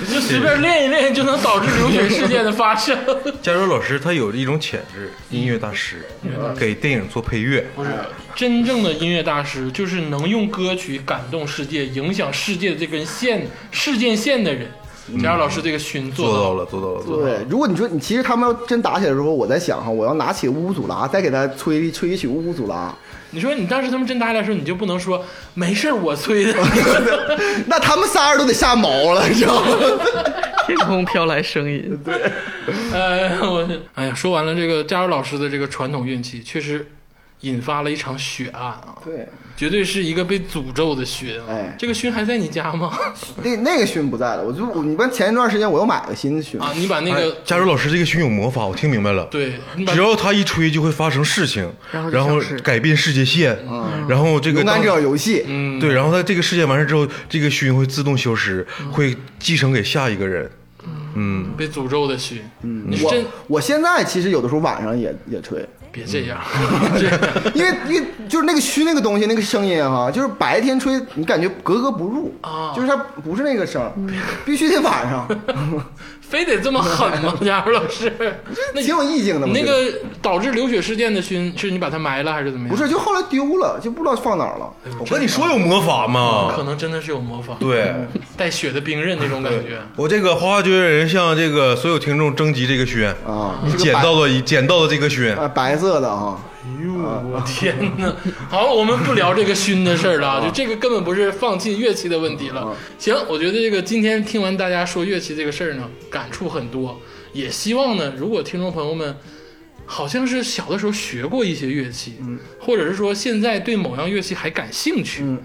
你就随便练一练就能导致流血事件的发生。 加州老师他有一种潜质，音乐大师，给电影做配乐。不是，真正的音乐大师就是能用歌曲感动世界、影响世界的这根线事件线的人。贾尔老师这个勋嗯做到到了，做到了，做到了。嗯对，如果你说你其实他们要真打起来的时候，我在想哈，我要拿起乌祖拉，再给他吹吹一曲乌祖拉，你说你当时他们真打起来的时候，你就不能说没事儿我催的，那他们仨人都得吓毛了，你知道吗？天空飘来声音，呃，我 哎呀，说完了这个加州老师的这个传统运气，确实引发了一场血案啊，对，绝对是一个被诅咒的勋啊。哎这个勋还在你家 吗？那那个熏不在了，我就我你问前一段时间我又买个新的熏，啊，你把那个、哎加州老师这个熏有魔法，我听明白了。。对，你把只要他一吹就会发生事情，然后就然后消失改变世界线，然后这个勇当敢这场游戏，嗯对，然后他这个事件完事之后，这个勋会自动消失，会继承给下一个人。嗯，被诅咒的勋，嗯，你是我真我现在其实有的时候晚上也也吹，别这 样，这样因为因为就是那个熏那个东西那个声音哈，就是白天吹你感觉格格不入啊嗯就是它不是那个声儿，必须得晚上，非得这么狠吗？加州老 师， 那挺有意境的。我那觉得个导致流血事件的勋是你把它埋了还是怎么样？不是，就后来丢了，就不知道放哪儿了。嗯我跟你说有魔法可嘛。能真的是有魔法，嗯对，带血的兵刃那种感觉。我这个花花绝缘人向这个所有听众征集这个勋啊你这个捡白到了一捡到了这个勋，啊，白色的啊，我 天哪！好，我们不聊这个熏的事儿了 啊，就啊这个根本不是放弃乐器的问题了。行，我觉得这个今天听完大家说乐器这个事儿呢，感触很多，也希望呢，如果听众朋友们。好像是小的时候学过一些乐器，或者是说现在对某样乐器还感兴趣，嗯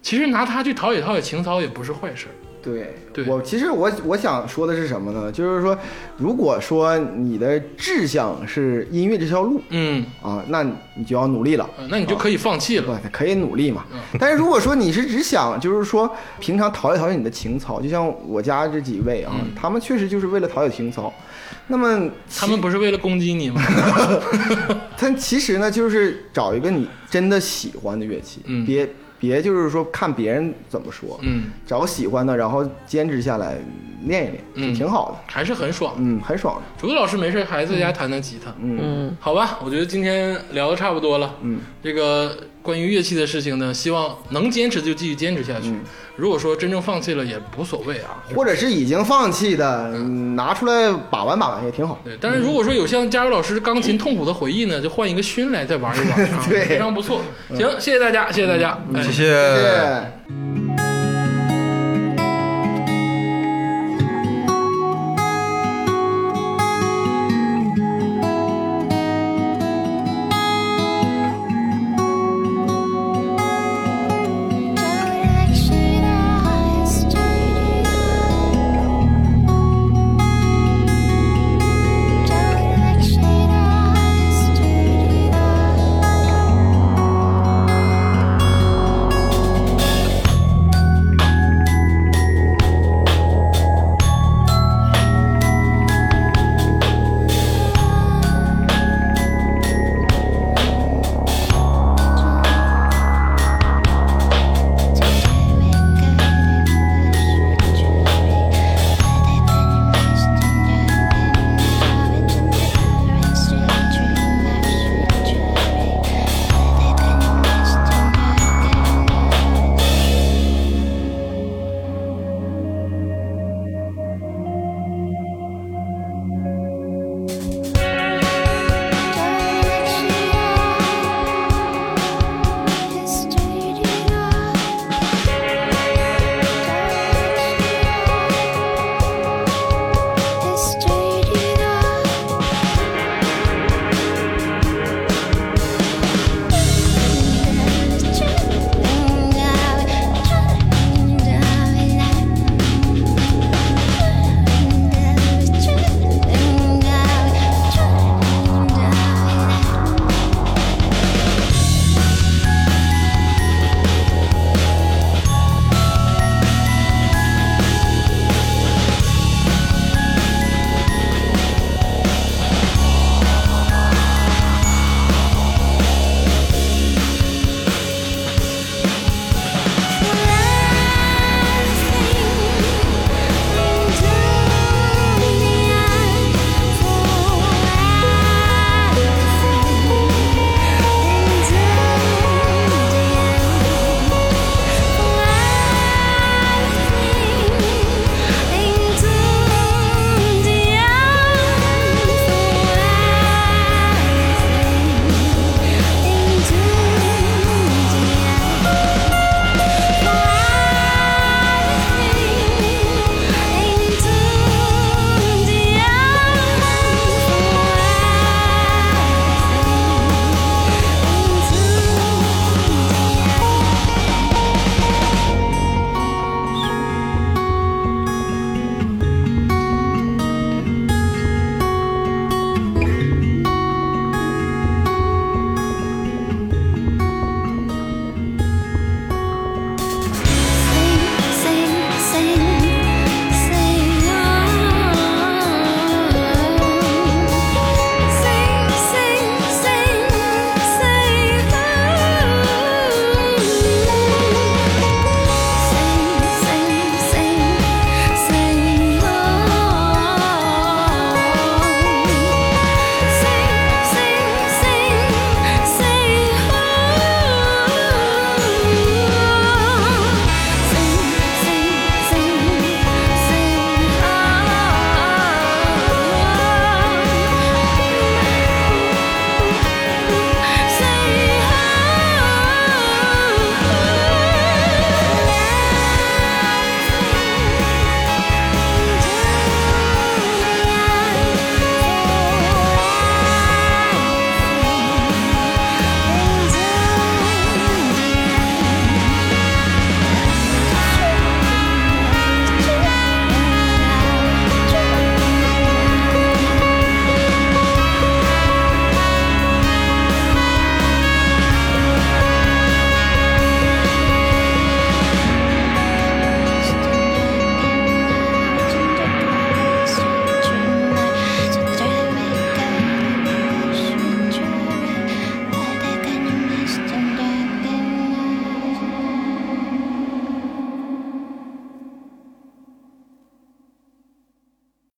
其实拿它去陶冶陶冶情操也不是坏事儿。对，对我其实我我想说的是什么呢？就是说，如果说你的志向是音乐这条路嗯，啊，那你就要努力了。呃那你就可以放弃了。对，可以努力嘛。嗯但是如果说你是只想，就是说平常陶冶陶冶你的情操，就像我家这几位啊，他们确实就是为了陶冶情操。那么嗯他们不是为了攻击你吗？ 但其实呢，就是找一个你真的喜欢的乐器，嗯别别就是说看别人怎么说，嗯，找个喜欢的，然后坚持下来练一练，嗯就挺好的，还是很爽。嗯，很爽的。竹子老师没事还在家弹弹吉他。嗯，好吧，我觉得今天聊的差不多了。嗯，这个关于乐器的事情呢，希望能坚持就继续坚持下去。如果说真正放弃了也无所谓啊。或者是已经放弃的，嗯拿出来把玩把玩也挺好。对，但是如果说有像加油老师钢琴痛苦的回忆呢，就换一个勋来再玩一玩啊，对非常不错。行，谢谢大家，谢谢大家，哎嗯谢谢谢谢。